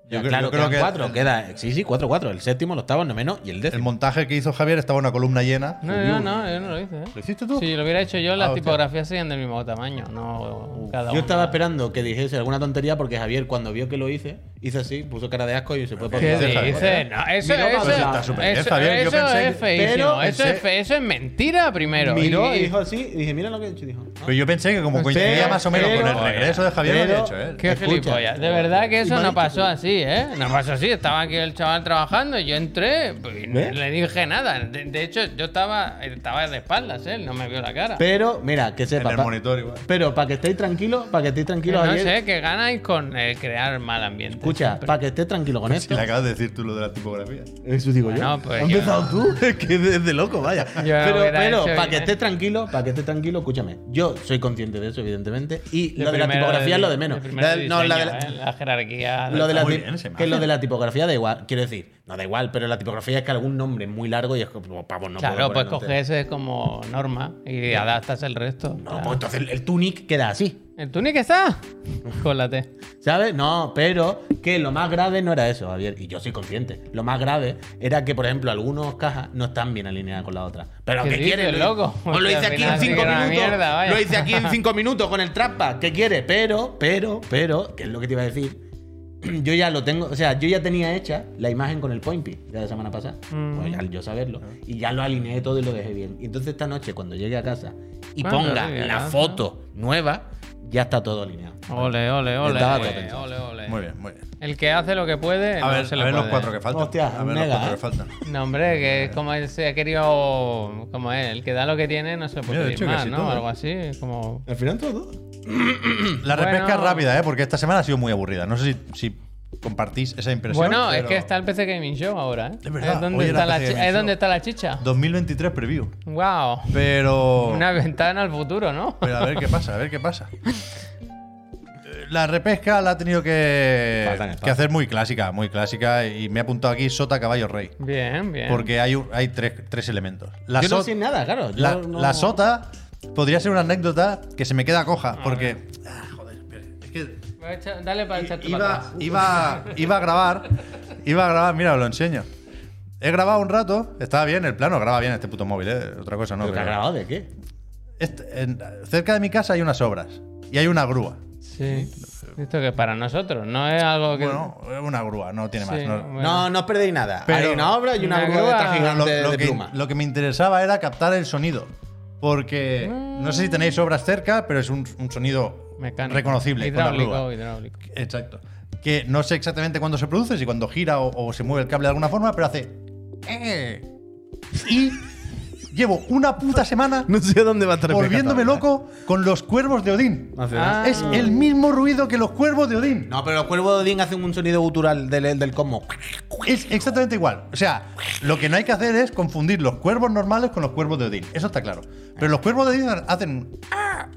Speaker 2: Yo
Speaker 1: Ya,
Speaker 2: creo-
Speaker 1: claro,
Speaker 2: yo creo
Speaker 1: quedan
Speaker 2: que-
Speaker 1: cuatro. queda, sí, sí, cuatro, cuatro. El séptimo, el octavo, el noveno y el
Speaker 2: El
Speaker 1: décimo.
Speaker 2: montaje que hizo Javier estaba una columna llena.
Speaker 3: No, no, no, yo no lo hice, ¿eh?
Speaker 2: ¿Lo hiciste tú?
Speaker 3: Si lo hubiera hecho yo,
Speaker 2: Ah,
Speaker 3: las
Speaker 2: hostia.
Speaker 3: tipografías serían del mismo tamaño, no cada
Speaker 1: Yo
Speaker 3: uno.
Speaker 1: estaba esperando que dijese alguna tontería porque Javier, cuando vio que lo hice, hizo así, puso cara de asco y se fue para
Speaker 2: ¿Qué
Speaker 1: otro
Speaker 3: ¿Qué
Speaker 1: lado.
Speaker 2: Deja de
Speaker 3: dices? No, eso,
Speaker 1: Miró para
Speaker 3: eso,
Speaker 1: otro lado.
Speaker 3: eso,
Speaker 1: Está
Speaker 2: súper bien,
Speaker 3: eso-
Speaker 2: está bien, yo
Speaker 3: eso
Speaker 2: pensé que-
Speaker 3: es feísimo.
Speaker 1: pero
Speaker 3: Eso, es,
Speaker 1: pensé-
Speaker 3: fe- eso es mentira primero.
Speaker 1: Miró
Speaker 3: Y-
Speaker 1: y dijo así, y dije, mira lo que he hecho. y Dijo, ah.
Speaker 2: Pero yo pensé que como
Speaker 3: Pero-
Speaker 2: coincidía más o menos con el
Speaker 3: pero-
Speaker 2: regreso de Javier, lo había
Speaker 1: pero-
Speaker 2: hecho, ¿eh?
Speaker 3: Qué
Speaker 1: Escucha.
Speaker 3: gilipollas. De verdad que eso no pasó así, ¿eh? No pasó así. Estaba aquí el chaval trabajando, yo entré pues, y no
Speaker 1: ¿Ves?
Speaker 3: le dije nada. De, de hecho, yo estaba, estaba de espaldas, ¿eh? Él No me vio la cara.
Speaker 1: Pero, mira, que sepa.
Speaker 2: En el
Speaker 1: pa-
Speaker 2: monitor igual.
Speaker 1: Pero para que estéis tranquilos, para que estéis
Speaker 3: Que
Speaker 1: tranquilos,
Speaker 3: no
Speaker 1: Javier.
Speaker 3: sé, que ganáis con el crear mal ambiente.
Speaker 1: Escucha, para que estés tranquilo con
Speaker 2: Si
Speaker 1: esto.
Speaker 2: le acabas de decir tú lo de la tipografía.
Speaker 1: Eso digo yo.
Speaker 3: No, pues
Speaker 1: ¿Has
Speaker 3: yo
Speaker 1: empezado
Speaker 3: no.
Speaker 1: tú? Es que de, de loco, vaya.
Speaker 3: Yo no
Speaker 1: pero
Speaker 3: hubiera
Speaker 1: pero
Speaker 3: hecho
Speaker 1: para
Speaker 3: bien,
Speaker 1: que
Speaker 3: ¿eh?
Speaker 1: estés tranquilo, para que estés tranquilo, escúchame. Yo soy consciente de eso, evidentemente. Y
Speaker 3: De
Speaker 1: lo de la
Speaker 3: primero
Speaker 1: tipografía es lo de
Speaker 3: de-
Speaker 1: menos.
Speaker 3: de primero
Speaker 1: La-
Speaker 3: de
Speaker 1: no, la de la-
Speaker 3: diseño, ¿eh? La jerarquía.
Speaker 1: lo de la
Speaker 2: Muy
Speaker 1: tip-
Speaker 2: bien, se me
Speaker 1: que
Speaker 2: hace.
Speaker 1: lo de la tipografía da igual, quiero decir, no da igual, pero la tipografía es que algún nombre es muy largo y es como, pavo, no
Speaker 3: Claro,
Speaker 1: puedo
Speaker 3: pues
Speaker 1: ponerlo entero.
Speaker 3: coges ese como norma y adaptas el resto.
Speaker 1: No,
Speaker 3: Claro.
Speaker 1: pues entonces el, el tunic queda así.
Speaker 3: ¿El túnel que está? Con la T.
Speaker 1: ¿Sabes? No, pero que lo más grave no era eso, Javier. Y yo soy consciente. Lo más grave era que, por ejemplo, algunas cajas no están bien alineadas con la otra. Pero
Speaker 3: ¿Qué
Speaker 1: ¿qué,
Speaker 3: dices,
Speaker 1: quieres,
Speaker 3: loco?
Speaker 1: Pues lo
Speaker 3: Porque
Speaker 1: hice
Speaker 3: al
Speaker 1: aquí
Speaker 3: final
Speaker 1: en
Speaker 3: sí que
Speaker 1: cinco
Speaker 3: era una
Speaker 1: minutos.
Speaker 3: mierda, vaya.
Speaker 1: lo hice aquí en cinco minutos con el traspa. ¿Qué quieres? Pero, pero, pero, que es lo que te iba a decir. Yo ya lo tengo, o sea, yo ya tenía hecha la imagen con el point P de la semana pasada.
Speaker 3: Mm.
Speaker 1: Pues al yo saberlo.
Speaker 3: Ah.
Speaker 1: Y ya lo alineé todo y lo dejé bien. Y entonces esta noche, cuando llegue a casa y
Speaker 3: Cuando
Speaker 1: ponga
Speaker 3: llegue a
Speaker 1: la
Speaker 3: casa.
Speaker 1: foto nueva, ya está todo alineado.
Speaker 3: Ole, ole, ole.
Speaker 1: Estaba todo
Speaker 3: Ole,
Speaker 1: pensado.
Speaker 3: ole, ole.
Speaker 2: Muy bien, muy bien.
Speaker 3: El que hace lo que puede.
Speaker 2: A
Speaker 3: no
Speaker 2: ver,
Speaker 3: se
Speaker 2: a
Speaker 3: le
Speaker 2: ver los
Speaker 3: puede.
Speaker 2: cuatro que faltan.
Speaker 1: Hostia,
Speaker 2: a ver
Speaker 1: mega,
Speaker 2: los cuatro
Speaker 1: ¿eh?
Speaker 2: que faltan.
Speaker 3: No, hombre, que es como él se ha querido. Como es, el que da lo que tiene no se le puede
Speaker 2: Mira, de
Speaker 3: pedir
Speaker 2: hecho,
Speaker 3: más,
Speaker 2: casi
Speaker 3: ¿no?
Speaker 2: todo, ¿eh?
Speaker 3: Algo así, como.
Speaker 1: Al final todo.
Speaker 2: La
Speaker 3: Bueno.
Speaker 2: repesca es rápida, ¿eh? Porque esta semana ha sido muy aburrida. No sé si, si compartís esa impresión.
Speaker 3: Bueno, es
Speaker 2: pero-
Speaker 3: que está el PC Gaming Show ahora, ¿eh?
Speaker 2: Es verdad,
Speaker 3: Es donde,
Speaker 2: hoy era
Speaker 3: está la,
Speaker 2: PC
Speaker 3: chi-
Speaker 2: Gaming
Speaker 3: es donde
Speaker 2: Show.
Speaker 3: está la chicha.
Speaker 2: 2023 preview.
Speaker 3: Wow.
Speaker 2: Pero.
Speaker 3: Una ventana al futuro, ¿no?
Speaker 2: Pero a ver qué pasa, a ver qué pasa. Eh, La repesca la ha tenido que,
Speaker 1: Faltan espacios.
Speaker 2: que hacer muy clásica, muy clásica. Y me he apuntado aquí Sota Caballo Rey.
Speaker 3: Bien, bien.
Speaker 2: Porque hay, un- hay tres, tres elementos. La
Speaker 1: yo no
Speaker 2: sot-
Speaker 1: sé nada, claro. yo
Speaker 2: La,
Speaker 1: no-
Speaker 2: la sota podría ser una anécdota que se me queda coja, porque. Ah, joder, espera, es que
Speaker 3: Va a echar- Pues Dale para
Speaker 2: I-
Speaker 3: echarte para
Speaker 2: iba,
Speaker 3: atrás.
Speaker 2: iba, iba a grabar, iba a grabar, mira, os lo enseño. He grabado un rato, estaba bien el plano, graba bien este puto móvil, ¿eh? otra cosa no.
Speaker 1: ¿Pero
Speaker 2: pero-
Speaker 1: te has grabado de qué?
Speaker 2: Este- en- cerca de mi casa hay unas obras y hay una grúa.
Speaker 3: Sí. Esto que es para nosotros, no es algo que.
Speaker 2: Bueno, una grúa, no tiene más.
Speaker 3: Sí,
Speaker 2: no-
Speaker 3: bueno.
Speaker 1: No, no os perdéis nada.
Speaker 2: Pero-
Speaker 1: Hay una obra y una
Speaker 3: Una
Speaker 1: grúa de esta
Speaker 3: grúa-
Speaker 2: Pero
Speaker 1: gigante
Speaker 2: lo, lo
Speaker 1: de
Speaker 2: que,
Speaker 1: pluma.
Speaker 2: lo que me interesaba era captar el sonido. Porque no sé si tenéis obras cerca, pero es un, un sonido
Speaker 3: Mecánico.
Speaker 2: reconocible. con la
Speaker 3: Hidráulico,
Speaker 2: grúa.
Speaker 3: hidráulico.
Speaker 2: Exacto. Que no sé exactamente cuándo se produce, si cuando gira o, o se mueve el cable de alguna forma, pero hace. "Eh". Y llevo una puta semana
Speaker 4: No sé dónde va a estar
Speaker 2: volviéndome
Speaker 4: rescatado.
Speaker 2: loco
Speaker 1: ¿eh?
Speaker 2: con los cuervos de Odín.
Speaker 1: No hace
Speaker 3: Ah.
Speaker 1: nada.
Speaker 2: Es el mismo ruido que los cuervos de Odín.
Speaker 1: No, pero los cuervos de Odín hacen un sonido gutural del, del cosmos.
Speaker 2: Es exactamente igual. O sea, lo que no hay que hacer es confundir los cuervos normales con los cuervos de Odín. Eso está claro. Pero los cuervos de Odín hacen. un "Ah".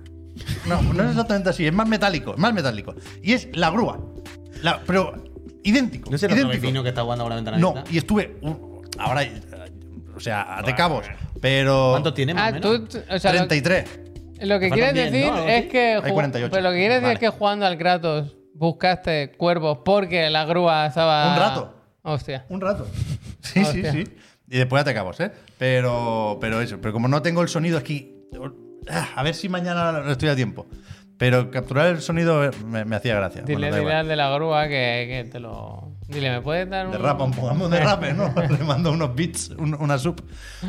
Speaker 2: No, no es exactamente así. Es más metálico. Es más metálico. Y es la grúa. La- pero idéntico.
Speaker 1: ¿No es el otro
Speaker 2: idéntico.
Speaker 1: vecino que está jugando por la ventana?
Speaker 2: No,
Speaker 1: abierta?
Speaker 2: y estuve. un- ahahora. eh, O sea, de cabos. Pero.
Speaker 1: ¿Cuántos tiene más
Speaker 3: Ah,
Speaker 1: o menos?
Speaker 3: tú. t- O sea, lo-
Speaker 2: 33.
Speaker 3: Lo que
Speaker 1: Faltan
Speaker 3: quieres
Speaker 1: 10,
Speaker 3: decir
Speaker 1: ¿no? Algo
Speaker 3: es
Speaker 1: así.
Speaker 3: que.
Speaker 2: Hay
Speaker 3: ju-
Speaker 2: 48.
Speaker 3: Pero lo que quieres
Speaker 2: Vale.
Speaker 3: decir es que jugando al Kratos buscaste cuervos porque la grúa estaba.
Speaker 2: Un rato.
Speaker 3: Hostia.
Speaker 2: Un rato. Sí, sí,
Speaker 3: Ah, Hostia.
Speaker 2: sí. Y después te acabos, ¿eh? Pero, pero eso, pero como no tengo el sonido aquí. ah, A ver si mañana lo estoy a tiempo. Pero capturar el sonido eh, me, me hacía gracia. Bueno,
Speaker 3: Dile,
Speaker 2: da
Speaker 3: dile
Speaker 2: igual.
Speaker 3: al de la grúa que, que te lo. Dile, ¿me puedes dar un.?
Speaker 2: Derrapa un poco, vamos de rape, ¿no? Le mando unos beats, un- una sub.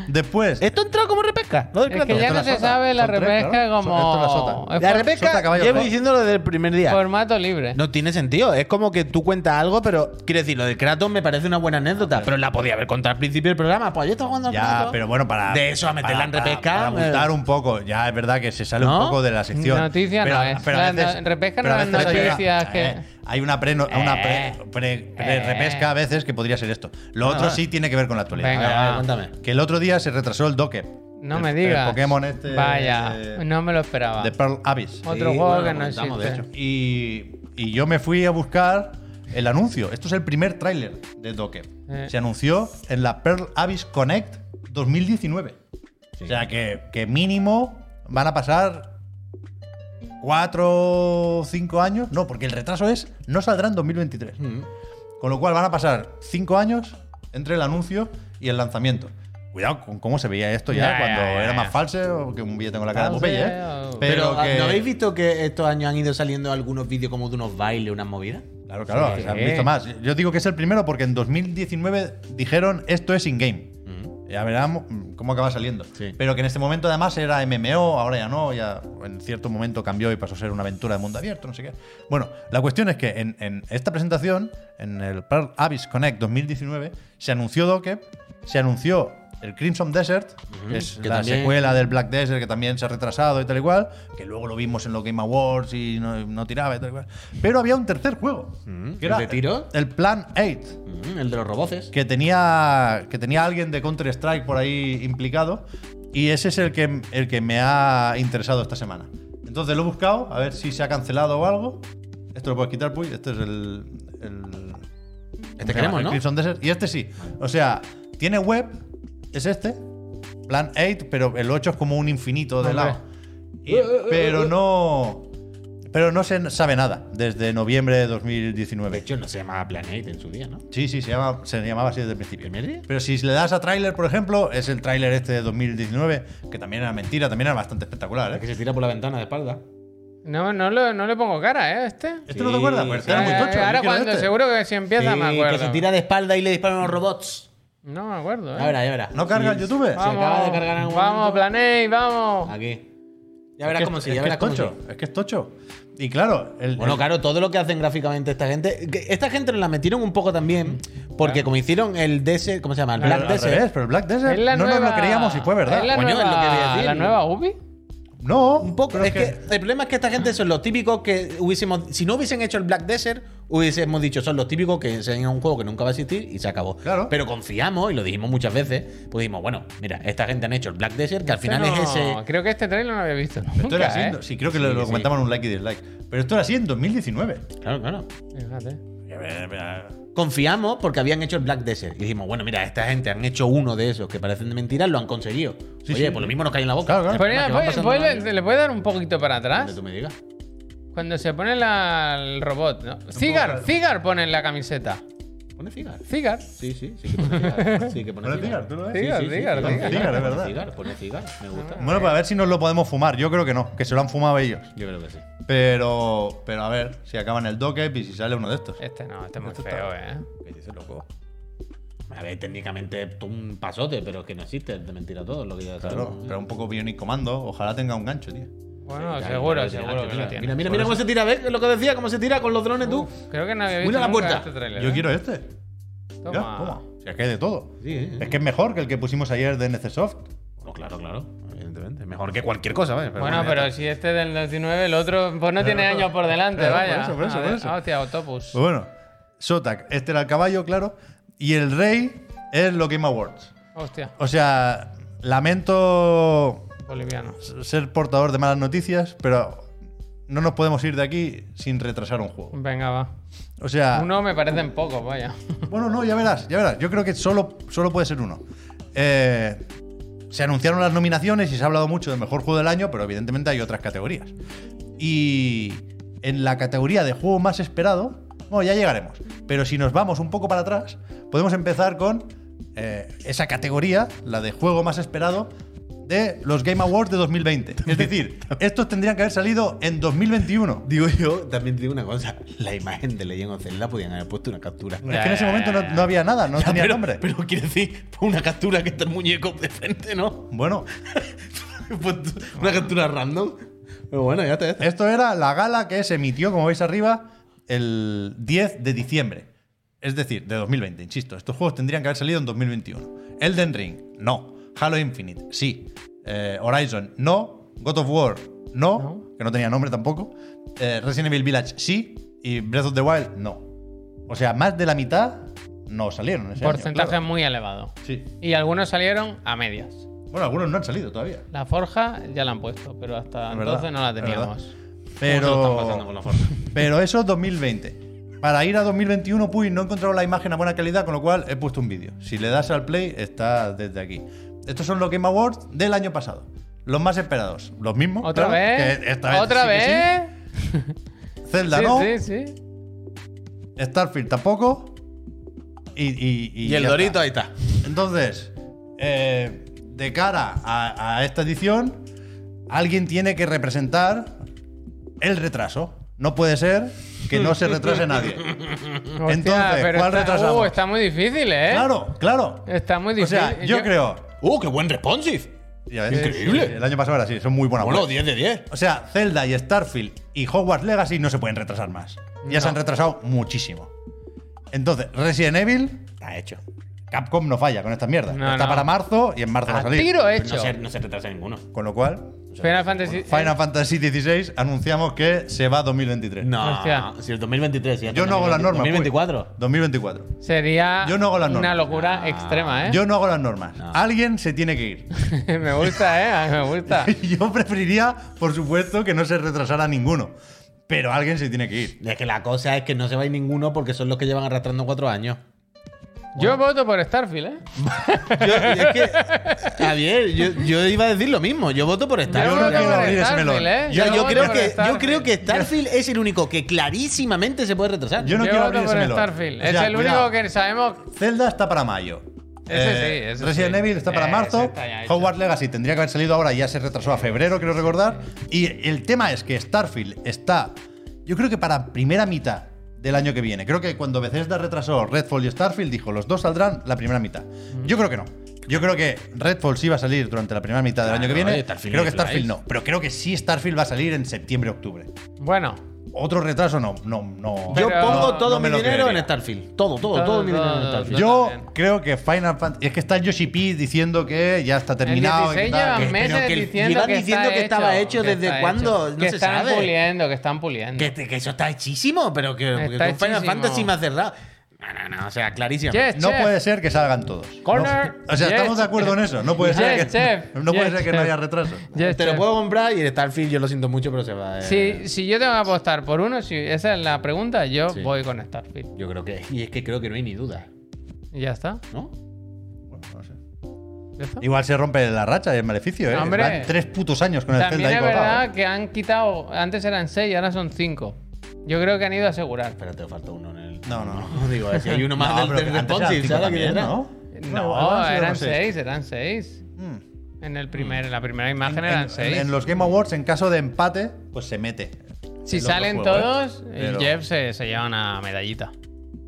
Speaker 2: Después.
Speaker 1: ¿Esto entra como repesca? ¿No del
Speaker 3: Es que
Speaker 1: Kratos?
Speaker 3: ya
Speaker 2: Esto
Speaker 3: no
Speaker 2: la
Speaker 3: se
Speaker 2: sota.
Speaker 3: sabe la
Speaker 2: Son tres,
Speaker 3: repesca
Speaker 2: claro.
Speaker 3: como.
Speaker 2: Esto la sota.
Speaker 1: La
Speaker 3: es for-
Speaker 2: Sota,
Speaker 1: repesca
Speaker 2: caballo,
Speaker 1: llevo
Speaker 2: rabo.
Speaker 1: diciéndolo desde el primer día.
Speaker 3: formato libre.
Speaker 1: No tiene sentido. Es como que tú cuentas algo, pero quiero decir, lo del Kratos me parece una buena anécdota, pero la podía haber contado al principio del programa. Pues yo estaba jugando al
Speaker 2: Ya,
Speaker 1: Kratos.
Speaker 2: pero bueno, para.
Speaker 1: De eso a meterla
Speaker 2: para-
Speaker 1: en
Speaker 2: para-
Speaker 1: repesca,
Speaker 2: Para,
Speaker 1: eh.
Speaker 2: gustar un poco. Ya, es verdad que se sale
Speaker 1: ¿No?
Speaker 2: un poco de la sección.
Speaker 3: Noticia no es. La- no- repesca
Speaker 2: pero
Speaker 3: no
Speaker 2: a
Speaker 3: es
Speaker 2: veces hay una-
Speaker 3: noticias que-
Speaker 2: eh, hay una pre, no- una pre,
Speaker 3: Eh.
Speaker 2: pre- pre-
Speaker 3: Eh. Ah.
Speaker 2: repesca a veces que podría ser esto. Lo otro
Speaker 1: vale.
Speaker 2: sí tiene que ver con la actualidad.
Speaker 1: A
Speaker 3: Venga.
Speaker 1: ver, a ver,
Speaker 3: Ah.
Speaker 1: cuéntame.
Speaker 2: Que el otro día se retrasó el doque.
Speaker 3: No
Speaker 2: El-
Speaker 3: me digas.
Speaker 2: El Pokémon este.
Speaker 3: Vaya,
Speaker 2: eh,
Speaker 3: no me lo esperaba.
Speaker 2: De Pearl Abyss.
Speaker 3: Otro
Speaker 1: Sí,
Speaker 3: juego
Speaker 1: bueno, lo
Speaker 3: que no
Speaker 1: comentamos, de
Speaker 3: existe.
Speaker 1: hecho.
Speaker 2: Y, y yo me fui a buscar el anuncio. Esto es el primer tráiler de Docker.
Speaker 3: Eh.
Speaker 2: Se anunció en la Pearl Abyss Connect 2019. O sea que, que mínimo van a pasar 4 o 5 años. No, porque el retraso es no saldrá en 2023.
Speaker 1: Mm.
Speaker 2: Con lo cual van a pasar 5 años entre el anuncio y el lanzamiento. Cuidado con cómo se veía esto ya,
Speaker 3: Ya,
Speaker 2: cuando
Speaker 3: ya, ya,
Speaker 2: era
Speaker 3: ya.
Speaker 2: más falso que un billete con la cara de
Speaker 3: Falso,
Speaker 2: Popeye. ¿eh?
Speaker 3: o-
Speaker 1: Pero, ah,
Speaker 2: que-
Speaker 1: ¿no habéis visto que estos años han ido saliendo algunos vídeos como de unos bailes, unas movidas?
Speaker 2: Claro, claro,
Speaker 3: Sí.
Speaker 2: se han visto más. Yo digo que es el primero porque en 2019 dijeron esto es in-game.
Speaker 1: Mm,
Speaker 2: Ya veremos cómo acaba saliendo.
Speaker 1: Sí.
Speaker 2: Pero que en este momento además era MMO, ahora ya no, ya en cierto momento cambió y pasó a ser una aventura de mundo abierto, no sé qué. Bueno, la cuestión es que en, en esta presentación, en el Pearl Abyss Connect 2019, se anunció Doke, se anunció el Crimson Desert, que es
Speaker 1: que
Speaker 2: la
Speaker 1: también-
Speaker 2: secuela del Black Desert que también se ha retrasado y tal y cual, que luego lo vimos en los Game Awards y no, no tiraba y tal y cual. Pero había un tercer juego,
Speaker 1: Mm,
Speaker 2: que
Speaker 1: ¿el de tiro?
Speaker 2: el Plan 8
Speaker 1: Mm, el de los roboces.
Speaker 2: que tenía que tenía alguien de Counter Strike por ahí implicado y ese es el que el que me ha interesado esta semana. Entonces lo he buscado a ver si se ha cancelado o algo. Esto lo puedes quitar, Puy. Este es el, el- ¿cómo se llama?
Speaker 1: queremos,
Speaker 2: El
Speaker 1: ¿no?
Speaker 2: Crimson Desert. Y este sí. O sea, tiene web. Es este. Plan 8, pero el 8 es como un infinito de
Speaker 3: Hombre.
Speaker 2: lado. Y- pero no. Pero no se sabe nada desde noviembre de 2019.
Speaker 1: De hecho, no se llamaba Planet en su día, ¿no?
Speaker 2: Sí, sí, se, llama- se llamaba así desde el principio.
Speaker 1: ¿Primer día?
Speaker 2: Pero si le das a tráiler, por ejemplo, es el tráiler este de 2019, que también era mentira, también era bastante espectacular,
Speaker 1: El que
Speaker 2: ¿eh?
Speaker 1: se tira por la ventana de espalda.
Speaker 3: No, no, lo- no le pongo cara, ¿eh? Este.
Speaker 2: ¿Este no te acuerdas? Pues
Speaker 1: sí.
Speaker 2: era muy
Speaker 3: Eh,
Speaker 2: tocho. yo
Speaker 3: ahora
Speaker 2: quiero
Speaker 3: cuando
Speaker 2: este.
Speaker 3: seguro que si empieza
Speaker 1: Sí,
Speaker 3: me acuerdo.
Speaker 1: que se tira de espalda y le disparan los robots.
Speaker 3: No me acuerdo,
Speaker 1: Ya
Speaker 3: ¿eh?
Speaker 1: verás, ya verás.
Speaker 2: ¿No carga
Speaker 1: Sí,
Speaker 2: el YouTube?
Speaker 1: Se
Speaker 3: Ah.
Speaker 1: acaba de cargar en un
Speaker 3: vamos,
Speaker 1: momento.
Speaker 3: Planey, vamos.
Speaker 1: Aquí. Ya verás
Speaker 2: Es
Speaker 1: cómo
Speaker 2: que-
Speaker 1: sí,
Speaker 2: es
Speaker 1: ya
Speaker 2: que
Speaker 1: verás
Speaker 2: es
Speaker 1: cómo sí.
Speaker 2: tocho, es que es tocho. Y claro, el,
Speaker 1: Bueno,
Speaker 2: el-
Speaker 1: claro, todo lo que hacen gráficamente esta gente. que Esta gente nos la metieron un poco también. Porque como hicieron el Desert, ¿cómo se llama? El
Speaker 2: pero
Speaker 1: Black
Speaker 2: al
Speaker 1: Desert.
Speaker 2: revés, pero el Black Desert
Speaker 3: Es la
Speaker 2: no
Speaker 3: nueva-
Speaker 2: nos lo creíamos y fue verdad.
Speaker 3: Es la
Speaker 1: Coño, es lo que
Speaker 3: nueva,
Speaker 1: voy a decir.
Speaker 3: la nueva UBI.
Speaker 2: No,
Speaker 1: Un poco.
Speaker 2: pero
Speaker 1: Es que, el problema es que esta gente son los típicos que hubiésemos. Si no hubiesen hecho el Black Desert, hubiésemos dicho, son los típicos que enseñan un juego que nunca va a existir y se acabó.
Speaker 2: Claro.
Speaker 1: Pero confiamos, y lo dijimos muchas veces, pues dijimos, bueno, mira, esta gente han hecho el Black Desert, que al final
Speaker 3: Este
Speaker 1: es
Speaker 3: no-
Speaker 1: ese.
Speaker 3: Creo que este trailer no lo había visto. Nunca,
Speaker 2: Esto era así,
Speaker 3: ¿eh?
Speaker 2: en- sí, creo que lo, lo comentamos en un like y dislike. Pero esto era así en 2019.
Speaker 1: Claro, claro.
Speaker 3: Fíjate.
Speaker 1: Confiamos porque habían hecho el Black Desert. Y dijimos, bueno, mira, esta gente han hecho uno de esos que parecen de mentiras, lo han conseguido.
Speaker 2: Sí,
Speaker 1: Oye,
Speaker 2: sí.
Speaker 1: por lo mismo nos cae en la boca.
Speaker 2: Claro, claro.
Speaker 1: El
Speaker 3: Pero
Speaker 1: problema es
Speaker 3: Pues mira,
Speaker 1: que van
Speaker 3: voy-
Speaker 1: pasando
Speaker 3: voy-
Speaker 1: los años.
Speaker 3: ¿le puedes dar un poquito para
Speaker 1: Donde
Speaker 3: atrás?
Speaker 1: tú me digas.
Speaker 3: Cuando se pone la- el robot, ¿no? Cigar, Cigar pone en la camiseta.
Speaker 1: ¿Pone cigar?
Speaker 3: Cigar.
Speaker 1: Sí, sí, sí que pone cigar. Sí que pone
Speaker 2: Pone
Speaker 1: cigar.
Speaker 2: cigar, tú lo
Speaker 1: Sí,
Speaker 2: ves.
Speaker 3: Cigar,
Speaker 1: sí, sí,
Speaker 3: cigar,
Speaker 1: pone
Speaker 2: cigar.
Speaker 1: cigar,
Speaker 2: es
Speaker 1: pone
Speaker 2: verdad.
Speaker 1: Cigar, pone cigar, me gusta.
Speaker 2: Bueno, para ver si nos lo podemos fumar. Yo creo que no, que se lo han fumado ellos.
Speaker 1: Yo creo que sí.
Speaker 2: Pero, pero a ver si acaban el docket y si sale uno de estos.
Speaker 3: Este no, este es muy
Speaker 2: Esto está-
Speaker 3: feo, ¿eh?
Speaker 2: ¿Qué dices, loco?
Speaker 1: A ver, técnicamente es un pasote, pero es que no existe, es de mentira todo lo que ya sabemos.
Speaker 2: Claro, pero un poco Bionic Comando. Ojalá tenga un gancho, tío.
Speaker 3: Bueno,
Speaker 1: Ya,
Speaker 3: seguro,
Speaker 1: ya, ya,
Speaker 3: seguro
Speaker 1: ya,
Speaker 3: que
Speaker 1: ya.
Speaker 3: lo tiene.
Speaker 1: Mira, mira, mira cómo se tira, ¿ves? Lo que decía, cómo se tira con los drones tú.
Speaker 3: Creo que no había visto
Speaker 1: Mira la
Speaker 3: nunca
Speaker 1: puerta.
Speaker 3: este tráiler,
Speaker 2: Yo
Speaker 3: ¿eh?
Speaker 2: quiero este.
Speaker 3: Toma.
Speaker 2: Mira, toma. Si aquí hay de todo.
Speaker 1: Sí, sí, sí.
Speaker 2: Es que es mejor que el que pusimos ayer de Necesoft.
Speaker 1: No, claro, claro, evidentemente. Mejor que cualquier cosa, ¿ves? Pero
Speaker 3: bueno, pero si este es del 99, el otro pues no tiene años por delante,
Speaker 2: Claro, por
Speaker 3: vaya.
Speaker 2: eso, por eso,
Speaker 3: Ah,
Speaker 2: por
Speaker 3: de-
Speaker 2: eso.
Speaker 3: ah, Hostia, Autopus.
Speaker 2: Pues bueno, Sotak, este era el caballo, claro. Y el rey es los Game Awards.
Speaker 3: Hostia,
Speaker 2: O sea, lamento
Speaker 3: boliviano.
Speaker 2: ser portador de malas noticias, pero no nos podemos ir de aquí sin retrasar un juego.
Speaker 3: Venga, va.
Speaker 2: O sea,
Speaker 3: Uno me parecen pocos, vaya.
Speaker 2: bueno, no, ya verás, ya verás. Yo creo que solo, solo puede ser uno. Eh, se anunciaron las nominaciones y se ha hablado mucho del mejor juego del año, pero evidentemente hay otras categorías. Y en la categoría de juego más esperado, bueno, ya llegaremos. Pero si nos vamos un poco para atrás, podemos empezar con eh, esa categoría, la de juego más esperado de los Game Awards de 2020. Es decir, estos tendrían que haber salido en 2021.
Speaker 1: Digo yo, también te digo una cosa. La imagen de Legend of Zelda podían haber puesto una captura.
Speaker 2: Es que en ese momento no, no había nada, no
Speaker 1: Ya,
Speaker 2: tenía
Speaker 1: pero,
Speaker 2: nombre.
Speaker 1: Pero quiere decir, pues una captura que está el muñeco de frente, ¿no?
Speaker 2: Bueno,
Speaker 1: Pues tú, una captura random. Pero bueno, ya te
Speaker 2: Esto era la gala que se emitió, como veis arriba, el 10 de diciembre. Es decir, de 2020, insisto. Estos juegos tendrían que haber salido en 2021. Elden Ring, no. Halo Infinite, sí. Eh, Horizon, no. God of War, no,
Speaker 3: No.
Speaker 2: Que no tenía nombre tampoco. Eh, Resident Evil Village, sí. Y Breath of the Wild, no. O sea, más de la mitad no salieron. Ese año,
Speaker 3: Porcentaje
Speaker 2: claro.
Speaker 3: muy elevado.
Speaker 2: Sí.
Speaker 3: Y algunos salieron a medias.
Speaker 2: Bueno, algunos no han salido todavía.
Speaker 3: La forja ya la han puesto, pero hasta
Speaker 2: Es verdad,
Speaker 3: entonces no la
Speaker 2: es verdad.
Speaker 3: teníamos.
Speaker 2: Pero.
Speaker 1: ¿Cómo se lo están pasando con la forma?
Speaker 2: Pero eso es 2020. Para ir a 2021, Puy, no he encontrado la imagen a buena calidad, con lo cual he puesto un vídeo. Si le das al play, está desde aquí. Estos son los Game Awards del año pasado. Los más esperados. Los mismos.
Speaker 3: ¿Otra
Speaker 2: claro,
Speaker 3: vez?
Speaker 2: que esta vez
Speaker 3: ¿Otra
Speaker 2: sí que
Speaker 3: vez?
Speaker 2: sí. Zelda no.
Speaker 3: sí, sí, sí.
Speaker 2: Starfield tampoco. Y, y- y
Speaker 1: Y el
Speaker 2: ya
Speaker 1: Dorito
Speaker 2: está.
Speaker 1: ahí está.
Speaker 2: Entonces, eh, de cara a, a esta edición, alguien tiene que representar el retraso. No puede ser que no se retrase nadie.
Speaker 3: Hostia,
Speaker 2: Entonces, ¿cuál
Speaker 3: está,
Speaker 2: retrasamos?
Speaker 3: uh, está muy difícil, ¿eh?
Speaker 2: Claro, claro.
Speaker 3: Está muy
Speaker 2: O
Speaker 3: difícil.
Speaker 2: sea, yo, creo.
Speaker 1: ¡Uh, qué buen responsive!
Speaker 2: Ya ves,
Speaker 1: Increíble. Ah,
Speaker 2: sí, El año pasado era así, son muy buenas.
Speaker 1: Bueno,
Speaker 2: jugadas.
Speaker 1: 10 de 10.
Speaker 2: O sea, Zelda y Starfield y Hogwarts Legacy no se pueden retrasar más. Ya se han retrasado muchísimo. Entonces, Resident Evil,
Speaker 1: Está hecho.
Speaker 2: Capcom no falla con estas mierdas.
Speaker 3: No,
Speaker 2: Está
Speaker 3: no.
Speaker 2: para marzo y en marzo va a
Speaker 3: A
Speaker 2: salir.
Speaker 3: tiro eh.
Speaker 1: Pero
Speaker 3: hecho.
Speaker 1: No se, no se retrasa ninguno.
Speaker 2: Con lo cual,
Speaker 3: Final Fantasy.
Speaker 2: Final Fantasy XVI anunciamos que se va a 2023.
Speaker 1: No,
Speaker 3: Hostia.
Speaker 1: si el 2023 ya
Speaker 2: Yo no hago las normas. pues.
Speaker 1: 2024.
Speaker 2: 2024.
Speaker 3: Sería
Speaker 2: Yo no hago las
Speaker 3: una
Speaker 2: normas. Ah,
Speaker 3: locura extrema, ¿eh?
Speaker 2: Yo no hago las normas.
Speaker 1: No.
Speaker 2: Alguien se tiene que ir.
Speaker 3: me gusta, ¿eh? Me gusta.
Speaker 2: Yo preferiría, por supuesto, que no se retrasara ninguno. Pero alguien se tiene que ir.
Speaker 1: Es que la cosa es que no se va a ir ninguno porque son los que llevan arrastrando cuatro años.
Speaker 3: Yo voto por Starfield, ¿eh?
Speaker 1: Yo, es que, Javier, yo, yo iba a decir lo mismo. Yo voto por
Speaker 3: Yo
Speaker 1: Starfield.
Speaker 2: no
Speaker 3: voto
Speaker 2: quiero
Speaker 3: por
Speaker 2: abrir ese
Speaker 3: Starfield,
Speaker 2: melón.
Speaker 3: ¿eh?
Speaker 1: Yo, yo
Speaker 3: voto
Speaker 1: creo
Speaker 3: por
Speaker 1: que, yo
Speaker 3: Starfield.
Speaker 1: creo que Starfield es el único que clarísimamente se puede retrasar.
Speaker 2: Yo no
Speaker 3: Yo
Speaker 2: quiero
Speaker 3: voto
Speaker 2: abrir ese
Speaker 3: por
Speaker 2: melón. O
Speaker 3: Starfield.
Speaker 2: sea,
Speaker 3: es el
Speaker 2: cuidado.
Speaker 3: único que sabemos.
Speaker 2: Zelda está para mayo. Eh,
Speaker 3: Ese sí, ese
Speaker 2: Resident
Speaker 3: sí. Eh,
Speaker 2: Evil está para
Speaker 3: Ese
Speaker 2: marzo.
Speaker 3: está ya hecho.
Speaker 2: Hogwarts Legacy tendría que haber salido ahora, ya se retrasó a febrero, quiero recordar. Y el tema es que Starfield está, yo creo que para primera mitad del año que viene. Creo que cuando Bethesda retrasó Redfall y Starfield, dijo, los dos saldrán la primera mitad.
Speaker 3: Mm.
Speaker 2: Yo creo que no. Yo creo que Redfall sí va a salir durante la primera mitad del año que
Speaker 1: Claro,
Speaker 2: viene.
Speaker 1: y Starfield
Speaker 2: creo que
Speaker 1: ni Flies.
Speaker 2: Starfield no. Pero creo que sí Starfield va a salir en septiembre-octubre.
Speaker 3: Bueno,
Speaker 2: Otro retraso no, no, no.
Speaker 1: Yo
Speaker 3: Pero
Speaker 1: pongo
Speaker 3: no-
Speaker 1: todo
Speaker 2: no me
Speaker 1: mi
Speaker 2: lo
Speaker 1: dinero en
Speaker 2: creería.
Speaker 1: Starfield. Todo, todo, todo,
Speaker 3: Todo,
Speaker 1: mi dinero en
Speaker 3: todo,
Speaker 1: Starfield.
Speaker 3: todo.
Speaker 2: Yo
Speaker 3: también.
Speaker 2: creo que Final Fantasy. Es que está Yoshi P diciendo que ya está terminado. y que
Speaker 3: 16
Speaker 2: tal,
Speaker 3: llevan
Speaker 2: que-
Speaker 1: mes-
Speaker 3: meses
Speaker 1: pero que
Speaker 3: diciendo,
Speaker 1: llevan
Speaker 3: que,
Speaker 1: diciendo
Speaker 3: está
Speaker 1: que estaba hecho
Speaker 3: que
Speaker 1: desde
Speaker 3: está
Speaker 1: cuándo, no
Speaker 3: que
Speaker 1: se
Speaker 3: están
Speaker 1: sabe.
Speaker 3: puliendo, que están puliendo.
Speaker 1: Que, te- que eso está hechísimo, pero que, que
Speaker 3: Está
Speaker 1: con Final
Speaker 3: hechísimo.
Speaker 1: Fantasy me ha cerrado. No, no, no, o sea, clarísimo.
Speaker 3: Yes,
Speaker 2: no
Speaker 3: chef.
Speaker 2: puede ser que salgan todos.
Speaker 3: Corner.
Speaker 2: No- o sea,
Speaker 3: Yes,
Speaker 2: estamos de acuerdo en eso. No puede
Speaker 3: Yes,
Speaker 2: ser que,
Speaker 3: chef.
Speaker 2: no, puede
Speaker 3: Yes,
Speaker 2: ser que no
Speaker 3: chef.
Speaker 2: haya retraso.
Speaker 3: Yes,
Speaker 1: Te lo
Speaker 3: chef.
Speaker 1: puedo comprar y el Starfield, yo lo siento mucho, pero se va. eh.
Speaker 3: Si, si yo tengo que apostar por uno, si esa es la pregunta, yo
Speaker 1: Sí.
Speaker 3: voy con Starfield.
Speaker 1: Yo creo que. Y es que creo que no hay ni duda,
Speaker 3: Y ya está.
Speaker 1: ¿no?
Speaker 2: Bueno, no sé.
Speaker 3: ¿Ya está?
Speaker 2: Igual se rompe la racha y el maleficio, ¿eh?
Speaker 3: No, hombre.
Speaker 2: Van tres putos años con el
Speaker 3: También
Speaker 2: Zelda ahí
Speaker 3: es
Speaker 2: colgado.
Speaker 3: verdad que han quitado. Antes eran 6 ahora son 5. Yo creo que han ido a asegurar.
Speaker 1: Espérate, falta uno en el.
Speaker 2: No, no.
Speaker 1: Digo, a ver si hay uno más
Speaker 2: No, pero que
Speaker 1: del, del
Speaker 2: antes eran
Speaker 1: Responsive,
Speaker 2: cinco
Speaker 1: ¿sabes?
Speaker 2: también,
Speaker 1: Que
Speaker 2: ¿no?
Speaker 3: No,
Speaker 2: ahora han sido
Speaker 3: eran
Speaker 2: los seis.
Speaker 3: 6, eran 6.
Speaker 2: Mm.
Speaker 3: En, el primer, en la primera imagen
Speaker 2: En-
Speaker 3: eran
Speaker 2: en-
Speaker 3: 6.
Speaker 2: En los Game Awards, en caso de empate, pues se mete.
Speaker 3: Si
Speaker 2: El otro
Speaker 3: salen
Speaker 2: juego, ¿eh?
Speaker 3: todos, el
Speaker 2: Pero-
Speaker 3: Jeff se, se lleva una medallita.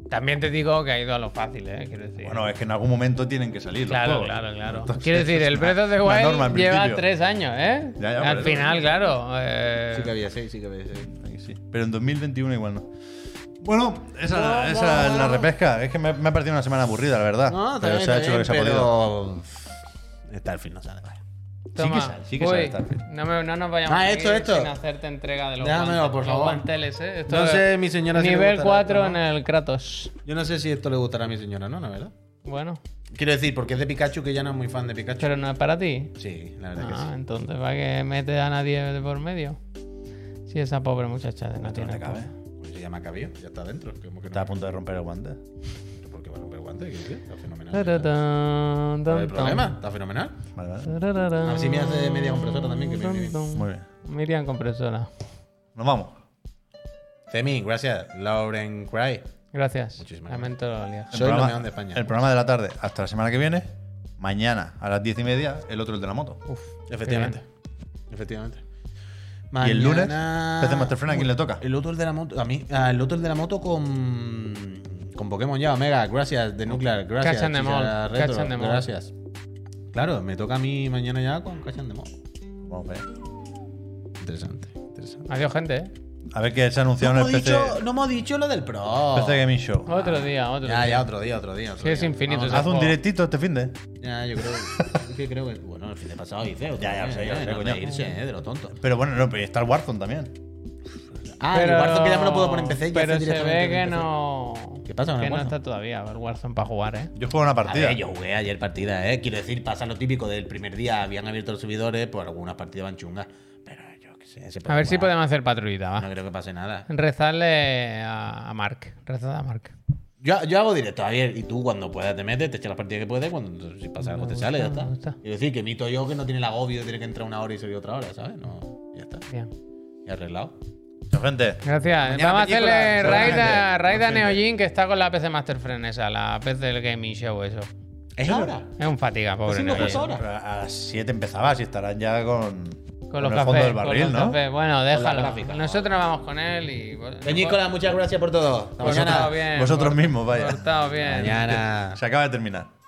Speaker 3: También te digo que ha ido a lo fácil, ¿eh? Quiero decir.
Speaker 2: Bueno, es que en algún momento tienen que salir. los
Speaker 3: claro,
Speaker 2: juegos.
Speaker 3: claro, claro.
Speaker 2: Entonces,
Speaker 3: Quiero decir,
Speaker 2: es
Speaker 3: el
Speaker 2: una-
Speaker 3: Breath of the
Speaker 2: una norma, en
Speaker 3: Wild lleva
Speaker 2: principio.
Speaker 3: tres años, ¿eh?
Speaker 2: Ya, ya, por
Speaker 3: Al
Speaker 2: eso.
Speaker 3: final, claro. eh,
Speaker 1: Sí que había seis, sí que había seis.
Speaker 2: Ahí sí. Pero en 2021 igual no. Bueno, esa, esa es la repesca. Es que me, me ha parecido una semana aburrida, la verdad.
Speaker 1: No,
Speaker 2: pero
Speaker 1: también
Speaker 2: se ha hecho lo que se ha podido.
Speaker 1: pero... Starfield no sale. vale.
Speaker 3: eh, toma.
Speaker 2: sale, sí que sale
Speaker 3: Uy,
Speaker 2: Starfield.
Speaker 3: No, me- no nos vayamos
Speaker 1: Ah,
Speaker 3: a
Speaker 1: esto,
Speaker 3: ir
Speaker 1: esto.
Speaker 3: sin hacerte entrega de los,
Speaker 1: Dámelo,
Speaker 3: guantes,
Speaker 1: por
Speaker 3: los
Speaker 1: favor.
Speaker 3: guanteles, ¿eh? Esto
Speaker 1: No
Speaker 3: es
Speaker 1: sé, mi señora, si le
Speaker 3: Nivel
Speaker 1: gustará
Speaker 3: 4
Speaker 1: esto, ¿no?
Speaker 3: en el Kratos.
Speaker 1: Yo no sé si esto le gustará a mi señora, ¿no? ¿No, verdad?
Speaker 3: Bueno,
Speaker 1: Quiero decir, porque es de Pikachu que ya no es muy fan de Pikachu.
Speaker 3: pero no es para ti.
Speaker 1: Sí, la verdad que
Speaker 3: Ah,
Speaker 1: sí.
Speaker 3: entonces, ¿para qué metes a nadie de por medio? Si esa pobre muchacha no
Speaker 2: No
Speaker 3: tiene.
Speaker 2: te cabe.
Speaker 1: Pues ya me ha cabido, ya está dentro. Como que
Speaker 2: Está
Speaker 1: no.
Speaker 2: a punto de romper el guante.
Speaker 1: Porque va a romper guante, ¿qué dices? Está fenomenal.
Speaker 3: Tararán,
Speaker 1: No hay
Speaker 3: tan,
Speaker 1: problema, está fenomenal.
Speaker 2: Vale, vale.
Speaker 3: tan. Tararán,
Speaker 1: A ver si me hace media compresora también, que me viene bien.
Speaker 3: tan,
Speaker 2: Muy bien.
Speaker 3: tan. Miriam compresora.
Speaker 2: Nos vamos.
Speaker 1: Cemi, gracias. Lauren Cry.
Speaker 3: Gracias.
Speaker 1: Muchísimas
Speaker 3: Lamento lo liado.
Speaker 1: Soy lo mejor de España.
Speaker 2: el programa de la tarde. Hasta la semana que viene. Mañana a las diez y media, el otro el de la moto.
Speaker 3: Uf,
Speaker 1: Efectivamente. Efectivamente.
Speaker 2: Y el lunes,
Speaker 1: Mañana-
Speaker 2: PC Master Friend, ¿a quién le toca?
Speaker 1: El otro el de la moto. A mí, ah, el otro el de la moto con. Con Pokémon ya, Omega. Gracias, de Nuclear. Gracias.
Speaker 3: Catch and the
Speaker 1: Chicha
Speaker 3: Mall,
Speaker 1: Retro,
Speaker 3: Catch and the Mall.
Speaker 1: Gracias. Claro, me toca a mí mañana ya con Catch and the Mall.
Speaker 2: Vamos para allá.
Speaker 1: Interesante, interesante.
Speaker 3: Adiós, gente. ¿eh?
Speaker 2: A ver qué se ha anunciado
Speaker 1: No
Speaker 2: en
Speaker 1: hemos,
Speaker 2: el PC,
Speaker 1: dicho, no hemos dicho lo del Pro.
Speaker 2: PC Gaming Show.
Speaker 3: Otro día, otro
Speaker 1: Ah. Ya,
Speaker 3: día.
Speaker 1: ya, otro día, otro día. otro
Speaker 3: Sí, es
Speaker 1: día.
Speaker 3: infinito,
Speaker 1: Vamos a-
Speaker 2: Haz un directito este fin de.
Speaker 1: Ya, yo creo, es que creo que. Bueno, el fin de pasado hice. otro
Speaker 2: Ya, ya lo
Speaker 1: día,
Speaker 2: sé, ya lo sé,
Speaker 1: no
Speaker 2: coño.
Speaker 1: reírse, eh, de lo tonto.
Speaker 2: Pero bueno, no, pero está el Warzone también.
Speaker 1: Ah, el Warzone que ya me lo puedo poner en PC. ya
Speaker 3: Pero
Speaker 1: hace
Speaker 3: se
Speaker 1: directamente
Speaker 3: ve
Speaker 1: en
Speaker 3: que
Speaker 1: PC.
Speaker 3: no.
Speaker 1: ¿Qué pasa con el
Speaker 3: Que no
Speaker 1: Warzone?
Speaker 3: está todavía el Warzone para jugar, ¿eh?
Speaker 2: Yo juego una
Speaker 1: A
Speaker 2: partida.
Speaker 1: ver, yo jugué ayer partida, ¿eh? Quiero decir, pasa lo típico del primer día, habían abierto los servidores, pues algunas partidas van chungas. Pero yo qué sé, se puede
Speaker 3: A ver si
Speaker 1: jugar.
Speaker 3: podemos hacer patrullita, va.
Speaker 1: No creo que pase nada.
Speaker 3: Rezarle a, a Mark. Rezad a Mark.
Speaker 1: Yo, yo hago directo, Javier, y tú cuando puedas te metes, te echas las partidas que puedes, cuando si pasa algo te
Speaker 3: gusta,
Speaker 1: sale, ya
Speaker 3: me
Speaker 1: está.
Speaker 3: gusta.
Speaker 1: Quiero decir, que mito yo que no tiene el agobio de tener que entrar una hora y salir otra hora, ¿sabes? No, ya está.
Speaker 3: Bien.
Speaker 1: Y arreglado.
Speaker 2: Chao, gente.
Speaker 3: Gracias.
Speaker 2: Mañana
Speaker 3: Vamos a
Speaker 2: película,
Speaker 3: hacerle raid a,
Speaker 2: seguramente.
Speaker 3: raid a
Speaker 2: Por fin.
Speaker 3: Neojin que está con la PC Master Friend esa, la PC del Gaming Show, eso.
Speaker 1: ¿Es ahora?
Speaker 3: Es un fatiga, pobre
Speaker 1: Haciendo
Speaker 3: Neojin.
Speaker 1: justo ahora.
Speaker 2: Pero A a las 7 empezabas y estarán ya con,
Speaker 3: Con
Speaker 2: el
Speaker 3: los
Speaker 2: fondo
Speaker 3: cafés.
Speaker 2: del
Speaker 3: con
Speaker 2: barril,
Speaker 3: los
Speaker 2: ¿no?
Speaker 3: cafés. Bueno,
Speaker 1: gráfica.
Speaker 3: déjalo. Nosotros vamos con él y.
Speaker 1: Peñícola, muchas gracias por todo. Hasta
Speaker 3: Cortado
Speaker 1: mañana.
Speaker 3: bien,
Speaker 2: vosotros
Speaker 3: cort-
Speaker 2: mismos, vaya.
Speaker 3: Cortado bien.
Speaker 1: Mañana.
Speaker 2: Se acaba de terminar.